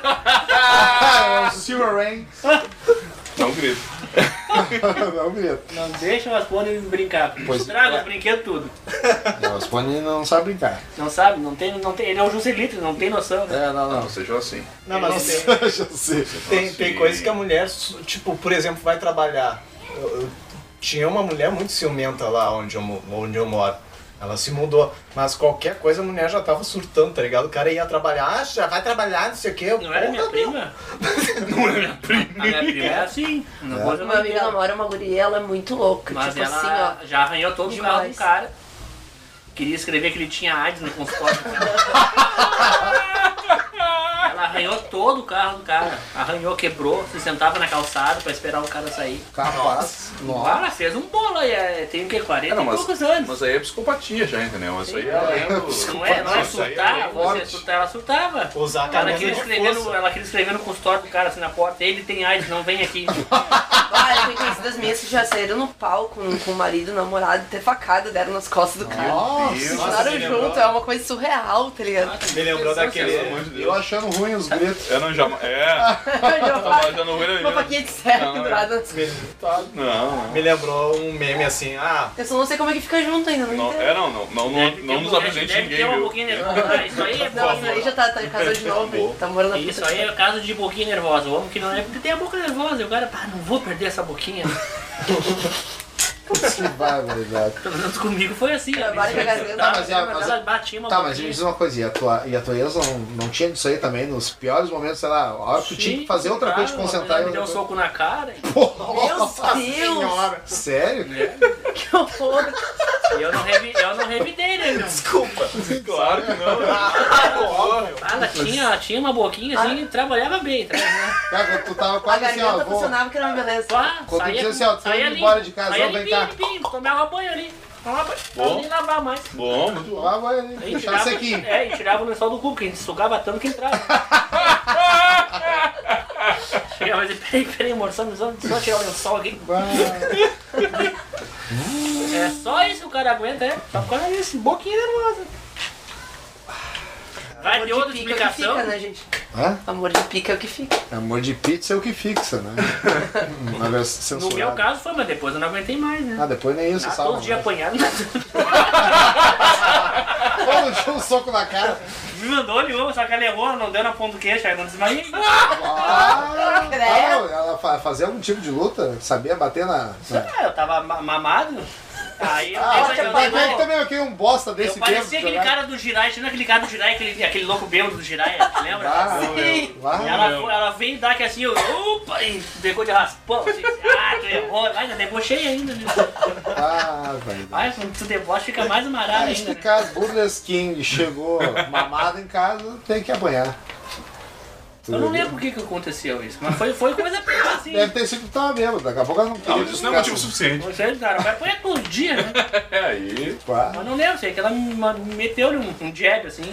Speaker 2: Ah, é o Silver Rain. É
Speaker 7: Não, querido.
Speaker 2: Não, bonito.
Speaker 3: Não deixa o Raspone brincar.
Speaker 2: Pois é.
Speaker 3: Estraga os brinquedos tudo.
Speaker 2: Não, o Spone não sabe brincar.
Speaker 3: Não sabe, não tem, não tem. Ele é o Juscelito, não tem noção. Né?
Speaker 2: É, não, não.
Speaker 7: Seja assim.
Speaker 4: Não, mas tem,
Speaker 2: Já sei.
Speaker 4: tem, tem coisas que a mulher, su- tipo, por exemplo, vai trabalhar. Eu- eu tinha uma mulher muito ciumenta lá onde eu, mo- onde eu moro. Ela se mudou. Mas qualquer coisa a mulher já tava surtando, tá ligado? O cara ia trabalhar, ah, já vai trabalhar, não sei o quê.
Speaker 3: Não era minha prima?
Speaker 7: Não é minha prima.
Speaker 3: A minha prima é assim. Não pode
Speaker 5: Uma amiga
Speaker 3: não.
Speaker 5: namora uma guria, ela é muito louca.
Speaker 3: Mas
Speaker 5: tipo
Speaker 3: ela
Speaker 5: assim,
Speaker 3: já arranhou todo o carro do
Speaker 5: Demais.
Speaker 3: cara. Queria escrever que ele tinha AIDS no consultório. ela arranhou todo o carro do cara. Arranhou, quebrou, se sentava na calçada pra esperar o cara sair.
Speaker 2: Capaz. Nossa.
Speaker 3: Cara, fez um bolo aí. é, Tem o quê? 40
Speaker 7: É, não,
Speaker 3: e
Speaker 7: mas,
Speaker 3: poucos anos.
Speaker 7: mas aí é psicopatia já, entendeu? Isso aí é além do-
Speaker 3: Não é, não é
Speaker 7: isso aí é
Speaker 3: surtar,
Speaker 7: além do-
Speaker 3: você surtar, ela surtava.
Speaker 4: Usar a
Speaker 3: Ela
Speaker 4: camisa
Speaker 3: queria,
Speaker 7: é
Speaker 4: de
Speaker 3: escrever no,
Speaker 4: força.
Speaker 3: ela queria escrever no consultório do cara assim na porta, ele tem AIDS, não vem aqui.
Speaker 5: ó. Ah, eu tenho conhecidas minhas que já saíram no pau com, com o marido, namorado, ter facada, deram nas costas do cara.
Speaker 2: Nossa.
Speaker 4: Nossa,
Speaker 5: Moraram
Speaker 4: me lembrou-
Speaker 5: junto, é uma coisa surreal, tá ligado?
Speaker 4: Me lembrou daquele.
Speaker 7: Pelo amor de
Speaker 2: Eu
Speaker 7: Deus.
Speaker 2: achando ruim os gritos.
Speaker 7: Eu não jamais. É,
Speaker 5: Olhou,
Speaker 7: eu já não
Speaker 5: Uma
Speaker 7: vou
Speaker 5: faquinha de serra
Speaker 7: Não,
Speaker 5: do
Speaker 7: é.
Speaker 5: nada.
Speaker 7: Não, não.
Speaker 4: Me lembrou um meme assim, ah,
Speaker 5: Eu só não sei como é que fica junto ainda, não
Speaker 7: Não,
Speaker 5: entendo.
Speaker 7: é, não, não, não, não,
Speaker 3: Deve ter
Speaker 7: não nos
Speaker 3: um-
Speaker 7: apresente
Speaker 3: deve
Speaker 7: ninguém,
Speaker 3: ter uma
Speaker 7: viu?
Speaker 3: boquinha nervosa. Ah, Isso aí é
Speaker 5: Não, isso aí já tá, tá em casa de novo, tá morando na
Speaker 3: Isso
Speaker 5: puta
Speaker 3: aí
Speaker 5: que
Speaker 3: é caso de boquinha nervosa. O homem que não é. Porque tem a boca nervosa. E o cara, pá, não vou perder essa boquinha.
Speaker 2: Que barbaridade.
Speaker 3: Pelo menos comigo foi assim. ó.
Speaker 5: Trabalho
Speaker 3: Isso aí,
Speaker 5: que a galera-
Speaker 3: tá,
Speaker 2: Tá, mas é- mas é-
Speaker 3: ela batia uma
Speaker 2: Tá, mas me
Speaker 3: boquinha.
Speaker 2: diz uma coisa, e a tua, e a tua ex não, não tinha disso aí também? Nos piores momentos, sei lá, a hora que tu
Speaker 3: assim,
Speaker 2: tinha que fazer outra coisa, te
Speaker 3: claro,
Speaker 2: concentrar
Speaker 3: ela Me
Speaker 2: e
Speaker 3: deu um
Speaker 2: outra
Speaker 3: soco na cara.
Speaker 2: coisa.
Speaker 5: Meu Deus,
Speaker 4: senhora,
Speaker 2: Sério?
Speaker 3: Né?
Speaker 5: que horror.
Speaker 3: E eu não, revi, eu não revidei, né, meu?
Speaker 4: desculpa.
Speaker 7: Claro que não.
Speaker 4: Óbvio.
Speaker 3: Ah, Ela tinha, ela tinha uma boquinha assim e trabalhava bem. Trabalhava.
Speaker 2: Cara, tu tava
Speaker 5: A
Speaker 2: quase assim, ó,
Speaker 3: tá
Speaker 5: garganta
Speaker 2: vou...
Speaker 5: funcionava que era uma beleza.
Speaker 3: Pá,
Speaker 2: Quando
Speaker 3: saía
Speaker 2: diz assim,
Speaker 3: com-
Speaker 2: ó, tô
Speaker 3: saía
Speaker 2: indo
Speaker 3: limpo,
Speaker 2: embora de casa,
Speaker 3: saía
Speaker 2: ó, vem
Speaker 3: limpinho, limpinho, Tomava banho ali. Tomava banho, pra
Speaker 7: Bom.
Speaker 3: nem lavar mais.
Speaker 7: Bom, muito bom.
Speaker 2: Ah, vai ali,
Speaker 3: Aí
Speaker 2: puxar isso aqui.
Speaker 3: É, e tirava o lençol do cu, porque a gente sugava tanto que entrava. Chegava e dizia, peraí, peraí, amor, só, só, só tirar o lençol aqui. É só isso que o cara aguenta, é? Só por causa disso, boquinha nervosa. Vai ter
Speaker 5: Amor
Speaker 3: outra
Speaker 5: de pica é o que
Speaker 3: explicação.
Speaker 5: fica, né, gente?
Speaker 2: Hã?
Speaker 5: Amor de pica é o que fica.
Speaker 2: Amor de pizza é o que fixa, né? Uma vez censurado.
Speaker 3: No meu caso foi, mas depois eu não aguentei mais, né?
Speaker 2: Ah, depois nem isso,
Speaker 3: Ah,
Speaker 2: salva.
Speaker 3: todo dia apanhado,
Speaker 2: Todo dia um soco na cara.
Speaker 3: me mandou, ligou, só que ela errou, não deu na ponta do queixo, aí eu não desmaiei.
Speaker 2: Ah,
Speaker 5: Credo.
Speaker 2: claro, ela fa- fazia algum tipo de luta, sabia bater na... na...
Speaker 3: Ah, Eu tava ma- mamado, aí eu
Speaker 2: Ah,
Speaker 3: dei- eu dei
Speaker 2: mas
Speaker 3: mais-
Speaker 2: eu também aqui um bosta
Speaker 3: Eu
Speaker 2: desse né? tempo.
Speaker 3: parecia aquele cara do Jirai, tinha aquele cara do Jirai, aquele, aquele louco bêbado do Jirai, lembra?
Speaker 2: Ah,
Speaker 5: Sim.
Speaker 3: E
Speaker 2: vai.
Speaker 3: ela, foi- ela veio dar que assim, eu, opa, e pegou de raspão, assim, ah, tu errou, ai, eu debochei ainda, né?
Speaker 2: Ah, vai.
Speaker 3: Ai, quando tu debocha fica mais amarado
Speaker 2: Tá
Speaker 3: ainda. né?
Speaker 2: explicado, Burles King chegou mamado em casa, tem que apanhar.
Speaker 3: Eu não lembro por que que aconteceu isso, mas foi, foi coisa pior, assim.
Speaker 2: Deve ter sido que tava bêbado, daqui a pouco ela não
Speaker 7: Ah,
Speaker 2: queria
Speaker 7: mas isso não é
Speaker 2: ficar
Speaker 7: motivo
Speaker 2: assim,
Speaker 7: suficiente.
Speaker 3: Você, cara, vai apanhar todo dia, né?
Speaker 7: É aí.
Speaker 2: pá,
Speaker 3: Mas não lembro, sei que ela me ma- me meteu-lhe um, um jab, assim.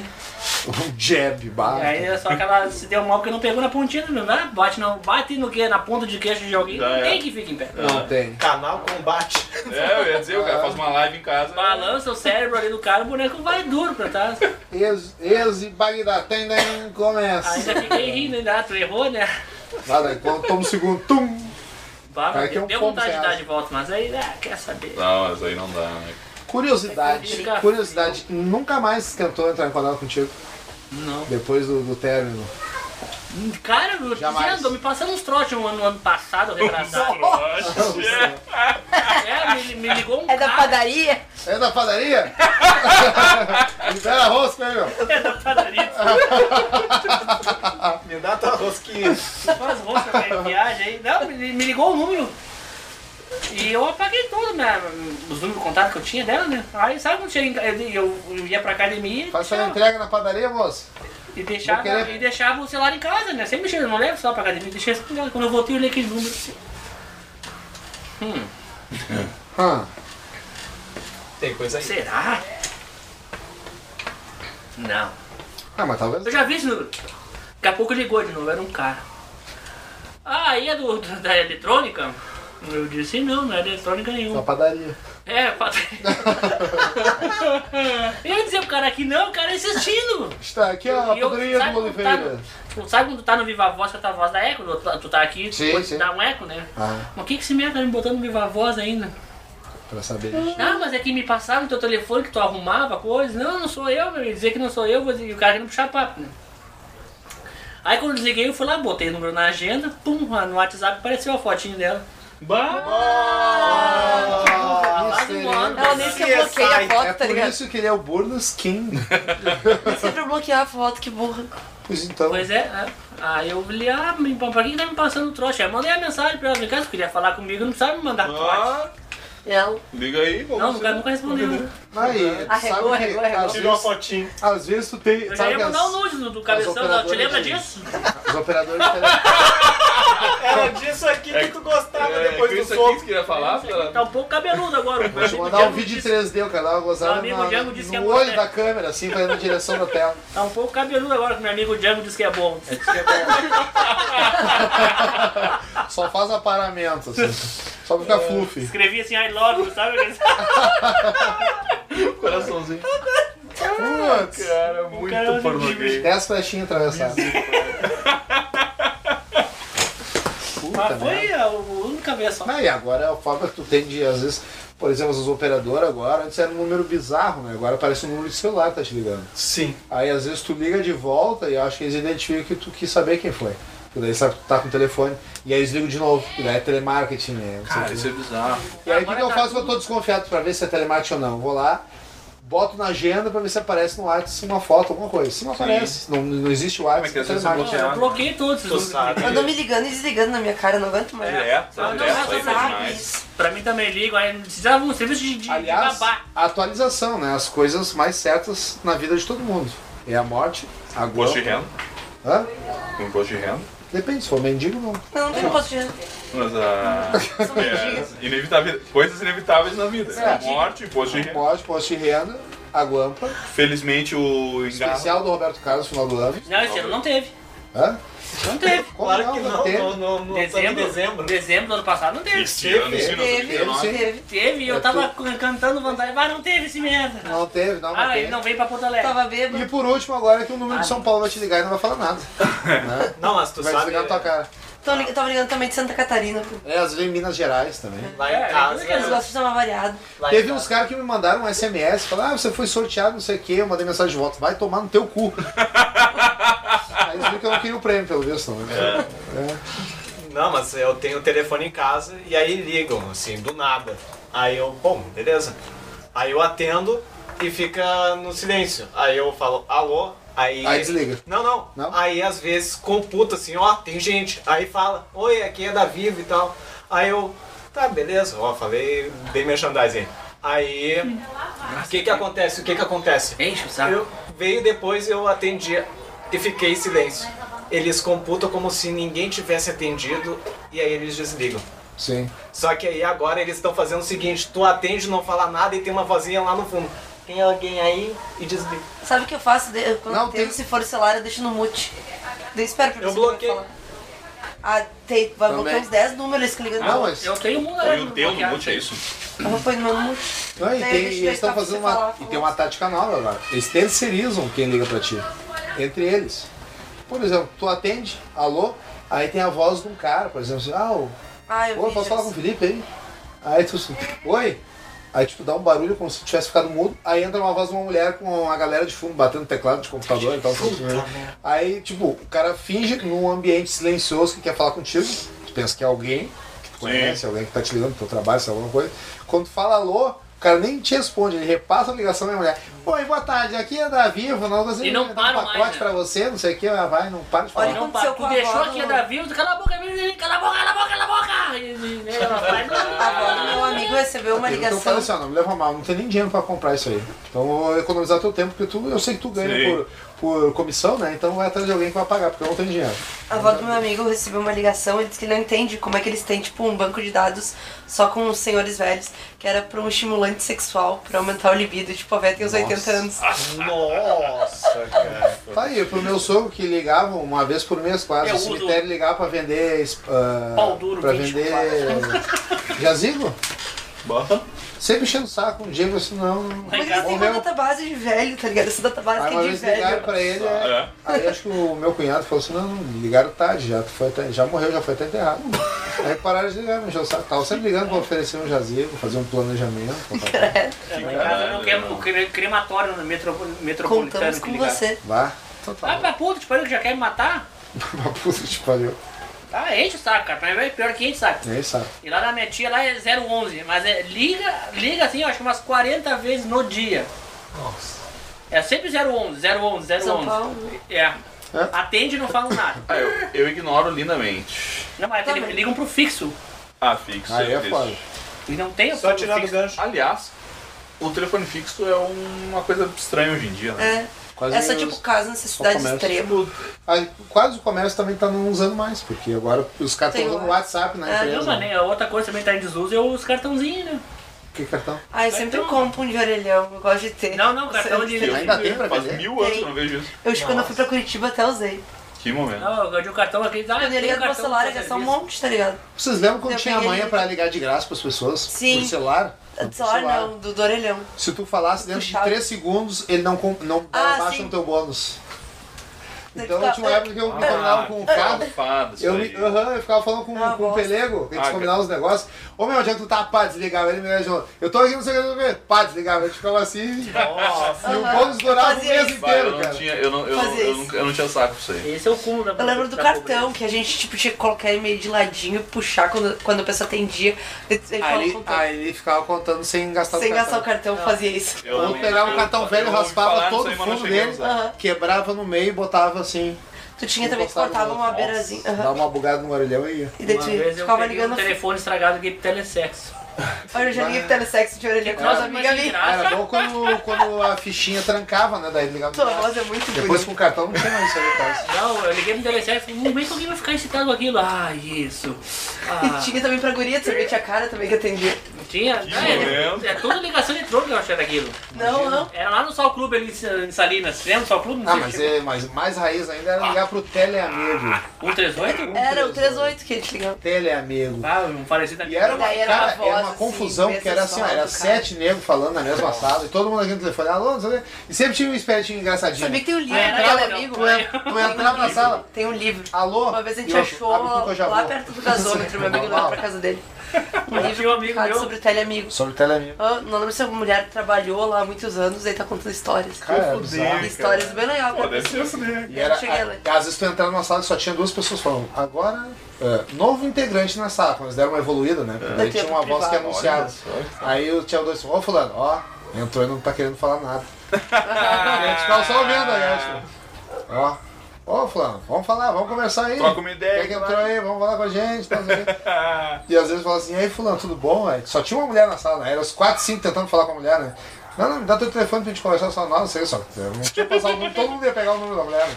Speaker 2: Um jab,
Speaker 3: E
Speaker 2: barra.
Speaker 3: aí, é- só que ela se deu mal porque não pegou na pontinha, não, né? Bate, não, bate no que? Na ponta de queixo de alguém,
Speaker 7: Já
Speaker 3: não
Speaker 7: é.
Speaker 3: tem que fica em pé.
Speaker 2: Não tem.
Speaker 4: Canal Combate.
Speaker 7: É, eu ia dizer, o cara faz uma live em casa.
Speaker 3: Balança o cérebro ali do cara, o boneco vai duro pra trás.
Speaker 2: Ex, ex e Bagdá, tem, tem, começa.
Speaker 3: Ainda fiquei rindo, ainda, ah, tu errou, né?
Speaker 2: Nada, quando toma um segundo, tum.
Speaker 3: Bah,
Speaker 2: Cara,
Speaker 3: mas
Speaker 2: que é um
Speaker 3: deu
Speaker 2: pombo
Speaker 3: vontade de
Speaker 2: sem
Speaker 3: dar
Speaker 2: asa.
Speaker 3: de volta, mas aí, ah, quer saber.
Speaker 7: Não, mas aí não dá, né?
Speaker 2: Curiosidade,
Speaker 3: É
Speaker 2: curiosidade, nunca mais tentou entrar em contato contigo
Speaker 3: Não.
Speaker 2: depois do, do término.
Speaker 3: Cara, eu tô
Speaker 2: Jamais.
Speaker 3: dizendo, me passando uns trotes um ano, no ano passado, retrasado. é, me, me ligou um
Speaker 5: É da
Speaker 3: cara.
Speaker 5: padaria?
Speaker 2: É da padaria? Libera a rosca aí, meu.
Speaker 3: É da padaria.
Speaker 4: Me dá tua rosquinha.
Speaker 3: Faz rosca pra minha viagem aí. Não, me, me ligou o número. E eu apaguei tudo, minha, os números de contato que eu tinha dela, né? Aí sabe quando chega em ca- eu, eu ia pra academia e
Speaker 2: Faz sua
Speaker 3: deixava,
Speaker 2: entrega na padaria, moço.
Speaker 3: e, deixava,
Speaker 2: Vou querer.
Speaker 3: e deixava o celular em casa, né? Sem mexer, eu não levo o celular pra academia, deixei assim em casa. Quando eu voltei, eu olhei aquele número. assim.
Speaker 2: Hã,
Speaker 4: Tem coisa aí.
Speaker 3: Será? Não.
Speaker 2: Ah, mas talvez.
Speaker 3: Eu já vi esse número. Daqui a pouco ligou de novo, era um cara. Ah, e é do, do- da eletrônica? Eu disse não, não é eletrônica nenhuma.
Speaker 2: Na padaria.
Speaker 3: É, pata- Eu ia dizer pro cara aqui, não, o cara insistindo.
Speaker 2: Está aqui ó, a
Speaker 3: E eu-
Speaker 2: padaria do
Speaker 3: quando tá
Speaker 2: Oliveira.
Speaker 3: no- tu sabe quando tu tá no Viva Voz que a tua voz dá eco? Tu tá- Tu tá aqui, tu
Speaker 2: Sim,
Speaker 3: pode
Speaker 2: sim.
Speaker 3: dar um eco, né?
Speaker 2: Ah,
Speaker 3: Mas o que que esse merda tá me botando no Viva Voz ainda?
Speaker 2: pra saber.
Speaker 3: Ah, mas é que me passaram teu telefone que tu arrumava coisa. Não, não sou eu, meu. Dizer que não sou eu, vou dizer- e o cara querendo puxar papo, né? Aí quando eu desliguei, eu fui lá, botei o número na agenda, pum, no WhatsApp apareceu a fotinho dela.
Speaker 7: Bah!
Speaker 2: Ah,
Speaker 3: Lá do
Speaker 2: Mr.
Speaker 3: lado.
Speaker 5: Ela
Speaker 6: real, nem sempre eu bloqueei a foto,
Speaker 2: É por
Speaker 6: tá ligado?
Speaker 2: isso que ele é o Burnos King.
Speaker 6: Nem sempre eu bloqueei a foto, que burra.
Speaker 2: Pois então.
Speaker 3: Pois é, é. aí eu falei, ah, me- pra quem tá me passando trouxa? Aí mandei a mensagem pra ela, falei, cara, se queria falar comigo, não precisava me mandar trouxa.
Speaker 7: Ah,
Speaker 6: Ela.
Speaker 7: liga aí, vamos.
Speaker 3: Não, o cara nunca respondeu.
Speaker 2: Aí,
Speaker 3: é.
Speaker 6: Arregou,
Speaker 2: sabe que
Speaker 6: arregou, arregou.
Speaker 2: Às
Speaker 4: Tirou a
Speaker 2: vezes,
Speaker 4: fotinho.
Speaker 2: às vezes tu tem.
Speaker 3: Eu já
Speaker 2: sabe
Speaker 3: ia
Speaker 2: que
Speaker 3: mandar o
Speaker 2: as-
Speaker 3: nude do, do cabeção, ela, te
Speaker 2: operadoras
Speaker 3: lembra
Speaker 2: de-
Speaker 3: disso?
Speaker 2: os operadores de tele-
Speaker 4: Era disso aqui que tu gostava
Speaker 7: É,
Speaker 4: depois
Speaker 7: com
Speaker 4: do
Speaker 7: isso aqui
Speaker 4: soco.
Speaker 7: que queria falar,
Speaker 3: Tá um pouco cabeludo agora.
Speaker 2: Vou te mandar um vídeo em 3D, o cara gozava
Speaker 3: Meu amigo
Speaker 2: na-
Speaker 3: Django disse que
Speaker 2: no
Speaker 3: é
Speaker 2: olho
Speaker 3: bom,
Speaker 2: da
Speaker 3: né?
Speaker 2: câmera, assim, fazendo na direção da tela.
Speaker 3: Tá um pouco cabeludo agora que meu amigo Django disse que é bom.
Speaker 2: Só faz aparamento, assim. Só fica fluffy.
Speaker 3: Escrevi assim, I love you, sabe?
Speaker 7: Coraçãozinho.
Speaker 2: Putz,
Speaker 7: Cara, muito
Speaker 3: cara é um
Speaker 7: pornogay.
Speaker 2: 10 flechinhas atravessadas. Puta
Speaker 3: Mas
Speaker 2: merda.
Speaker 3: foi a o- a única vez só.
Speaker 2: Ah, e agora a forma que tu tem de, às vezes, por exemplo, as operadoras agora, antes era um número bizarro, né? Agora parece um número de celular que tá te ligando.
Speaker 4: Sim.
Speaker 2: Aí às vezes tu liga de volta e acho que eles identificam que tu quis saber quem foi. Porque daí sabe que tu tá com o telefone. E aí eles ligam de novo. E daí é telemarketing, né? Não sei o
Speaker 7: Cara,
Speaker 2: quê.
Speaker 7: isso é bizarro.
Speaker 2: E aí o que, que
Speaker 7: tá
Speaker 2: eu faço quando eu tô desconfiado pra ver se é telemarketing ou não? Vou lá, boto na agenda pra ver se aparece no WhatsApp uma foto, alguma coisa. Se não aparece, não, não existe o
Speaker 7: Como é
Speaker 2: WhatsApp,
Speaker 7: que
Speaker 2: é
Speaker 7: às vezes
Speaker 2: telemarketing.
Speaker 7: você
Speaker 3: Eu bloqueei todos.
Speaker 4: Tu sabe.
Speaker 6: Andou me ligando e desligando na minha cara, eu não aguento mais.
Speaker 7: Direto,
Speaker 3: Ah, não,
Speaker 7: direto,
Speaker 3: mas
Speaker 7: aí
Speaker 3: sabe
Speaker 7: demais.
Speaker 3: Pra mim também ligo, aí precisava um serviço de, de, de
Speaker 2: Aliás,
Speaker 3: babá.
Speaker 2: a atualização, né? As coisas mais certas na vida de todo mundo. É a morte, a
Speaker 7: Imposto de
Speaker 2: guampa.
Speaker 7: renda.
Speaker 2: Hã?
Speaker 7: Um imposto de renda.
Speaker 2: Depende, se for mendigo, não.
Speaker 6: Não, não tem posto de renda.
Speaker 7: Mas a. é, inevitável, coisas inevitáveis na vida.
Speaker 2: É.
Speaker 7: Morte, imposto de renda.
Speaker 2: Morte, posto de renda, a guampa.
Speaker 7: Felizmente o engarro.
Speaker 2: Especial do Roberto Carlos, final do ano.
Speaker 3: Não, esse ano não teve.
Speaker 2: Hã?
Speaker 3: Não teve.
Speaker 2: Como
Speaker 4: Claro que não,
Speaker 2: Teve.
Speaker 4: não, não, não. tá em
Speaker 3: Dezembro,
Speaker 4: dezembro.
Speaker 3: dezembro do ano passado não teve.
Speaker 7: Esse ano, esse ano,
Speaker 6: Teve,
Speaker 7: 2019.
Speaker 6: teve.
Speaker 3: Teve, e eu
Speaker 2: É
Speaker 3: tava can- cantando vantagem, mas não teve esse merda.
Speaker 2: Não teve, não, não
Speaker 3: Ah,
Speaker 2: teve.
Speaker 3: ele não Ah. veio pra Porto Alegre.
Speaker 6: Tava
Speaker 2: E
Speaker 6: bêbado.
Speaker 2: por último, agora é que o número de São Paulo vai te ligar e não vai falar nada. né?
Speaker 4: Não, mas tu
Speaker 2: Vai
Speaker 4: sabe.
Speaker 2: desligar
Speaker 7: é.
Speaker 2: na tua cara.
Speaker 6: Tão lig- Tava ligando também de Santa Catarina. pô.
Speaker 2: É, às vezes em Minas Gerais também.
Speaker 3: É,
Speaker 4: Lá em casa.
Speaker 3: aqueles
Speaker 6: Eles gostam de dar uma variada.
Speaker 4: lá em
Speaker 2: Teve
Speaker 4: casa.
Speaker 2: uns caras que me mandaram um SMS, falaram, ah, você foi sorteado, não sei o quê, eu mandei mensagem de volta, vai tomar no teu cu. Aí eles viram que eu não queria o prêmio, pelo visto, não, né?
Speaker 4: Não, mas eu tenho o telefone em casa e aí ligam, assim, do nada. Aí eu, bom, beleza. Aí eu atendo e fica no silêncio. Aí eu falo, alô, aí.
Speaker 2: Aí desliga.
Speaker 4: Não, não.
Speaker 2: Não?
Speaker 4: Aí às vezes computa assim, ó, tem gente. Aí fala, oi, aqui é da Vivo e tal. Aí eu, tá, beleza, ó, falei, dei merchandising. Aí. O que que acontece? O que que acontece?
Speaker 3: Enche o saco.
Speaker 4: Eu veio depois eu atendi e fiquei em silêncio. Eles computam como se ninguém tivesse atendido e aí eles desligam.
Speaker 2: Sim.
Speaker 4: Só que aí agora eles estão fazendo o seguinte, tu atende, não fala nada e tem uma vozinha lá no fundo. Tem alguém aí e desliga.
Speaker 6: Sabe o que eu faço? De- eu- Quando
Speaker 2: Não,
Speaker 6: eu tenho,
Speaker 2: tem-
Speaker 6: se for o celular, eu deixo no mute. Daí espero pra
Speaker 4: Eu
Speaker 6: pessoa
Speaker 4: bloqueio.
Speaker 6: falar. Ah, tem, vai bloquear
Speaker 2: Também.
Speaker 6: uns 10 números que ligando.
Speaker 2: Não, mas.
Speaker 3: Eu tenho um mundo
Speaker 7: Foi
Speaker 3: aí.
Speaker 7: o teu no mute, é isso?
Speaker 6: Eu foi no meu mute.
Speaker 2: Não, e
Speaker 6: Daí
Speaker 2: tem-
Speaker 6: deixa
Speaker 2: e eles estão
Speaker 6: pra você
Speaker 2: fazendo
Speaker 6: falar,
Speaker 2: uma. E
Speaker 6: falar.
Speaker 2: tem uma tática nova agora. Eles terceirizam quem liga pra ti. Entre eles. Por exemplo, tu atende, alô, aí tem a voz de um cara, por exemplo, assim, ah, o
Speaker 6: Ah, eu
Speaker 2: Ô,
Speaker 6: vi.
Speaker 2: posso falar com o
Speaker 6: disso.
Speaker 2: Felipe aí? Aí tu assim, oi? Aí tipo, dá um barulho como se tivesse ficado mudo. Aí entra uma voz de uma mulher com uma galera de fundo batendo teclado de computador e tal. assim, né? Aí, tipo, o cara finge num ambiente silencioso que quer falar contigo. Tu pensa que é alguém que tu conhece, alguém que tá te ligando pro teu trabalho, sei lá, alguma coisa. Quando tu fala alô, o cara nem te responde, ele repassa a ligação da mulher. Oi, boa tarde, aqui é da Vivo, não, você
Speaker 3: E não
Speaker 2: tem
Speaker 3: para
Speaker 2: um pacote
Speaker 3: mais, né?
Speaker 2: pra você, não sei o que, vai, não para de falar.
Speaker 6: Olha,
Speaker 3: Não, pá,
Speaker 6: aconteceu
Speaker 3: tu
Speaker 6: com a
Speaker 3: deixou
Speaker 6: avó
Speaker 3: aqui a
Speaker 6: do-
Speaker 3: Davi, eu- cala a boca, menino, cala a boca, cala a boca, cala a boca. E, e, e ela vai, não, não,
Speaker 6: Agora
Speaker 3: não, não.
Speaker 6: meu amigo recebeu uma
Speaker 2: Então eu falei
Speaker 6: ligação.
Speaker 2: assim, ó, não me leva mal, não tem nem dinheiro pra comprar isso aí. Então eu vou economizar teu tempo, porque tu, eu sei que tu ganha
Speaker 7: Sim.
Speaker 2: por, por comissão, né? Então vai atrás de alguém que vai pagar, porque eu não tenho dinheiro.
Speaker 6: A avó do meu amigo recebeu uma ligação e disse que ele não entende como é que eles têm, tipo, um banco de dados só com os senhores velhos, que era pra um estimulante sexual, pra aumentar o libido. Tipo, a velha tem uns 80 anos.
Speaker 4: Ah, Nossa, cara.
Speaker 2: Tá aí, pro meu sogro que ligava uma vez por mês quase,
Speaker 3: Eu
Speaker 2: o
Speaker 3: uso-
Speaker 2: cemitério ligava pra vender. ah,
Speaker 3: Pau duro,
Speaker 2: pra
Speaker 3: 20
Speaker 2: vender. Jazigo? Sempre enchendo o saco, um dia eu falei assim, não. não.
Speaker 3: Vai
Speaker 6: Como é que eles têm uma
Speaker 2: Morreu.
Speaker 6: database de velho, tá ligado? Essa database
Speaker 2: Aí
Speaker 6: que é
Speaker 2: uma
Speaker 6: de
Speaker 2: vez ligaram
Speaker 6: velho.
Speaker 2: pra ele,
Speaker 7: É.
Speaker 2: aí acho que o meu cunhado falou assim, não, não, ligaram tarde, já, foi até- já morreu, já foi até enterrado. aí pararam de ligar, já sabe, tava sempre ligando pra oferecer um jazigo, fazer um planejamento. tal, tal, tal.
Speaker 3: Lá em casa
Speaker 7: né?
Speaker 3: não quer o cre- crematório no metro, metropolitano
Speaker 6: Contamos
Speaker 4: tá
Speaker 3: que
Speaker 6: com
Speaker 3: ligaram.
Speaker 6: você.
Speaker 2: Vá,
Speaker 3: Vai pra puta, tipo, que já quer me matar?
Speaker 2: pra puta que pariu.
Speaker 3: Ah, enche o saco, cara. Pra mim é pior que enche o saco.
Speaker 2: Nem sabe.
Speaker 3: E lá na minha tia, lá é 011, mas é, liga, liga assim, eu acho que umas 40 vezes no dia. Nossa. É sempre 011, 011, 011.
Speaker 6: São Paulo.
Speaker 3: É. Atende e não fala nada.
Speaker 7: Ah, eu, eu ignoro lindamente.
Speaker 3: Não, mas eles
Speaker 6: Também.
Speaker 3: ligam pro fixo.
Speaker 7: Ah, fixo.
Speaker 2: Aí é
Speaker 7: triste.
Speaker 2: foda.
Speaker 3: E não tem
Speaker 4: Só
Speaker 3: opção do
Speaker 4: tirar do
Speaker 3: fixo.
Speaker 4: gancho.
Speaker 7: Aliás, o telefone fixo é uma coisa estranha hoje em dia, né?
Speaker 6: É.
Speaker 2: Quase
Speaker 6: Essa
Speaker 2: os-
Speaker 6: tipo caso necessidade
Speaker 2: comércio.
Speaker 6: extrema.
Speaker 7: Tipo,
Speaker 2: Aí, quase o comércio também tá não usando mais, porque agora os caras
Speaker 6: Tem
Speaker 2: estão usando
Speaker 6: o
Speaker 2: WhatsApp na
Speaker 6: É,
Speaker 3: Não,
Speaker 2: empresa.
Speaker 3: mas né, outra coisa também tá em desuso é os cartãozinhos, né?
Speaker 2: Que cartão?
Speaker 6: Ah, eu sempre
Speaker 3: Cartão.
Speaker 6: compro um de orelhão, eu gosto de ter.
Speaker 3: Não, não, cartão de.
Speaker 7: eu
Speaker 2: Ainda
Speaker 7: não
Speaker 2: tem pra
Speaker 7: vejo, faz
Speaker 2: vender?
Speaker 7: mil anos que eu não vejo isso.
Speaker 6: Eu acho que quando eu fui pra Curitiba até usei.
Speaker 7: Que momento.
Speaker 3: Não, eu de um cartão aqui. Ah,
Speaker 6: Quando
Speaker 3: tem
Speaker 6: eu
Speaker 3: um
Speaker 6: ligava
Speaker 3: cartão
Speaker 6: pro celular,
Speaker 3: pra
Speaker 6: era só um
Speaker 3: serviço.
Speaker 6: monte, tá ligado?
Speaker 2: Vocês lembram quando
Speaker 6: Eu
Speaker 2: tinha a
Speaker 6: peguei
Speaker 2: manha
Speaker 6: ele.
Speaker 2: pra ligar de graça pras pessoas?
Speaker 6: Sim.
Speaker 2: Por celular?
Speaker 6: Do
Speaker 2: Por
Speaker 6: celular não, do, do orelhão.
Speaker 2: Se tu falasse dentro de
Speaker 6: Puxava.
Speaker 2: 3 segundos, ele não, com- não dava
Speaker 6: Ah,
Speaker 2: baixa
Speaker 6: sim.
Speaker 2: no teu bônus.
Speaker 6: Ele
Speaker 2: Então,
Speaker 6: ficava-
Speaker 2: eu tinha uma época que eu me combinava com o
Speaker 7: cara.
Speaker 2: cara.
Speaker 7: Fada, isso
Speaker 2: Eu, me,
Speaker 7: aí.
Speaker 2: aham, eu ficava falando com,
Speaker 6: Ah,
Speaker 2: com o
Speaker 6: bosta.
Speaker 2: pelego, a gente
Speaker 7: Ah,
Speaker 2: combinava os negócios. Ô meu, adianta tu tá, pá, desligava ele, me ajudou. Eu tô aqui, não sei o que, não sei o que. Pá, desligava, a gente ficava assim. E o
Speaker 6: Aham.
Speaker 2: bônus durava o
Speaker 6: Fazia
Speaker 2: mês
Speaker 6: isso.
Speaker 7: Vai, eu
Speaker 2: inteiro,
Speaker 7: não
Speaker 2: cara.
Speaker 7: tinha, eu não, eu, não-
Speaker 6: Fazer
Speaker 7: eu
Speaker 6: isso.
Speaker 7: nunca- eu não tinha saco pra isso aí.
Speaker 3: Esse é o cúmulo da
Speaker 6: Eu lembro do
Speaker 3: da
Speaker 6: cartão,
Speaker 3: pobreza.
Speaker 6: que a gente tipo, tinha que colocar ele meio de ladinho e puxar quando, quando a pessoa atendia. Ele falava
Speaker 2: Aí,
Speaker 6: com o
Speaker 2: ele-
Speaker 6: cartão.
Speaker 2: aí ele ficava contando sem gastar
Speaker 6: Sem
Speaker 2: o
Speaker 6: gastar
Speaker 2: cartão.
Speaker 6: o cartão, fazia isso.
Speaker 7: Eu
Speaker 2: Ou
Speaker 7: não-
Speaker 2: pegava um
Speaker 7: eu-
Speaker 2: cartão
Speaker 7: eu
Speaker 2: velho,
Speaker 7: ouvi falar
Speaker 2: raspava
Speaker 7: nisso
Speaker 2: todo
Speaker 7: aí,
Speaker 2: o
Speaker 7: mas não
Speaker 2: fundo
Speaker 7: cheguei a
Speaker 2: dele,
Speaker 7: usar.
Speaker 6: Aham.
Speaker 2: quebrava no meio e botava assim.
Speaker 6: Tu tinha também que
Speaker 2: Encostava
Speaker 6: cortava
Speaker 2: no
Speaker 6: uma
Speaker 2: outro.
Speaker 6: beirazinha.
Speaker 2: Dava
Speaker 6: Aham.
Speaker 2: uma bugada no orelhão e ia.
Speaker 6: E daí
Speaker 3: Uma vez
Speaker 6: tu
Speaker 3: eu
Speaker 6: ficava assim.
Speaker 3: peguei
Speaker 6: ligado.
Speaker 3: um telefone estragado aqui pro telesexo.
Speaker 6: Olha, eu já liguei pro telesexo de orelhão com as
Speaker 3: Nossa, mas
Speaker 6: amigas
Speaker 3: sem
Speaker 6: ali.
Speaker 2: Era
Speaker 3: graça.
Speaker 2: bom quando, quando a fichinha trancava, né? Daí ligava.
Speaker 6: Tua voz é muito
Speaker 2: Depois
Speaker 6: bonita.
Speaker 2: com o cartão não tinha mais isso aí, tá? cara.
Speaker 3: Não, eu liguei pro telesexo e falei, como é que alguém vai ficar excitado com aquilo? Ah, isso. Ah,
Speaker 6: E tinha também pra guria, tu sabia, tinha cara também que atendia.
Speaker 3: não tinha.
Speaker 7: Que
Speaker 3: É,
Speaker 7: momento.
Speaker 3: é, toda ligação eletrônica eu achei daquilo.
Speaker 6: Não, não.
Speaker 3: Era lá no Sol Clube ali em Salinas. Lembra do Sol Clube?
Speaker 2: Ah,
Speaker 3: Não sei
Speaker 2: mas,
Speaker 3: se-
Speaker 2: é, mas mais raiz ainda era ligar pro teleamigo.
Speaker 7: Ah.
Speaker 2: É.
Speaker 3: 138?
Speaker 6: Era o 38 que a gente ligava.
Speaker 2: Teleamigo.
Speaker 3: Ah, um falecido
Speaker 2: E era uma,
Speaker 6: Daí era
Speaker 2: cara,
Speaker 6: uma voz,
Speaker 2: era uma
Speaker 6: assim,
Speaker 2: confusão,
Speaker 6: bem
Speaker 2: porque era assim, ó,
Speaker 6: acessório
Speaker 2: era
Speaker 6: do cara.
Speaker 2: sete negros falando na mesma sala, e todo mundo aqui no telefone, alô, não sei o quê. E sempre tinha um espertinho engraçadinho.
Speaker 6: Sabia que tem um livro,
Speaker 3: Ah,
Speaker 6: né,
Speaker 3: era
Speaker 6: aquele
Speaker 3: eu,
Speaker 6: amigo.
Speaker 3: não.
Speaker 2: Tu entrava na sala,
Speaker 6: Tem um livro.
Speaker 2: alô?
Speaker 6: Uma vez a gente
Speaker 2: E eu,
Speaker 6: achou
Speaker 2: abre com que eu já
Speaker 6: lá
Speaker 2: vou.
Speaker 6: perto do gasômetro, meu amigo levou pra casa dele. Um
Speaker 3: Eu tinha
Speaker 6: livro
Speaker 3: um amigo
Speaker 6: publicado
Speaker 3: meu.
Speaker 6: sobre teleamigos.
Speaker 2: Sobre teleamigo.
Speaker 6: Ah, Não lembro se é uma mulher que trabalhou lá há muitos anos, aí tá contando histórias.
Speaker 2: Cara, é era
Speaker 7: Fudeu,
Speaker 2: bizarro.
Speaker 7: cara.
Speaker 6: histórias bem legal.
Speaker 7: Pô,
Speaker 6: cara.
Speaker 7: deve ser isso, né?
Speaker 2: E era,
Speaker 6: Cheguei lá.
Speaker 2: a, às vezes tu entrava numa sala que só tinha duas pessoas falando, agora, é, novo integrante na sala, quando eles deram uma evoluída, né?
Speaker 7: É.
Speaker 2: Daí tinha uma voz que
Speaker 6: privado.
Speaker 2: anunciava.
Speaker 7: então.
Speaker 2: Aí o tinha dois, ó, fulano, ó, entrou e não tá querendo falar nada. a gente ficava só ouvindo aí, tipo, ó. Ô, fulano, vamos falar, vamos conversar aí.
Speaker 7: Troca uma
Speaker 2: Quem
Speaker 7: ideia,
Speaker 2: é que
Speaker 7: claro.
Speaker 2: entrou aí, vamos falar com a gente. Tá, não sei o quê. e às vezes fala assim, e aí, fulano, tudo bom? Aí, só tinha uma mulher na sala, né? Era os quatro, cinco tentando falar com a mulher, né? Não, não, dá teu telefone pra gente conversar só nós, não sei só. Eu Não tinha passado o número, todo mundo ia pegar o número da mulher. né?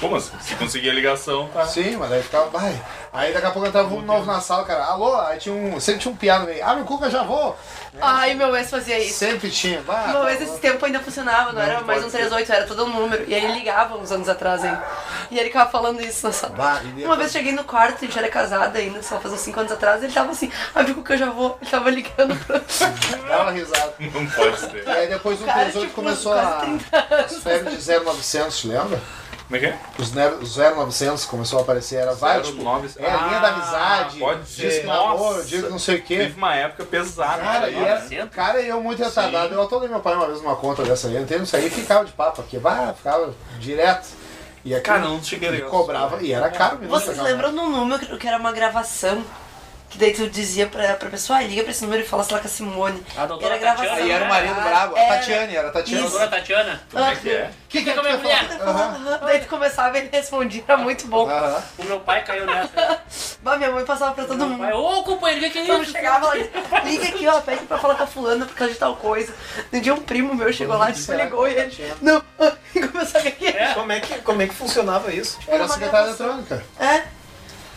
Speaker 7: Pô, mas se conseguir a ligação, tá.
Speaker 2: Sim, mas aí ficava. Vai. Aí daqui a pouco entrava um novo na sala, cara. Alô? Aí tinha um. Sempre tinha um piá no meio. Ah, meu cuca, já vou!
Speaker 6: Ai, meu ex fazia isso.
Speaker 2: Sempre tinha. Bah,
Speaker 6: Uma
Speaker 2: tá
Speaker 6: vez
Speaker 2: bom.
Speaker 6: esse tempo ainda funcionava, não era mais um 38, era todo um número. E aí ele ligava uns anos atrás aí. E ele ficava falando isso na sala.
Speaker 2: Bah, e
Speaker 6: Uma vez cheguei no quarto, a gente era casada ainda, só faz uns 5 anos atrás, ele tava assim, amigo que eu já vou, ele tava ligando pra
Speaker 2: Dava uma risada.
Speaker 7: Não pode ser.
Speaker 2: E aí depois um o
Speaker 6: Cara,
Speaker 2: 38
Speaker 6: tipo,
Speaker 2: começou
Speaker 6: quase
Speaker 2: a.
Speaker 6: 30
Speaker 2: As febres de 0900, te lembra?
Speaker 7: Como é que é?
Speaker 2: Os, ne- os 0900 começou a aparecer. Era vai, tipo.
Speaker 7: 0900.
Speaker 2: É, linha da amizade.
Speaker 7: Ah, pode
Speaker 2: Diz
Speaker 7: ser.
Speaker 2: que namoro,
Speaker 7: Nossa.
Speaker 2: diz que não sei o quê.
Speaker 7: Teve uma época pesada.
Speaker 2: É.
Speaker 7: né?
Speaker 2: Cara,
Speaker 7: isso
Speaker 2: e é assim.
Speaker 7: aí.
Speaker 2: era, cara, eu muito retardado. Eu até dei meu pai uma vez uma conta dessa aí. Eu entrei nisso aí e ficava de papo aqui. Vai, ficava direto. E aqui
Speaker 7: Cara, eu não cheguei a ligar.
Speaker 2: cobrava. E era caro mesmo.
Speaker 6: Vocês
Speaker 2: essa
Speaker 6: lembram de um número que era uma gravação? Que daí tu dizia pra, pra pessoa, ah, liga pra esse número e fala, sei lá, com a Simone.
Speaker 2: Ah,
Speaker 3: A doutora
Speaker 6: era gravação.
Speaker 2: tá,
Speaker 3: Tatiana.
Speaker 2: Aí era o marido
Speaker 6: Ah,
Speaker 2: brabo. A
Speaker 6: era.
Speaker 2: Tatiane, era a Tatiane.
Speaker 6: Isso.
Speaker 3: Doutora Tatiana.
Speaker 7: Como é que é?
Speaker 2: Ah, Que que
Speaker 3: Fica com a minha
Speaker 2: tu ia
Speaker 3: mulher.
Speaker 2: falar? Aham.
Speaker 6: Aham. Daí tu começava e ele respondia, era muito bom.
Speaker 2: Aham.
Speaker 3: O meu pai caiu nessa.
Speaker 6: Bah, minha mãe passava pra todo
Speaker 3: Meu pai,
Speaker 6: mundo.
Speaker 3: ô companheiro, o que que é
Speaker 6: Quando
Speaker 3: isso?
Speaker 6: chegava, ela dizia, liga aqui, ó, pede pra falar com a fulana por causa de tal coisa. Um dia um primo meu chegou lá, tipo,
Speaker 2: Será que
Speaker 6: ligou e
Speaker 2: tá
Speaker 6: ele,
Speaker 2: tirando?
Speaker 6: não, e começou a ver
Speaker 3: É.
Speaker 4: Como é que, como é que funcionava isso?
Speaker 2: Era a
Speaker 6: uma
Speaker 2: secretária
Speaker 6: gravação.
Speaker 2: eletrônica.
Speaker 6: É,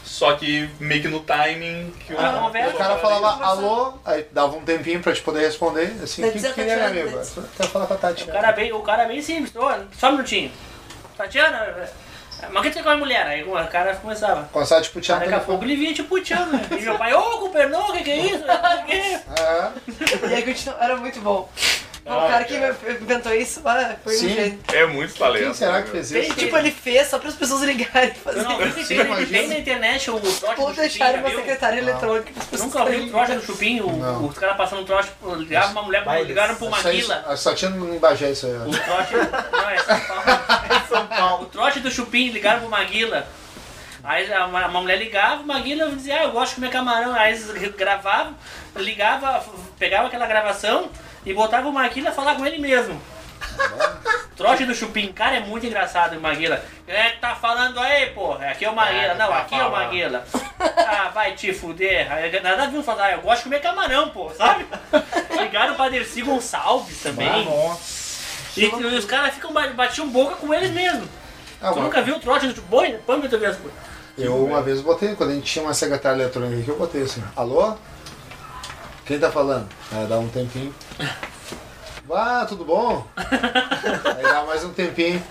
Speaker 7: Só que meio que no timing que o.
Speaker 3: Ah, conversa.
Speaker 2: O cara falava alô, aí dava um tempinho pra te poder responder. Assim, o
Speaker 6: Deve né?
Speaker 2: que
Speaker 6: ser
Speaker 2: que
Speaker 6: a
Speaker 2: queria,
Speaker 6: Tatiana,
Speaker 2: meu amigo?
Speaker 6: deve
Speaker 2: Eu Quero falar com a
Speaker 3: O
Speaker 2: Tatiana.
Speaker 3: cara bem, o cara bem simples. Ô, só um minutinho. Tatiana, mas o que você com a mulher? Aí o cara começava.
Speaker 2: Começava tipo tirar no
Speaker 3: Daqui a pouco
Speaker 2: telefone.
Speaker 3: ele vinha te puteando. né? E meu pai, ô companheiro, não, o que que é isso? Não sei o quê.
Speaker 2: É,
Speaker 6: e aí continuou, era muito bom. Então,
Speaker 3: Ah,
Speaker 6: o cara que me- inventou isso, ah, foi
Speaker 2: Sim.
Speaker 6: um gênio.
Speaker 7: É muito talento.
Speaker 2: Quem será que
Speaker 7: né,
Speaker 2: fez
Speaker 3: Tem-
Speaker 2: isso?
Speaker 6: Tipo, ele fez só para as pessoas ligarem e
Speaker 3: Eu não vi
Speaker 6: fazerem.
Speaker 3: se
Speaker 2: Sim,
Speaker 3: tem, tem
Speaker 2: imagina.
Speaker 3: na internet o trote
Speaker 6: Ou
Speaker 3: do
Speaker 6: deixaram
Speaker 3: Chupim,
Speaker 6: uma
Speaker 3: viu?
Speaker 6: secretária eletrônica para as pessoas
Speaker 3: Nunca ouvi o trote do
Speaker 6: ligarem.
Speaker 3: Chupim, o-
Speaker 2: Não.
Speaker 3: os caras passando trote, ligavam uma mulher,
Speaker 4: Bailes.
Speaker 3: ligaram pro
Speaker 2: Isso aí-
Speaker 3: Maguila.
Speaker 2: acho que Só tinha no Bagé isso aí. eu acho.
Speaker 3: O
Speaker 4: É
Speaker 3: trote, não, é São Paulo. O trote do Chupim, ligaram pro Maguila. Aí a- uma, uma mulher ligava, uma guila dizia, ah, eu gosto de comer camarão. Aí eles gravavam, ligava, f- pegava aquela gravação e botava o Maguila falar com ele mesmo. Trote do Chupim, cara, é muito engraçado o Maguila. Quem é que tá falando aí, porra? Aqui é o Maguila.
Speaker 4: que
Speaker 3: Não,
Speaker 4: tá
Speaker 3: aqui é o
Speaker 4: falando.
Speaker 3: Maguila. Ah, vai te fuder. Aí, Nada viu falar, ah, eu gosto de comer camarão, pô, sabe? Ligaram pra Dercy Gonçalves também.
Speaker 2: Nossa.
Speaker 3: E, e os caras ficam ba- batiam boca com eles mesmo.
Speaker 2: Ah,
Speaker 3: tu
Speaker 2: mano,
Speaker 3: nunca viu o trote do boi? Põe muitas vezes. pô.
Speaker 2: eu uma vez botei, quando a gente tinha uma secretária eletrônica aqui, eu botei assim, alô? Quem tá falando? Aí dá um tempinho. Ah, tudo bom? Aí dá mais um tempinho.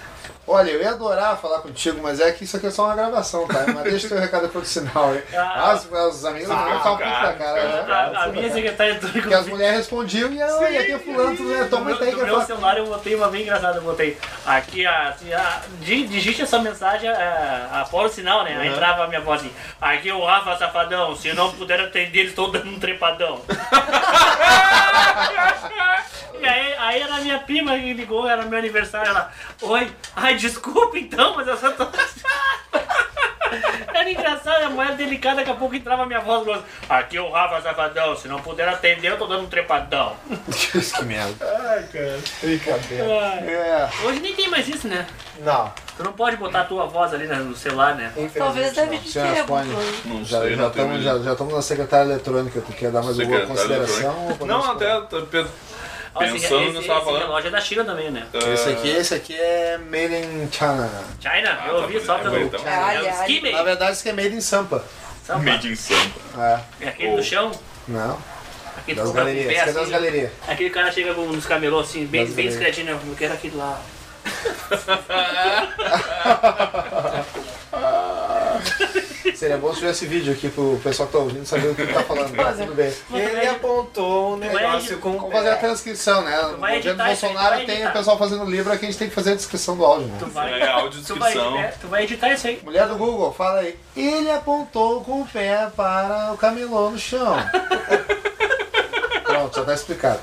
Speaker 2: Olha, eu ia adorar falar contigo, mas é que isso aqui é só uma gravação, tá? Mas deixa teu recado pro sinal aí. Ah, os, os amigos não falam muito pra cara, né?
Speaker 3: A, a minha secretária tá do
Speaker 2: Porque as mulheres respondiam e ela, e aqui é fulano, tudo, né? Toma aí que
Speaker 3: no
Speaker 2: eu
Speaker 3: meu
Speaker 2: falo.
Speaker 3: celular eu botei uma bem engraçada, eu botei aqui, assim, a, di- digite essa mensagem a, após o sinal, né? Aí entrava a minha voz assim, aqui é o Rafa Safadão, se não puder atender, estou dando um trepadão. e aí, aí era a minha prima que ligou, era meu aniversário, ela, oi, ai, desculpa então, mas eu só tô... Era engraçado, a mulher delicada, daqui a pouco entrava a minha voz grossa. Aqui é o Rafa Safadão, se não puder atender, eu tô dando um trepadão.
Speaker 2: que merda.
Speaker 4: Brincadeira.
Speaker 2: É.
Speaker 3: Hoje nem tem mais isso, né?
Speaker 4: Não.
Speaker 3: Tu não pode botar a tua voz ali né, no celular, né?
Speaker 6: Talvez deve
Speaker 2: Você
Speaker 6: ter alguma
Speaker 2: responde.
Speaker 6: coisa.
Speaker 7: Não
Speaker 2: Já
Speaker 7: sei,
Speaker 2: já
Speaker 7: não tenho tá,
Speaker 2: estamos já, já estamos na secretária eletrônica, tu quer dar mais alguma
Speaker 7: Secretário
Speaker 2: consideração? ou tá
Speaker 7: eletrônico.
Speaker 2: podemos
Speaker 7: Não,
Speaker 2: falar?
Speaker 7: até tá, tô pe-
Speaker 3: Ó, esse-
Speaker 7: pensando
Speaker 3: esse,
Speaker 7: no que tava
Speaker 3: esse
Speaker 7: falando.
Speaker 3: relógio é da China também,
Speaker 7: tá,
Speaker 3: né?
Speaker 7: ah,
Speaker 2: Esse aqui, esse aqui é Made in China.
Speaker 3: China, eu
Speaker 7: tá
Speaker 3: ouvi
Speaker 7: bonito,
Speaker 3: só
Speaker 7: é
Speaker 3: pelo...
Speaker 7: bonito.
Speaker 3: É
Speaker 6: Ai,
Speaker 3: o
Speaker 6: ai.
Speaker 3: Skimmy,
Speaker 2: Na verdade, isso aqui é Made in Sampa.
Speaker 3: sabe?
Speaker 7: Made in Sampa.
Speaker 2: É,
Speaker 3: É aquele do chão,
Speaker 2: não.
Speaker 3: aquele
Speaker 2: Das galerias. Isso aqui é
Speaker 3: né?
Speaker 2: das galerias.
Speaker 3: assim, Aquele cara chega com- nos camelôs assim, bem,
Speaker 2: Das
Speaker 3: bem
Speaker 2: galerias.
Speaker 3: discretinho, né? eu quero aquilo lá.
Speaker 2: Seria bom se tivesse vídeo aqui pro pessoal que tá ouvindo saber o que ele tá falando, mas
Speaker 3: é.
Speaker 2: tudo bem.
Speaker 4: Ele apontou um
Speaker 2: É
Speaker 4: negócio com
Speaker 2: Vamos
Speaker 4: o
Speaker 2: fazer a
Speaker 4: pé.
Speaker 2: transcrição, né? No governo
Speaker 3: vai editar isso aí, é tu
Speaker 2: Bolsonaro
Speaker 3: vai
Speaker 2: tem
Speaker 3: editar.
Speaker 2: o pessoal fazendo livro, aqui a gente tem que fazer a descrição do áudio, né?
Speaker 3: Tu vai,
Speaker 7: É, a
Speaker 3: tu, vai,
Speaker 7: audiodescrição.
Speaker 3: é, tu vai editar isso aí.
Speaker 2: Mulher do Google, fala aí. Ele apontou com o pé para o camelô no chão. Pronto, já tá explicado.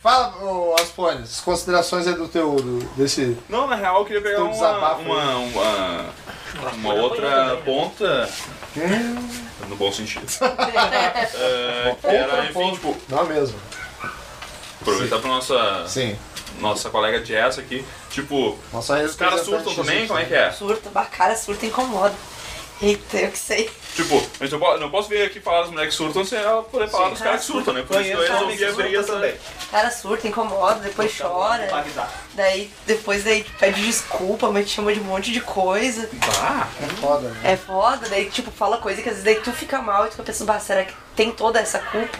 Speaker 2: fala, ô, Aspone, as considerações aí do teu. do- desse.
Speaker 7: Não, na real eu queria pegar
Speaker 2: Tem um
Speaker 7: uma,
Speaker 2: desabafo
Speaker 7: uma, uma, uma outra ponta.
Speaker 2: Hum.
Speaker 7: No bom sentido. Eh, que era, enfim, tipo,
Speaker 2: Não é mesmo?
Speaker 7: aproveitar pra nossa,
Speaker 2: Sim.
Speaker 7: nossa colega Jess aqui. Tipo,
Speaker 2: Nossa,
Speaker 7: os caras surtam também?
Speaker 2: né?
Speaker 7: Como é que é?
Speaker 6: Surto, bah, cara, surto incomoda. Eita, eu que sei.
Speaker 7: Tipo, mas eu po- não posso vir aqui falar dos moleques que surtam sem ela poder falar dos caras que surtam, né? Por isso eu
Speaker 4: Conheço homem
Speaker 7: resolvi
Speaker 4: que
Speaker 7: abrir
Speaker 4: surta
Speaker 7: essa.
Speaker 4: também.
Speaker 6: Cara, surta, incomoda, depois
Speaker 3: Tá
Speaker 6: chora.
Speaker 4: Bagdá.
Speaker 6: Daí, depois daí tu pede desculpa, mas te chama de um monte de coisa.
Speaker 7: Ah,
Speaker 2: É foda, né?
Speaker 6: É foda, daí tipo, fala coisa que às vezes daí tu fica mal e tu fica pensando, bah, será que tem toda essa culpa?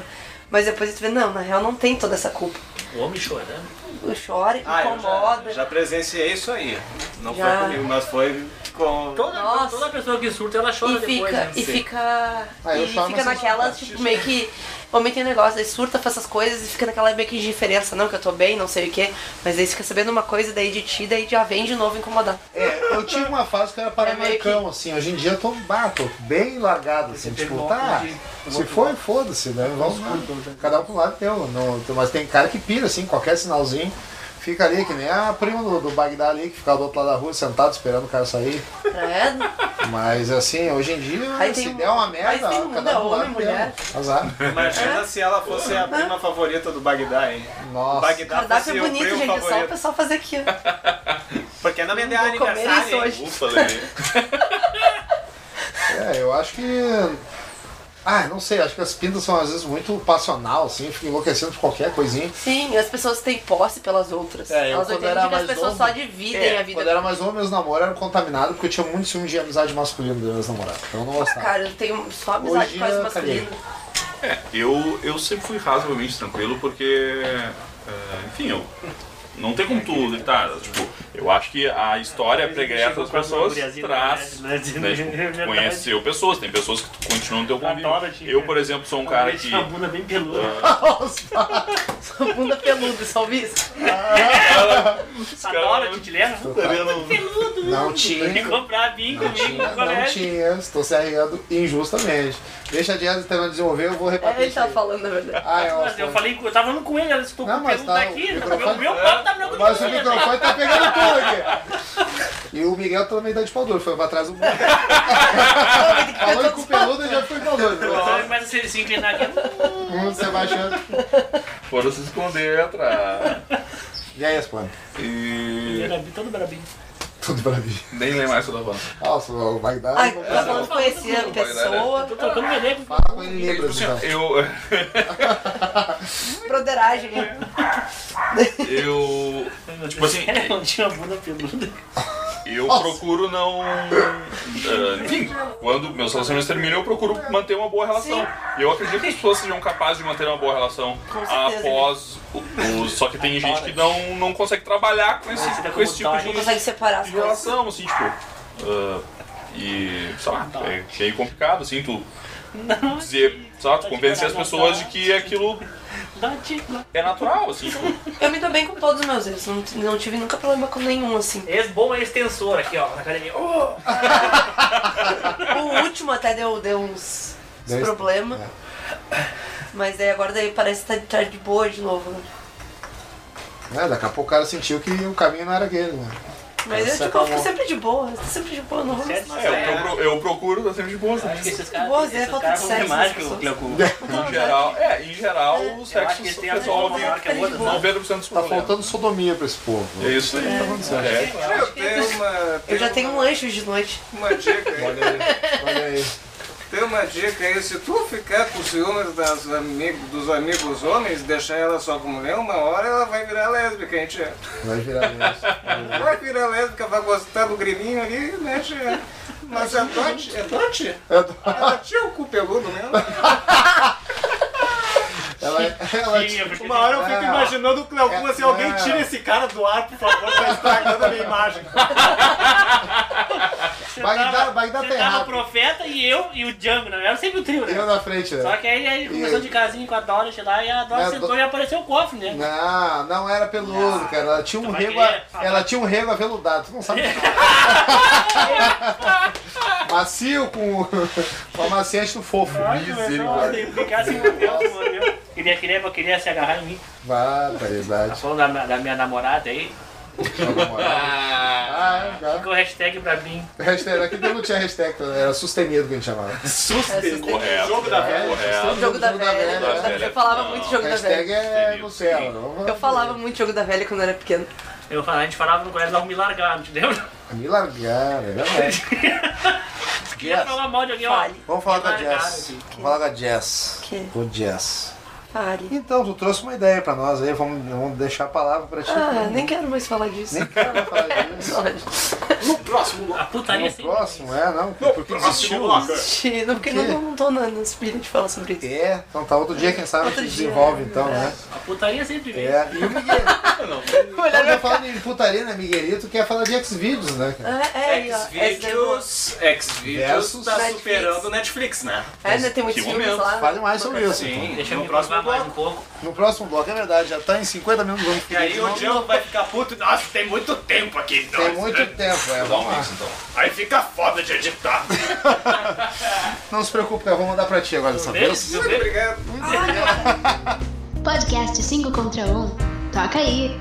Speaker 6: Mas depois tu vê, não, na real não tem toda essa culpa.
Speaker 3: O homem chorando.
Speaker 6: Tu chora,
Speaker 4: Ah, eu
Speaker 6: incomoda.
Speaker 4: já, já presenciei isso aí. Não
Speaker 6: Já.
Speaker 4: foi comigo, mas foi com.
Speaker 3: Toda,
Speaker 6: Nossa.
Speaker 3: toda pessoa que surta, ela
Speaker 6: E
Speaker 3: chora depois,
Speaker 6: fica,
Speaker 3: né?
Speaker 6: e fica.
Speaker 2: Ah, eu
Speaker 6: e
Speaker 2: choro,
Speaker 6: fica
Speaker 2: mas eu
Speaker 6: naquela, tipo, meio que. Homem tem negócio, daí surta, faz essas coisas e fica naquela meio que indiferença, não, que eu tô bem, não sei o quê. Mas daí fica sabendo uma coisa daí de ti, daí já vem de novo incomodar.
Speaker 2: É, eu tive uma fase que eu era paranoicão, assim. Hoje em dia eu tô, bah, tô bem largado, assim. Tipo, tá. Se foi, foda-se, né? Vamos lá. Cada um pro lado teu. Não, tem- mas tem cara que pira, assim, qualquer sinalzinho. Fica ali, que nem a prima do, do Bagdá ali, que ficava do outro lado da rua, sentado, esperando o cara sair.
Speaker 6: Credo.
Speaker 2: Mas, assim, hoje em dia,
Speaker 6: Aí
Speaker 2: se
Speaker 6: tem um-
Speaker 2: der uma
Speaker 6: mas
Speaker 2: merda,
Speaker 6: tem
Speaker 2: ó,
Speaker 6: um
Speaker 2: cada um
Speaker 6: da
Speaker 2: pro
Speaker 6: homem,
Speaker 2: lado
Speaker 6: mulher.
Speaker 2: teu. Azar.
Speaker 4: Imagina
Speaker 6: É?
Speaker 4: se ela fosse a prima favorita do Bagdá, hein?
Speaker 2: Nossa.
Speaker 4: O Bagdá fosse
Speaker 6: Cardápio é
Speaker 4: o
Speaker 6: bonito,
Speaker 4: primo
Speaker 6: gente. É só o
Speaker 4: favorito.
Speaker 6: pessoal fazer aqui, ó.
Speaker 4: Porque é na minha
Speaker 6: Vou comer isso
Speaker 4: aniversário, hein?
Speaker 6: hoje.
Speaker 7: ufa, Lelê.
Speaker 2: É, eu acho que... Ah, não sei, acho que as pintas são às vezes muito passional, assim, fica enlouquecendo por qualquer coisinha.
Speaker 6: Sim, as pessoas têm posse pelas outras.
Speaker 2: É, eu
Speaker 6: Elas
Speaker 2: quando
Speaker 6: entendem
Speaker 2: era
Speaker 6: que as
Speaker 2: mais
Speaker 6: pessoas
Speaker 2: novo-
Speaker 6: só dividem
Speaker 2: É,
Speaker 6: a
Speaker 2: Quando eu
Speaker 6: vida.
Speaker 2: era mais novo, meus namoros eram contaminados porque eu tinha muito ciúme de amizade masculina dos meus namorados. Então eu não gostava.
Speaker 6: Cara, eu tenho só amizade
Speaker 2: Hoje
Speaker 6: quase
Speaker 2: eu
Speaker 6: masculina.
Speaker 7: Eu, eu sempre fui razoavelmente tranquilo porque. eh, enfim, eu. Não tem como tu gritar. Tipo, eu acho que a história pregressa das pessoas traz. Né, tipo, conheceu pessoas, tem pessoas que tu continua no teu
Speaker 3: Adoro,
Speaker 7: convívio.
Speaker 3: Chico.
Speaker 7: Eu, por exemplo, sou um cara que. Ah.
Speaker 3: Uma bunda bem peluda.
Speaker 6: Sua bunda peluda, só ouvi isso.
Speaker 3: Adoro, te leva.
Speaker 4: um-
Speaker 2: Não
Speaker 3: é Tem que
Speaker 2: tinha.
Speaker 3: comprar vinho
Speaker 2: Não
Speaker 3: comigo
Speaker 2: tinha,
Speaker 3: no
Speaker 2: não
Speaker 3: colégio.
Speaker 2: tinha, estou se arregando injustamente. Deixa a Jazz terminar de desenvolver, eu vou
Speaker 6: É,
Speaker 2: repartir.
Speaker 6: ele tava falando, na verdade.
Speaker 2: Ah, é
Speaker 3: Mas eu
Speaker 2: ótimo.
Speaker 3: falei, eu tava falando com ele, ela estou com
Speaker 2: Não, mas
Speaker 3: pergunta
Speaker 2: tá,
Speaker 3: aqui.
Speaker 2: o
Speaker 3: Meu,
Speaker 2: microfone-
Speaker 3: meu papo tá me
Speaker 2: Mas o microfone tá pegando tudo aqui. E o Miguel também dá de pau duro, foi pra trás do mundo.
Speaker 6: Não, tem Ah, que
Speaker 2: Falou
Speaker 6: cantar
Speaker 2: com o
Speaker 6: dos
Speaker 2: peludo e já foi pau duro.
Speaker 3: Mas se ele se inclinar aqui, né?
Speaker 2: Hum, Sebastião.
Speaker 7: Foram se esconder atrás.
Speaker 2: E aí, Espanha?
Speaker 7: E.
Speaker 3: ele todo brabinho.
Speaker 2: Tudo pra mim.
Speaker 7: Nem lembro mais sobre a banda.
Speaker 2: Nossa, o Bagdá.
Speaker 6: Ai,
Speaker 2: vamos
Speaker 6: tá falando conhecer a pessoa.
Speaker 3: Tô trocando uma ideia com
Speaker 2: falar com ele em
Speaker 7: Tipo
Speaker 2: Libras,
Speaker 7: assim,
Speaker 2: então.
Speaker 7: ó, eu.
Speaker 6: Broderagem. né?
Speaker 7: Eu. Tipo assim,
Speaker 3: ele. Não tinha uma bunda peluda.
Speaker 7: eu procuro não. eh, enfim, quando meus relacionamentos terminam, eu procuro manter uma boa relação. E eu acredito que as pessoas sejam capazes de manter uma boa relação
Speaker 6: certeza,
Speaker 7: após o, o- Só que tem gente que não, não consegue trabalhar com esse,
Speaker 3: Você tá
Speaker 7: com esse tipo
Speaker 3: como
Speaker 7: de,
Speaker 3: Não
Speaker 6: Consegue separar as
Speaker 7: de
Speaker 6: coisas.
Speaker 7: relação, assim, tipo. ah, e, sei lá, é meio complicado, assim, tu dizer, sei lá, tu convencer as pessoas de que aquilo
Speaker 3: Dá tipo.
Speaker 7: é natural, assim, tipo.
Speaker 6: Eu me dou bem com todos os meus ex. Não, não tive nunca problema com nenhum, assim.
Speaker 3: Esse bom é extensor aqui, ó, na academia. Oh!
Speaker 6: O último até deu, deu uns, uns
Speaker 2: Deu-
Speaker 6: problemas.
Speaker 2: é.
Speaker 6: Mas daí agora daí parece que tá, tá de boa de novo. né?
Speaker 2: É, daqui a pouco o cara sentiu que o caminho não era aquele, né?
Speaker 6: Mas
Speaker 2: Essa
Speaker 6: eu, tipo, eu
Speaker 2: acabou.
Speaker 6: fico sempre de boa. eu tô Sempre de boa, não.
Speaker 3: Sério?
Speaker 7: É, eu, pro- eu procuro estar sempre de boa,
Speaker 3: Acho que
Speaker 7: assim.
Speaker 3: esses caras.
Speaker 6: Boa,
Speaker 3: esses
Speaker 6: Zé, é, falta
Speaker 3: caras
Speaker 6: de
Speaker 3: são
Speaker 6: sexo,
Speaker 3: temáticos,
Speaker 6: essas
Speaker 3: Cleucu.
Speaker 7: Em geral, é, em geral, o
Speaker 3: acho que eles
Speaker 7: sexo
Speaker 3: têm a
Speaker 7: resolve
Speaker 3: mesma maior que a outra, né?
Speaker 7: 90% dos
Speaker 2: Tá
Speaker 7: problemas.
Speaker 2: faltando sodomia pra esse povo.
Speaker 7: É isso aí. É.
Speaker 4: Eu tenho uma.
Speaker 6: Eu já tenho um
Speaker 4: uma,
Speaker 6: lanche de noite.
Speaker 4: uma dica aí.
Speaker 2: Olha aí.
Speaker 4: Tem uma dica aí. Se tu ficar com ciúmes das amigos, dos amigos homens, deixar ela só com mulher, uma hora ela vai virar lésbica, hein, tia?
Speaker 2: Vai virar isso.
Speaker 4: Vai virar lésbica, vai gostar do grilinho ali, né, tia? Mas é dote, é dote? É
Speaker 2: Eu tô-
Speaker 4: Ela tinha o cu peludo mesmo.
Speaker 2: Ela, é, ela,
Speaker 3: Tinha, porque
Speaker 4: Uma hora eu fico
Speaker 2: É.
Speaker 4: imaginando o Cleocum
Speaker 2: É,
Speaker 4: assim, alguém
Speaker 2: é.
Speaker 4: tira esse cara do ar, por favor, tá estragando a minha imagem.
Speaker 3: você
Speaker 2: Bagdá,
Speaker 3: tava-
Speaker 2: Bagdá tá
Speaker 3: você tava o
Speaker 2: errado.
Speaker 3: profeta e eu e o Django, né? Era sempre o trio, né?
Speaker 2: Eu na frente, né?
Speaker 3: Só que aí ele
Speaker 2: E-
Speaker 3: começou de casinho com a Dora, sei lá, e a Dora
Speaker 2: É,
Speaker 3: sentou
Speaker 2: do-
Speaker 3: e apareceu o cofre, né?
Speaker 2: Não, não era peludo, cara. Ela tinha um
Speaker 3: Vai
Speaker 2: rego,
Speaker 3: querer
Speaker 2: a-
Speaker 3: falar.
Speaker 2: ela tinha um rego aveludado. Tu não sabe. Macio com com a maciante do fofo.
Speaker 3: Misericórdia. Ficar assim, meu Deus, meu Deus. Queria, queria, queria se agarrar em mim. Tá
Speaker 2: Barbaridade.
Speaker 3: falando da, minha- da minha namorada aí.
Speaker 2: Ah, cara.
Speaker 3: Ficou hashtag pra mim.
Speaker 2: Hashtag, aqui não tinha hashtag, era sustenido que a gente chamava.
Speaker 7: Correto.
Speaker 4: Jogo da velha.
Speaker 7: Correto.
Speaker 6: Jogo da velha.
Speaker 7: da velha.
Speaker 6: Eu falava
Speaker 7: Não.
Speaker 6: muito jogo da
Speaker 2: Hashtag
Speaker 6: velha.
Speaker 2: é
Speaker 7: Sustenido,
Speaker 2: Nutella.
Speaker 7: sim.
Speaker 2: vamos lá.
Speaker 6: Eu falava muito jogo da velha quando eu era pequeno.
Speaker 3: Eu falava, a gente falava no colégio, eles vão me largar, não te lembra?
Speaker 2: Me largaram, é verdade.
Speaker 3: Queria falar mal de alguém, ó.
Speaker 6: Fale.
Speaker 2: Vamos falar da
Speaker 3: Me largaram,
Speaker 2: Jazz.
Speaker 3: assim.
Speaker 2: Vamos falar da Jazz.
Speaker 6: Que?
Speaker 2: O Jazz.
Speaker 6: Pare.
Speaker 2: Então, tu trouxe uma ideia pra nós aí, vamos, vamos deixar a palavra pra ti.
Speaker 6: Ah, nem quero mais falar disso.
Speaker 2: Nem quero falar disso.
Speaker 3: A putaria
Speaker 2: No
Speaker 3: sempre.
Speaker 2: próximo, é, não. Porque desistiu.
Speaker 6: Não, porque não, não tô na, na espírito de falar sobre isso.
Speaker 2: É, então tá outro dia, quem sabe a gente
Speaker 6: Outro dia.
Speaker 2: desenvolve então, né?
Speaker 3: A putaria sempre vem.
Speaker 2: É, e o Miguel.
Speaker 6: Olha,
Speaker 2: Quando eu falo de putaria, né, Miguelito, quer falar de Xvideos, né, cara?
Speaker 6: É, é, aí, ó. Essa daí é boa.
Speaker 4: Xvideos, Xvideos tá
Speaker 6: Netflix.
Speaker 4: superando o Netflix, né?
Speaker 6: É, né? Tem muitos
Speaker 7: Que
Speaker 6: filmes
Speaker 7: momento.
Speaker 6: lá.
Speaker 2: Fale mais sobre isso.
Speaker 4: Sim,
Speaker 3: Deixa eu
Speaker 4: no
Speaker 3: me
Speaker 4: próximo
Speaker 3: provar mais
Speaker 4: bloco.
Speaker 3: um pouco.
Speaker 2: então. No próximo bloco, é verdade, já tá em 50 minutos. Vamos
Speaker 4: E aí o Django vai ficar puto. Nossa, tem muito tempo aqui.
Speaker 2: Tem
Speaker 4: nossa.
Speaker 2: muito tempo, é,
Speaker 7: Dá um
Speaker 2: vamos lá.
Speaker 7: mix, então.
Speaker 4: Aí fica foda de editar.
Speaker 2: Não se preocupe, eu vou mandar pra ti agora dessa
Speaker 3: Vê?
Speaker 2: vez.
Speaker 3: Viu, vê?
Speaker 4: Obrigado.
Speaker 8: Podcast 5 contra 1. Toca aí!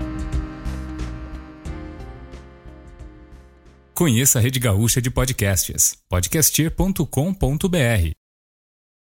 Speaker 9: Conheça a Rede Gaúcha de Podcasts, podcaster.com.br.